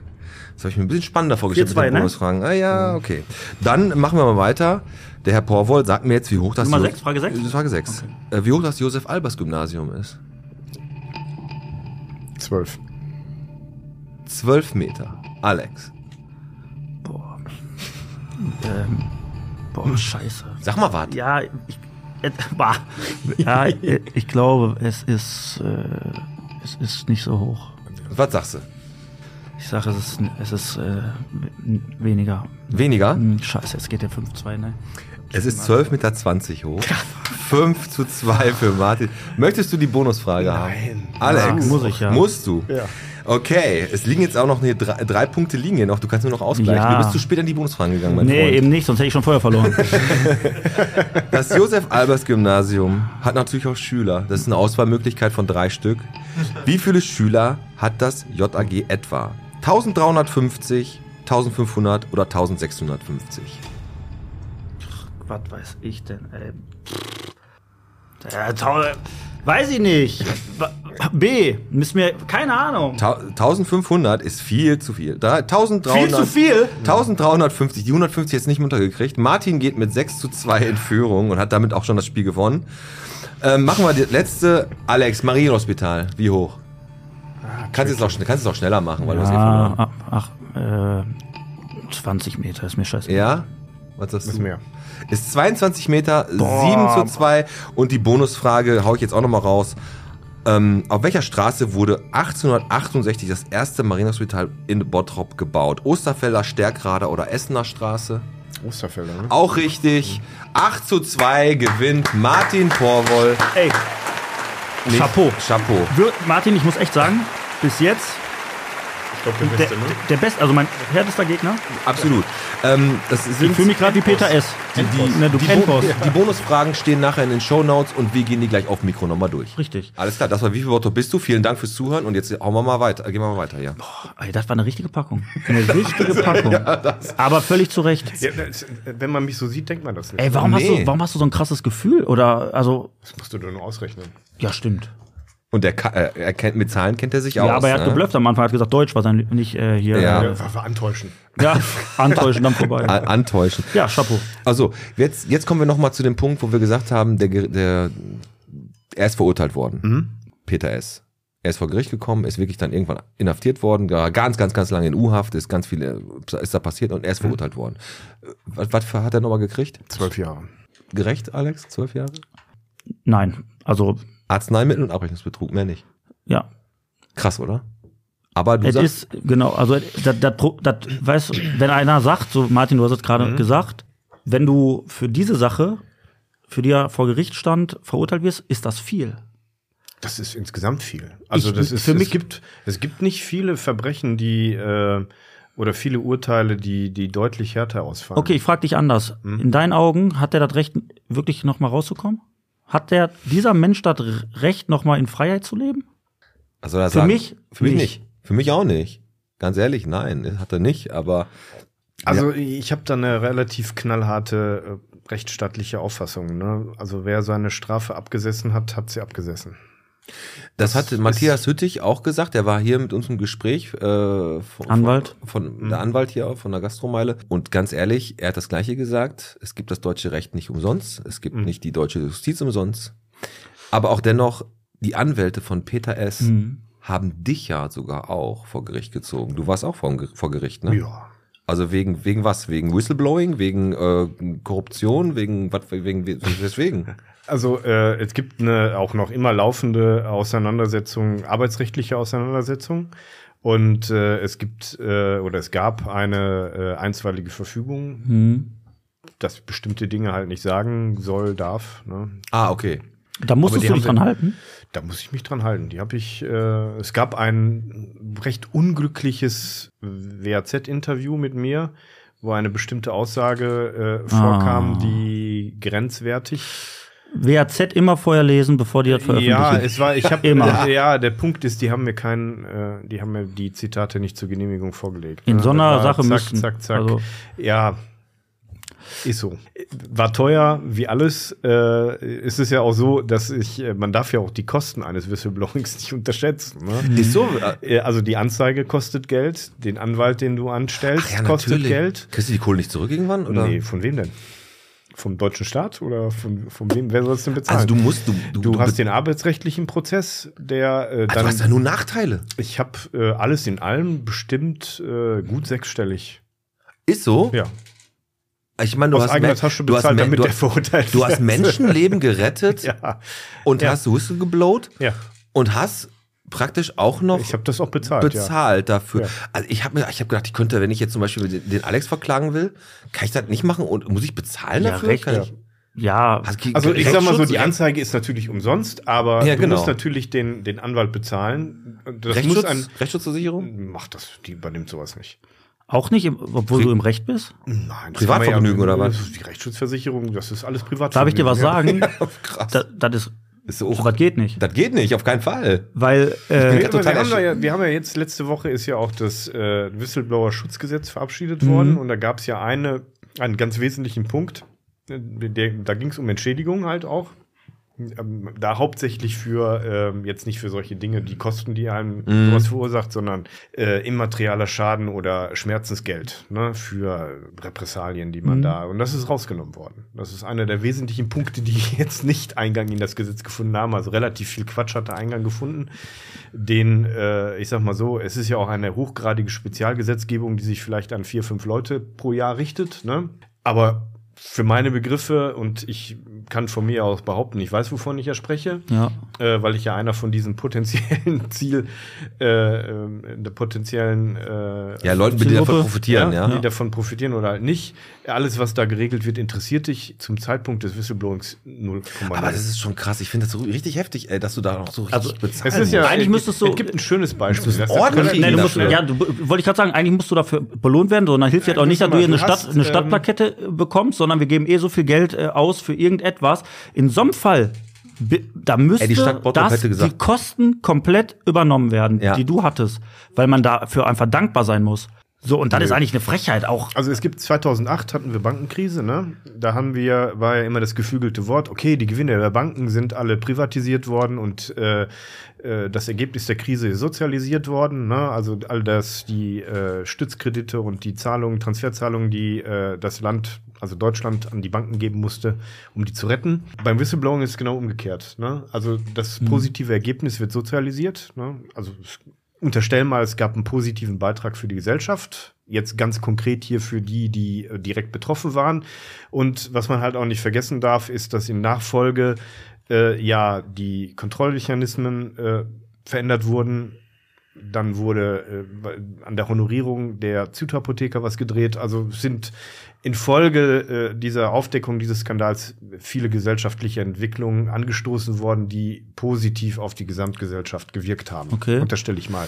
S2: Das habe ich mir ein bisschen spannender vorgestellt
S3: 4-2,
S2: mit den
S3: ne?
S2: Bonusfragen. Ah ja, okay. Dann machen wir mal weiter. Der Herr Porwoll sagt mir jetzt, wie hoch das
S3: Nummer
S2: Jo-
S3: sechs, Frage sechs?
S2: Äh, Frage 6. Äh, wie hoch das Josef Albers Gymnasium ist.
S6: 12.
S2: 12 Meter. Alex.
S3: Boah. Ähm, boah, scheiße.
S2: Sag mal was.
S3: Ja, ich, äh, bah. ja, äh, ich glaube, es ist, äh, es ist nicht so hoch.
S2: Was sagst du?
S3: Ich sage, es ist, es ist äh, w- weniger.
S2: Weniger?
S3: Hm, Scheiße, jetzt geht der 5-2, ne?
S2: Es ist 12,20 Meter hoch. 5 zu 2 für Martin. Möchtest du die Bonusfrage haben? Nein. Alex.
S3: Ja, muss ich, ja.
S2: Musst du.
S6: Ja.
S2: Okay, es liegen jetzt auch noch hier drei, drei Punkte liegen hier noch. Du kannst nur noch ausgleichen.
S3: Ja.
S2: Du bist zu spät an die Bonusfragen gegangen, mein
S3: Nee,
S2: Freund.
S3: eben nicht, sonst hätte ich schon vorher verloren.
S2: Das Josef-Albers-Gymnasium hat natürlich auch Schüler. Das ist eine Auswahlmöglichkeit von drei Stück. Wie viele Schüler hat das JAG etwa? 1350, 1500 oder 1650?
S3: Was weiß ich denn, ey? Pff. Ja, toll. Weiß ich nicht. Wa- B. Müsst mir. Keine Ahnung.
S2: Ta 1500 ist viel zu viel. Da- 1300,
S3: Viel zu viel?
S2: 1350, die 150 jetzt nicht untergekriegt. Martin geht mit 6 zu 2 in Führung und hat damit auch schon das Spiel gewonnen. Ähm, machen wir das letzte. Alex, Marienhospital, wie hoch? Kannst du es auch, schn- kannst du es auch schneller machen, weil du hast eh verloren.
S3: Ah, ach, äh, 20 Meter ist mir scheiße.
S2: Ja? Was sagst
S6: Ist
S2: du?
S6: mehr.
S2: Ist 22 Meter, 7 zu 2. Und die Bonusfrage hau ich jetzt auch nochmal raus. Ähm, auf welcher Straße wurde 1868 das erste Marienhospital in Bottrop gebaut? Osterfelder, Stärkrader oder Essener Straße?
S6: Osterfelder, ne?
S2: Auch richtig. 8 zu 2 gewinnt Martin Porwoll.
S3: Ey,
S2: Nicht-
S3: Chapeau.
S2: Chapeau.
S3: wir, Martin, ich muss echt sagen, bis jetzt
S6: Ich glaube, der
S3: der,
S6: Beste, ne?
S3: der beste, also mein härtester Gegner.
S2: Absolut. Ähm, das ist
S3: Ich fühle mich gerade wie Peter S. Die, die, ne, du
S2: die, Bo
S3: Endboss.
S2: die Bonusfragen stehen nachher in den Shownotes und wir gehen die gleich auf Mikro nochmal durch.
S3: Richtig.
S2: Alles klar, das war wie viel Worte bist du? Vielen Dank fürs Zuhören und jetzt hauen wir mal weiter. Gehen wir mal weiter, ja.
S3: Ey, das war eine richtige Packung. Eine richtige Packung. Aber völlig zu Recht.
S6: Ja, das, wenn man mich so sieht, denkt man das nicht.
S3: Ey, warum, hast
S2: Nee.
S3: du, warum hast du so ein krasses Gefühl? Oder, also,
S6: Das musst du doch nur ausrechnen.
S3: ja, stimmt.
S2: Und der Ka- äh, er kennt, mit Zahlen kennt er sich
S3: Ja,
S2: aus.
S3: aber er hat
S2: ne?
S3: geblufft am Anfang, hat gesagt, Deutsch war sein, nicht äh, hier.
S2: Ja.
S3: Äh,
S6: Ja, war, war antäuschen.
S3: ja, antäuschen, dann
S2: A-
S3: vorbei.
S2: Antäuschen.
S3: Ja, Chapeau.
S2: Also, jetzt, jetzt kommen wir nochmal zu dem Punkt, wo wir gesagt haben, der, Ger- der, er ist verurteilt worden.
S6: Mhm.
S2: Peter S. Er ist vor Gericht gekommen, ist wirklich dann irgendwann inhaftiert worden, war ganz, ganz, ganz lange in U-Haft, ist ganz viel, äh, ist da passiert und er
S3: Mhm.
S2: ist verurteilt worden. Äh, Was, was hat er nochmal gekriegt?
S6: Zwölf Jahre.
S2: Gerecht, Alex? Zwölf Jahre?
S3: Nein, also,
S2: Arzneimittel und Abrechnungsbetrug, mehr nicht.
S3: ja.
S2: Krass, oder? Aber du
S3: Es
S2: sagst,
S3: ist, genau, also, das, das, Pro- das weißt du, wenn einer sagt, so, Martin, du hast es
S6: Mhm.
S3: gerade gesagt, wenn du für diese Sache, für die er vor Gericht stand, verurteilt wirst, ist das viel.
S6: Das ist insgesamt viel. Also
S3: Ich-
S6: das ist
S3: für mich-
S6: es gibt es gibt nicht viele Verbrechen, die äh, oder viele Urteile, die die deutlich härter ausfallen. Mhm.
S3: Okay, ich frage dich anders. In deinen Augen hat er das Recht, wirklich nochmal rauszukommen? Hat der, dieser Mensch das Recht, nochmal in Freiheit zu leben?
S2: Also das
S3: Für
S2: sagen-
S3: mich
S2: Für mich
S3: nicht.
S2: nicht. Für mich auch nicht. Ganz ehrlich, nein, hat er nicht, aber
S6: Also ich habe da eine relativ knallharte äh, rechtsstaatliche Auffassung. Ne? Also wer seine Strafe abgesessen hat, hat sie abgesessen.
S2: das,
S6: Das
S2: hat Matthias Hüttich auch gesagt. Er war hier mit uns im Gespräch. Äh, von,
S3: Anwalt.
S2: Von, von
S6: Mhm.
S2: der Anwalt hier, von der Gastromeile. Und ganz ehrlich, er hat das Gleiche gesagt. Es gibt das deutsche Recht nicht umsonst. Es gibt
S6: Mhm.
S2: nicht die deutsche Justiz umsonst. Aber auch dennoch, die Anwälte von Peter S.
S3: Mhm.
S2: haben dich ja sogar auch vor Gericht gezogen. Du warst auch vor, vor Gericht, ne?
S6: Ja.
S2: Also wegen, wegen was? Wegen Whistleblowing? Wegen äh, Korruption? Wegen was? Wegen weswegen?
S6: Also äh, es gibt eine auch noch immer laufende Auseinandersetzung, arbeitsrechtliche Auseinandersetzung. Und äh, es gibt äh, oder es gab eine äh, einstweilige Verfügung,
S3: Mhm.
S6: dass ich bestimmte Dinge halt nicht sagen soll, darf. Ne?
S2: ah, okay.
S3: Da
S6: Aber die
S3: musstest du
S6: haben
S3: dich
S6: sie-
S3: dran halten.
S6: Da muss ich mich dran halten. Die habe ich. Äh, es gab ein recht unglückliches WAZ-Interview mit mir, wo eine bestimmte Aussage äh, vorkam,
S3: Ah.
S6: die grenzwertig
S3: WAZ immer vorher lesen, bevor die das veröffentlichen.
S6: Ja, es war, ich habe
S3: Immer.
S6: Äh, ja, der Punkt ist, die haben mir keinen, äh, die haben mir die Zitate nicht zur Genehmigung vorgelegt.
S3: In
S6: Ne?
S3: so einer
S6: Das war
S3: Sache
S6: zack,
S3: müssen.
S6: Zack, zack,
S3: Also-
S6: Ja, ist so. War teuer, wie alles. Äh, ist es ja auch so, dass ich, äh, man darf ja auch die Kosten eines Whistleblowings nicht unterschätzen. Ne?
S2: Ist so. Äh,
S6: Äh, Also die Anzeige kostet Geld, den Anwalt, den du anstellst, kostet Geld.
S2: Kriegst du die Kohle nicht zurück irgendwann? Oder?
S6: Nee, von wem denn? Vom deutschen Staat oder von, von wem? Wer soll es denn bezahlen?
S2: Also du musst, du, du,
S6: Du, hast
S2: be-
S6: den arbeitsrechtlichen Prozess, der äh,
S2: Ah, du
S6: dann.
S2: hast ja nur Nachteile.
S6: ich habe äh, alles in allem bestimmt äh, gut sechsstellig.
S2: Ist so.
S6: Ja.
S2: Ich meine, du
S6: Aus
S2: hast
S6: eigener
S2: Men-
S6: Tasche
S2: du hast
S6: bezahlt,
S2: Men-
S6: damit
S2: du,
S6: der verurteilt
S2: du hast
S6: wird.
S2: Menschenleben gerettet
S6: Ja.
S2: und
S6: Ja.
S2: hast Whistle geblowt
S6: ja.
S2: und hast praktisch auch noch
S6: Ich habe das auch bezahlt. ja.
S2: bezahlt dafür.
S6: Ja.
S2: Also ich habe mir, ich habe gedacht, ich könnte, wenn ich jetzt zum Beispiel den, den Alex verklagen will, kann ich das nicht machen und muss ich bezahlen
S3: Ja,
S2: dafür?
S3: recht,
S2: kann
S3: ja.
S2: ich,
S3: ja,
S2: Hast du-
S6: Also ich sag mal so, die
S2: Rechtsschutz-
S6: Anzeige ist natürlich umsonst, aber
S2: Ja,
S6: du
S2: genau.
S6: musst natürlich den, den Anwalt bezahlen. Das muss
S2: Rechtsschutz,
S6: ein
S2: Rechtsschutzversicherung?
S6: macht das, die übernimmt sowas nicht.
S3: auch nicht, im, obwohl du im Recht bist.
S6: Nein, das
S2: Privatvergnügen
S6: kann man
S2: oder was?
S6: das ist Die Rechtsschutzversicherung, das ist alles privat.
S3: Darf ich dir was sagen?
S2: Krass.
S3: Da, das ist,
S2: ist so, oh
S3: sowas geht nicht.
S2: das geht nicht, auf keinen Fall.
S3: Weil,
S2: bin
S3: äh,
S2: grad
S6: Ja, aber
S2: total
S6: wir, haben da
S2: ersch-
S6: ja, wir haben ja jetzt letzte Woche ist ja auch das äh, Whistleblower-Schutzgesetz verabschiedet
S2: Mhm.
S6: worden und da gab es ja eine, einen ganz wesentlichen Punkt. äh, Der, da ging es um Entschädigung halt auch. Ähm, Da hauptsächlich für ähm, jetzt nicht für solche Dinge, die Kosten, die einem
S2: Mhm.
S6: sowas verursacht, sondern äh, immaterieller Schaden oder Schmerzensgeld ne, für Repressalien, die man da. Und das ist rausgenommen worden. Das ist einer der wesentlichen Punkte, die jetzt nicht Eingang in das Gesetz gefunden haben. Also relativ viel Quatsch hat da Eingang gefunden den, äh, ich sag mal so, es ist ja auch eine hochgradige Spezialgesetzgebung, die sich vielleicht an vier, fünf Leute pro Jahr richtet. Ne? Aber für meine Begriffe, und ich kann von mir aus behaupten, ich weiß, wovon ich ja spreche,
S3: ja,
S6: äh, weil ich ja einer von diesen potenziellen Ziel, äh, ähm, der potenziellen äh,
S2: Ja, Leuten, die davon
S3: Zielgruppe.
S2: profitieren, ja.
S6: die davon profitieren oder halt nicht. Alles, was da geregelt wird, interessiert dich zum Zeitpunkt des Whistleblowings 0,0.
S2: Aber das ist schon krass. Ich finde das so richtig heftig, ey, dass du da noch so richtig
S3: Also,
S2: bezahlen
S6: es ist ja,
S2: musst.
S3: Eigentlich
S6: es-
S3: müsstest du-
S6: Es gibt ein schönes Beispiel. Das ist
S2: ordentlich
S6: relativ
S3: Nein, du musst,
S2: dafür.
S3: ja, du, wollte ich gerade sagen, eigentlich musst du dafür belohnt werden, sondern hilft dir das auch
S6: Nein,
S3: nicht,
S6: guck
S3: dass du hier
S6: mal,
S3: eine,
S6: du
S3: Stadt,
S6: hast,
S3: eine
S6: ähm,
S3: Stadtplakette äh, bekommst, sondern wir geben eh so viel Geld äh, aus für irgendetwas. In so einem Fall, bi- da müsste
S2: die Stadt Bottrop
S3: das,
S2: hätte gesagt-
S3: die Kosten komplett übernommen werden,
S2: Ja.
S3: die du hattest, weil man dafür einfach dankbar sein muss. So, und das ist eigentlich eine Frechheit auch.
S6: Also es gibt 2008 hatten wir Bankenkrise, ne? Da haben wir war ja immer das geflügelte Wort, okay, die Gewinne der Banken sind alle privatisiert worden und äh, äh, das Ergebnis der Krise ist sozialisiert worden, ne? Also all das die äh, Stützkredite und die Zahlungen, Transferzahlungen, die äh, das Land also Deutschland an die Banken geben musste, um die zu retten. Beim Whistleblowing ist es genau umgekehrt. Ne? Also das positive Ergebnis wird sozialisiert. Ne? Also es unterstellen mal, es gab einen positiven Beitrag für die Gesellschaft. Jetzt ganz konkret hier für die, die äh, direkt betroffen waren. Und was man halt auch nicht vergessen darf, ist, dass in Nachfolge äh, ja die Kontrollmechanismen äh, verändert wurden. Dann wurde äh, an der Honorierung der Zytoapotheker was gedreht. Also es sind infolge äh, dieser Aufdeckung dieses Skandals viele gesellschaftliche Entwicklungen angestoßen worden, die positiv auf die Gesamtgesellschaft gewirkt haben.
S3: Okay.
S6: Unterstelle ich mal.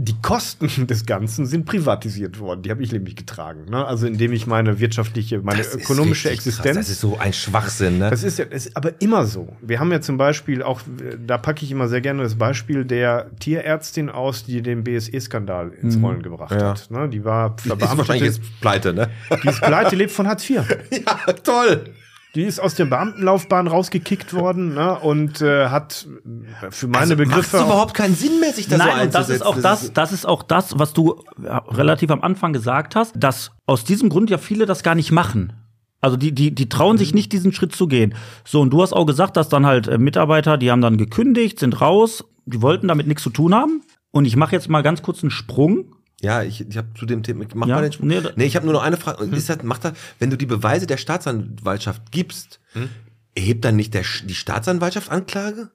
S6: die Kosten des Ganzen sind privatisiert worden. Die habe ich nämlich getragen. Ne? Also indem ich meine wirtschaftliche, meine
S2: Das ist
S6: ökonomische
S2: richtig Krass.
S6: Existenz.
S2: Also Das ist so ein Schwachsinn, ne?
S6: Das ist ja das ist aber immer so. Wir haben ja zum Beispiel auch, da packe ich immer sehr gerne das Beispiel der Tierärztin aus, die den BSE-Skandal ins Rollen gebracht
S2: Mhm. Ja.
S6: hat. Ne? Die war
S2: ist wahrscheinlich
S6: verbeamtete.
S2: jetzt pleite, ne?
S6: Die ist pleite, lebt von Hartz IV.
S2: ja, toll.
S6: Die ist aus der Beamtenlaufbahn rausgekickt worden ne? und äh, hat äh, für meine
S2: Macht
S6: Begriffe. auch-
S2: Also überhaupt keinen Sinn mehr, sich da so
S3: Nein, und das ist
S2: einzusetzen.
S3: auch das,
S2: ist-
S3: das ist auch das, was du äh, relativ am Anfang gesagt hast, dass aus diesem Grund ja viele das gar nicht machen. Also die, die, die trauen
S2: Mhm.
S3: sich nicht, diesen Schritt zu gehen. So, und du hast auch gesagt, dass dann halt äh, Mitarbeiter, die haben dann gekündigt, sind raus, die wollten damit nichts zu tun haben. Und ich mache jetzt mal ganz kurz einen Sprung.
S2: Ja, ich, ich habe zu dem Thema, mach
S3: Ja,
S2: mal den Spruch.
S3: nee,
S2: Nee,
S3: da-
S2: ich habe nur noch eine Frage.
S6: Hm.
S2: Und Ist das, macht das, wenn du die Beweise der Staatsanwaltschaft gibst,
S6: Hm.
S2: erhebt dann nicht der, Sch- die Staatsanwaltschaft Anklage?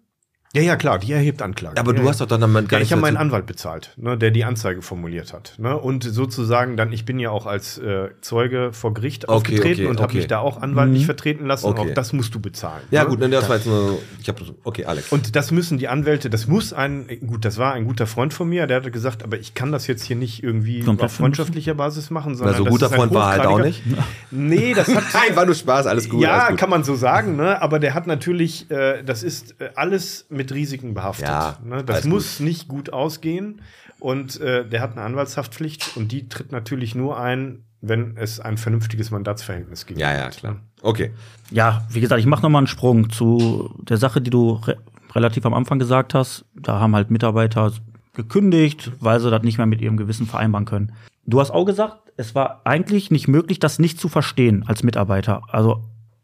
S6: Ja, ja, klar, die erhebt Anklage.
S2: Aber
S6: ja,
S2: du
S6: ja.
S2: hast doch dann damit gar
S6: Ja, ich
S2: nicht
S6: habe meinen
S2: dazu-
S6: Anwalt bezahlt, ne, der die Anzeige formuliert hat. Ne, und sozusagen dann, ich bin ja auch als äh, Zeuge vor Gericht
S2: Okay,
S6: aufgetreten
S2: okay,
S6: und habe
S2: okay. Mhm.
S6: mich da auch anwaltlich vertreten lassen.
S2: Okay.
S6: Auch das musst du bezahlen.
S2: Ja,
S6: ne?
S2: gut, ne, das war jetzt nur. Ich hab, okay, Alex.
S6: Und das müssen die Anwälte, das muss ein, gut, das war ein guter Freund von mir, der hatte gesagt, aber ich kann das jetzt hier nicht irgendwie
S3: Komplett
S6: auf freundschaftlicher Basis machen, sondern.
S2: so
S6: das
S2: guter
S6: ist ein
S2: Freund war er halt auch
S6: hochgradiger- Nee, das hat.
S2: Nein, war nur Spaß, alles gut.
S6: ja,
S2: alles gut.
S6: kann man so sagen, ne? aber der hat natürlich, äh, das ist äh, alles mit Risiken behaftet.
S2: Ja,
S6: ne? Das
S2: alles
S6: muss nicht gut ausgehen und äh, der hat eine Anwaltshaftpflicht und die tritt natürlich nur ein, wenn es ein vernünftiges Mandatsverhältnis gibt.
S2: Ja, ja, klar. Okay.
S3: Ja, wie gesagt, ich mache nochmal einen Sprung zu der Sache, die du re relativ am Anfang gesagt hast. Da haben halt Mitarbeiter gekündigt, weil sie das nicht mehr mit ihrem Gewissen vereinbaren können. Du hast auch gesagt, es war eigentlich nicht möglich, das nicht zu verstehen als Mitarbeiter. Also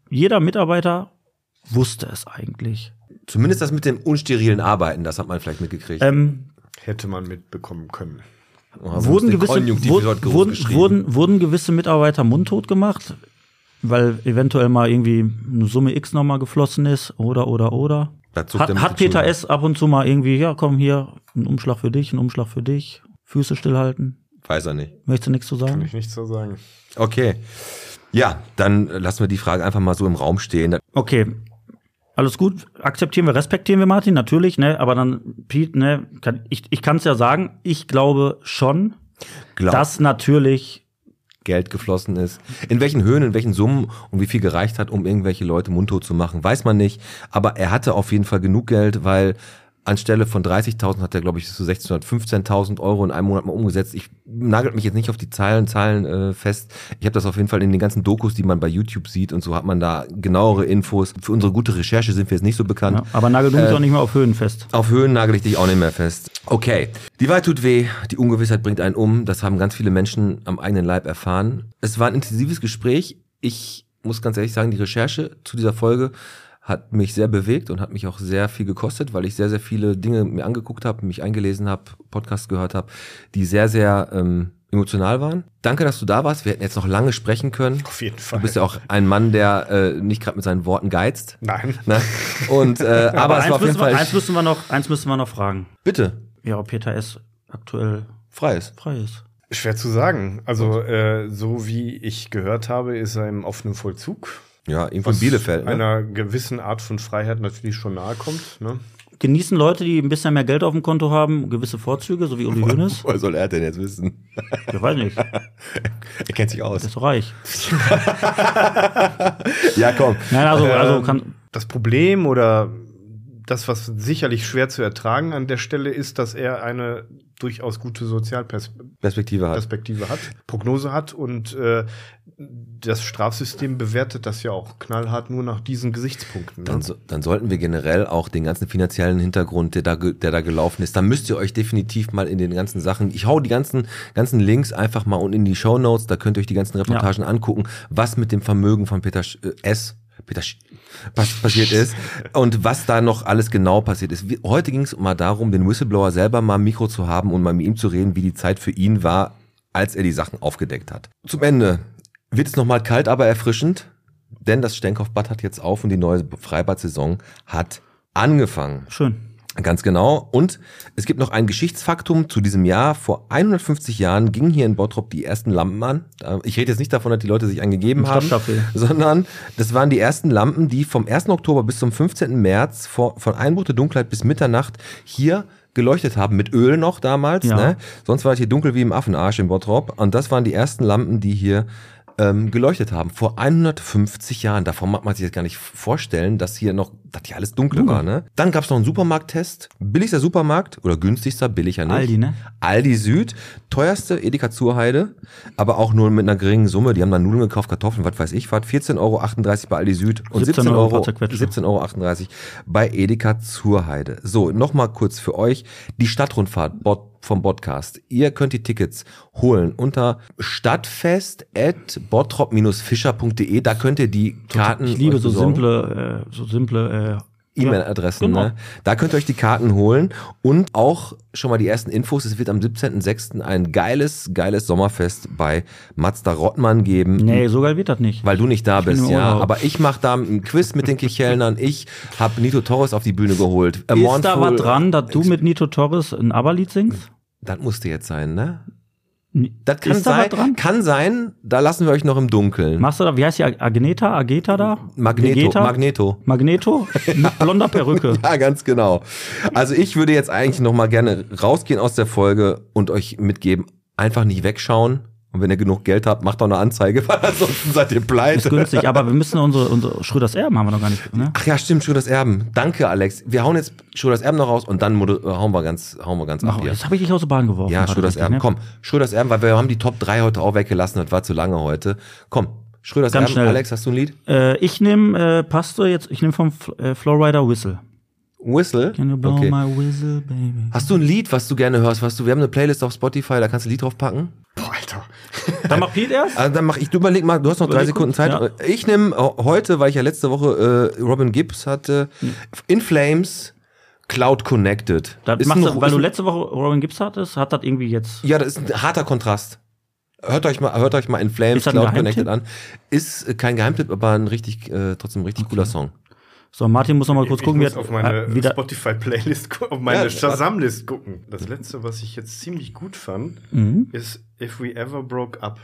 S3: jeder Mitarbeiter wusste es eigentlich.
S2: Zumindest das mit dem unsterilen Arbeiten, das hat man vielleicht mitgekriegt.
S3: Ähm,
S6: Hätte man mitbekommen können.
S2: Also
S3: wurden
S2: den
S3: gewisse,
S2: Konjunktiv
S3: wurden,
S2: dort groß
S3: wurden,
S2: geschrieben.
S3: wurden, wurden gewisse Mitarbeiter mundtot gemacht, weil eventuell mal irgendwie eine Summe X nochmal geflossen ist oder oder oder.
S2: Da zuckt
S3: Hat,
S2: der
S3: hat Peter
S2: Mittelfinger.
S3: S. ab und zu mal irgendwie, ja komm hier, ein Umschlag für dich, ein Umschlag für dich, Füße stillhalten.
S2: Weiß er nicht.
S3: Möchtest du nichts zu
S6: Kann
S3: sagen?
S6: ich nichts so sagen.
S2: Okay. Ja, dann äh, lassen wir die Frage einfach mal so im Raum stehen.
S3: Okay. Alles gut, akzeptieren wir, respektieren wir Martin, natürlich, ne? Aber dann, Pete, ne, kann, ich, ich kann es ja sagen, ich glaube schon,
S2: Glaub,
S3: dass natürlich
S2: Geld geflossen ist. In welchen Höhen, in welchen Summen und wie viel gereicht hat, um irgendwelche Leute mundtot zu machen, weiß man nicht. Aber er hatte auf jeden Fall genug Geld, weil anstelle von 30.000 hat er, glaube ich, so 16.000, 15.000 Euro in einem Monat mal umgesetzt. Ich nagelt mich jetzt nicht auf die Zahlen, Zahlen äh, fest. Ich habe das auf jeden Fall in den ganzen Dokus, die man bei YouTube sieht und so, hat man da genauere Infos. Für unsere gute Recherche sind wir jetzt nicht so bekannt.
S3: Ja, ne? aber Nagel, du
S2: äh,
S3: bist auch nicht mehr auf Höhen fest.
S2: Auf Höhen nagel ich dich auch nicht mehr fest. Okay. Die Wahrheit tut weh, die Ungewissheit bringt einen um. Das haben ganz viele Menschen am eigenen Leib erfahren. Es war ein intensives Gespräch. Ich muss ganz ehrlich sagen, die Recherche zu dieser Folge hat mich sehr bewegt und hat mich auch sehr viel gekostet, weil ich sehr, sehr viele Dinge mir angeguckt habe, mich eingelesen habe, Podcasts gehört habe, die sehr, sehr ähm, emotional waren. Danke, dass du da warst. Wir hätten jetzt noch lange sprechen können.
S6: Auf jeden Fall.
S2: Du bist ja auch ein Mann, der äh, nicht gerade mit seinen Worten geizt.
S6: Nein.
S2: Ne? Und äh, aber, es war auf jeden
S3: müssen
S2: Fall
S3: wir, eins müssen wir noch, eins müssen wir noch fragen.
S2: bitte
S3: Ja, ob Peter S. aktuell
S2: freies.
S3: frei ist.
S6: Schwer zu sagen. Also, äh, so wie ich gehört habe, ist er im offenen Vollzug.
S2: Ja, irgendwo in Bielefeld. Ne?
S6: Einer gewissen Art von Freiheit natürlich schon nahe kommt. Ne?
S3: Genießen Leute, die ein bisschen mehr Geld auf dem Konto haben, gewisse Vorzüge, so wie Uli Hoeneß?
S2: Woher soll er denn jetzt wissen?
S3: Ich weiß nicht. Der
S2: Er kennt sich aus.
S3: ist doch reich.
S2: Ja, komm.
S3: Nein, also, also
S6: Ähm,
S3: kann.
S6: Das Problem oder das, was sicherlich schwer zu ertragen an der Stelle ist, dass er eine durchaus gute Sozialperspektive
S2: Perspektive hat.
S6: hat, Prognose hat und äh, das Strafsystem bewertet das ja auch knallhart nur nach diesen Gesichtspunkten. Ne?
S2: Dann, so, dann sollten wir generell auch den ganzen finanziellen Hintergrund, der da, ge- der da gelaufen ist, dann müsst ihr euch definitiv mal in den ganzen Sachen, ich hau die ganzen, ganzen Links einfach mal unten in die Show Notes, da könnt ihr euch die ganzen Reportagen angucken, was mit dem Vermögen von Peter Sch äh, S. Peter Sch was passiert ist und was da noch alles genau passiert ist. Wir, heute ging es mal darum, den Whistleblower selber mal ein Mikro zu haben und mal mit ihm zu reden, wie die Zeit für ihn war, als er die Sachen aufgedeckt hat. Zum Ende wird es nochmal kalt, aber erfrischend. Denn das Stenkopfbad hat jetzt auf und die neue Freibad-Saison hat angefangen.
S3: Schön.
S2: Ganz genau. Und es gibt noch ein Geschichtsfaktum zu diesem Jahr. Vor 150 Jahren gingen hier in Bottrop die ersten Lampen an. Äh, Ich rede jetzt nicht davon, dass die Leute sich angegeben
S3: Ein
S2: haben,
S3: Stoffstaffel.
S2: sondern das waren die ersten Lampen, die vom 1. Oktober bis zum 15. März vor, von Einbruch der Dunkelheit bis Mitternacht hier geleuchtet haben, mit Öl noch damals.
S3: Ja.
S2: Ne? Sonst war es hier dunkel wie im Affenarsch in Bottrop. Und das waren die ersten Lampen, die hier ähm, geleuchtet haben. Vor 150 Jahren. Davon mag man sich jetzt gar nicht vorstellen, dass hier noch, dass hier alles
S3: Uh.
S2: dunkel war. Ne? Dann gab es noch einen Supermarkttest. Billigster Supermarkt oder günstigster, billiger nicht.
S3: Aldi, ne?
S2: Aldi Süd, teuerste Edeka Zurheide, aber auch nur mit einer geringen Summe. Die haben dann Nudeln gekauft, Kartoffeln, was weiß ich, was. 14,38 Euro bei Aldi Süd und 17
S3: 17 Euro
S2: Euro,
S3: zerquetscht.
S2: 17,38 Euro bei Edeka Zurheide. So, nochmal kurz für euch die Stadtrundfahrt Bot vom Podcast. Ihr könnt die Tickets holen unter stadtfest.bottrop-fischer.de. Da könnt ihr die Karten.
S3: ich liebe
S2: euch
S3: so
S2: besorgen.
S3: simple, äh, so simple äh,
S2: E-Mail-Adressen.
S3: Genau.
S2: Ne? Da könnt ihr euch die Karten holen und auch schon mal die ersten Infos. Es wird am 17.06. ein geiles, geiles Sommerfest bei Mazda Rottmann geben.
S3: Nee, so geil wird das nicht.
S2: ähm, Weil du nicht da
S3: bin
S2: bist,
S3: im
S2: ja.
S3: Urlaub.
S2: Aber ich mache da ein Quiz mit den Kichelnern. Ich habe Nito Torres auf die Bühne geholt. Äh,
S3: ist da
S2: Mournful-
S3: was dran, dass du mit Nito Torres ein Aberlied singst?
S2: Das musste jetzt sein, ne?
S3: Ni-
S2: Das kann
S3: ist da
S2: sein.
S3: was dran?
S2: Kann sein. Da lassen wir euch noch im Dunkeln.
S3: Machst du da, wie heißt die, Agneta, Ageta da?
S2: Magneto.
S3: Vegeta?
S2: Magneto.
S3: Magneto? Mit blonder Perücke.
S2: Ja, ganz genau. Also ich würde jetzt eigentlich noch mal gerne rausgehen aus der Folge und euch mitgeben, einfach nicht wegschauen. Und wenn ihr genug Geld habt, macht doch eine Anzeige, weil ansonsten seid ihr
S3: Ist
S2: pleite.
S3: günstig, aber wir müssen unsere, unsere Schröders Erben haben wir noch gar nicht, ne?
S2: Ach ja, stimmt, Schuh das Erben. Danke, Alex. Wir hauen jetzt Schuh das Erben noch raus und dann moder- äh, hauen wir ganz, hauen wir ganz ab
S3: Mach,
S2: hier.
S3: jetzt habe ich dich aus der Bahn geworfen.
S2: Ja,
S3: War
S2: Schröders
S3: richtig,
S2: Erben.
S3: ne?
S2: Komm, Schröders Erben, weil wir haben die Top 3 heute auch weggelassen. Das war zu lange heute. Komm, Schröders
S3: Ganz
S2: Erben.
S3: schnell.
S2: Alex, hast du ein Lied?
S3: Äh, ich nehme, äh, passt so jetzt, ich nehme vom Fl äh, Flowrider Whistle.
S2: Whistle.
S3: Can you blow
S2: Okay.
S3: my whistle, baby?
S2: Hast du ein Lied, was du gerne hörst? Was du, wir haben eine Playlist auf Spotify, da kannst du ein Lied drauf packen.
S6: Boah, Alter.
S3: Dann mach Pete erst.
S2: Also dann mach ich, du überleg mal, du hast noch drei Sekunden
S3: Überleg kurz,
S2: Zeit. Ich nehme heute, weil ich ja letzte Woche äh, Robin Gibbs hatte,
S3: Hm.
S2: In Flames Cloud Connected.
S3: Das
S2: Ist
S3: machst
S2: ein-
S3: du, weil
S2: ist
S3: du
S2: ein-
S3: letzte Woche Robin Gibbs hattest, hat das irgendwie jetzt.
S2: Ja, das ist ein harter Kontrast. Hört euch mal, hört euch mal In Flames
S3: Ist das ein
S2: Cloud Connected an. Ist äh, kein Geheimtipp, aber ein richtig, äh, trotzdem ein richtig cooler Song.
S3: So, Martin muss noch mal kurz
S6: ich
S3: gucken,
S6: muss
S3: jetzt
S6: auf meine
S3: äh, wieder.
S6: Spotify-Playlist, gu- auf meine
S2: Ja,
S6: Shazam-List gucken. Das letzte, was ich jetzt ziemlich gut fand,
S3: Mhm.
S6: ist If We Ever Broke Up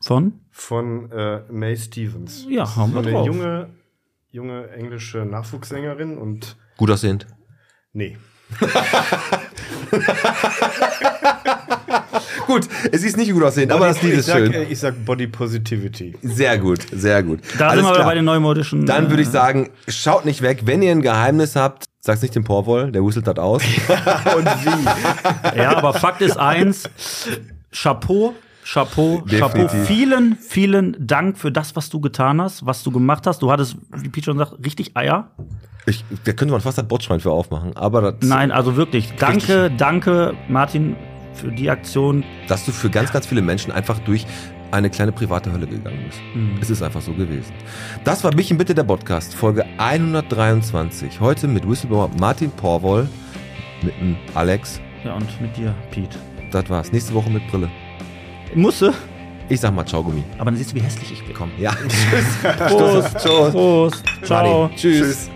S3: Von?
S6: von äh, Mae Stevens.
S3: Ja,
S6: Das ist
S3: haben
S6: so
S3: wir
S6: eine
S3: drauf.
S6: junge, junge englische Nachwuchssängerin und
S2: Gut aussehend.
S6: nee.
S2: Gut, es ist nicht gut aussehend, aber das Lied
S6: ich
S2: ist
S6: sag,
S2: schön.
S6: äh, Ich sag Body Positivity.
S2: Sehr gut, sehr gut.
S3: Da
S2: Alles
S3: sind wir
S2: klar.
S3: bei den neumodischen.
S2: Dann würde ich
S3: äh,
S2: sagen, schaut nicht weg, wenn ihr ein Geheimnis habt, sag's nicht dem Porwoll, der whistelt das aus.
S6: Und wie?
S3: Ja, aber Fakt ist eins: Chapeau, Chapeau, Chapeau.
S2: Definitiv.
S3: Vielen, vielen Dank für das, was du getan hast, was du gemacht hast. Du hattest, wie Pete schon sagt, richtig Eier.
S2: Ich, da könnte man fast das Botschwein für aufmachen, aber das,
S3: Nein, also wirklich. Danke, danke, Martin, für die Aktion.
S2: dass du für ganz, ganz viele Menschen einfach durch eine kleine private Hölle gegangen bist. Es ist einfach so gewesen. Das war Bich in Bitte der Podcast, Folge 123. Heute mit Whistleblower Martin Porwoll, mit dem Alex.
S3: Ja, und mit dir, Pete.
S2: Das war's. Nächste Woche mit Brille.
S3: Musste,
S2: Ich sag mal Ciao, Gummi.
S3: aber dann siehst du, wie hässlich ich bin.
S2: Komm, ja. Tschüss. Prost. Prost.
S3: Prost. Ciao.
S2: Martin. Tschüss.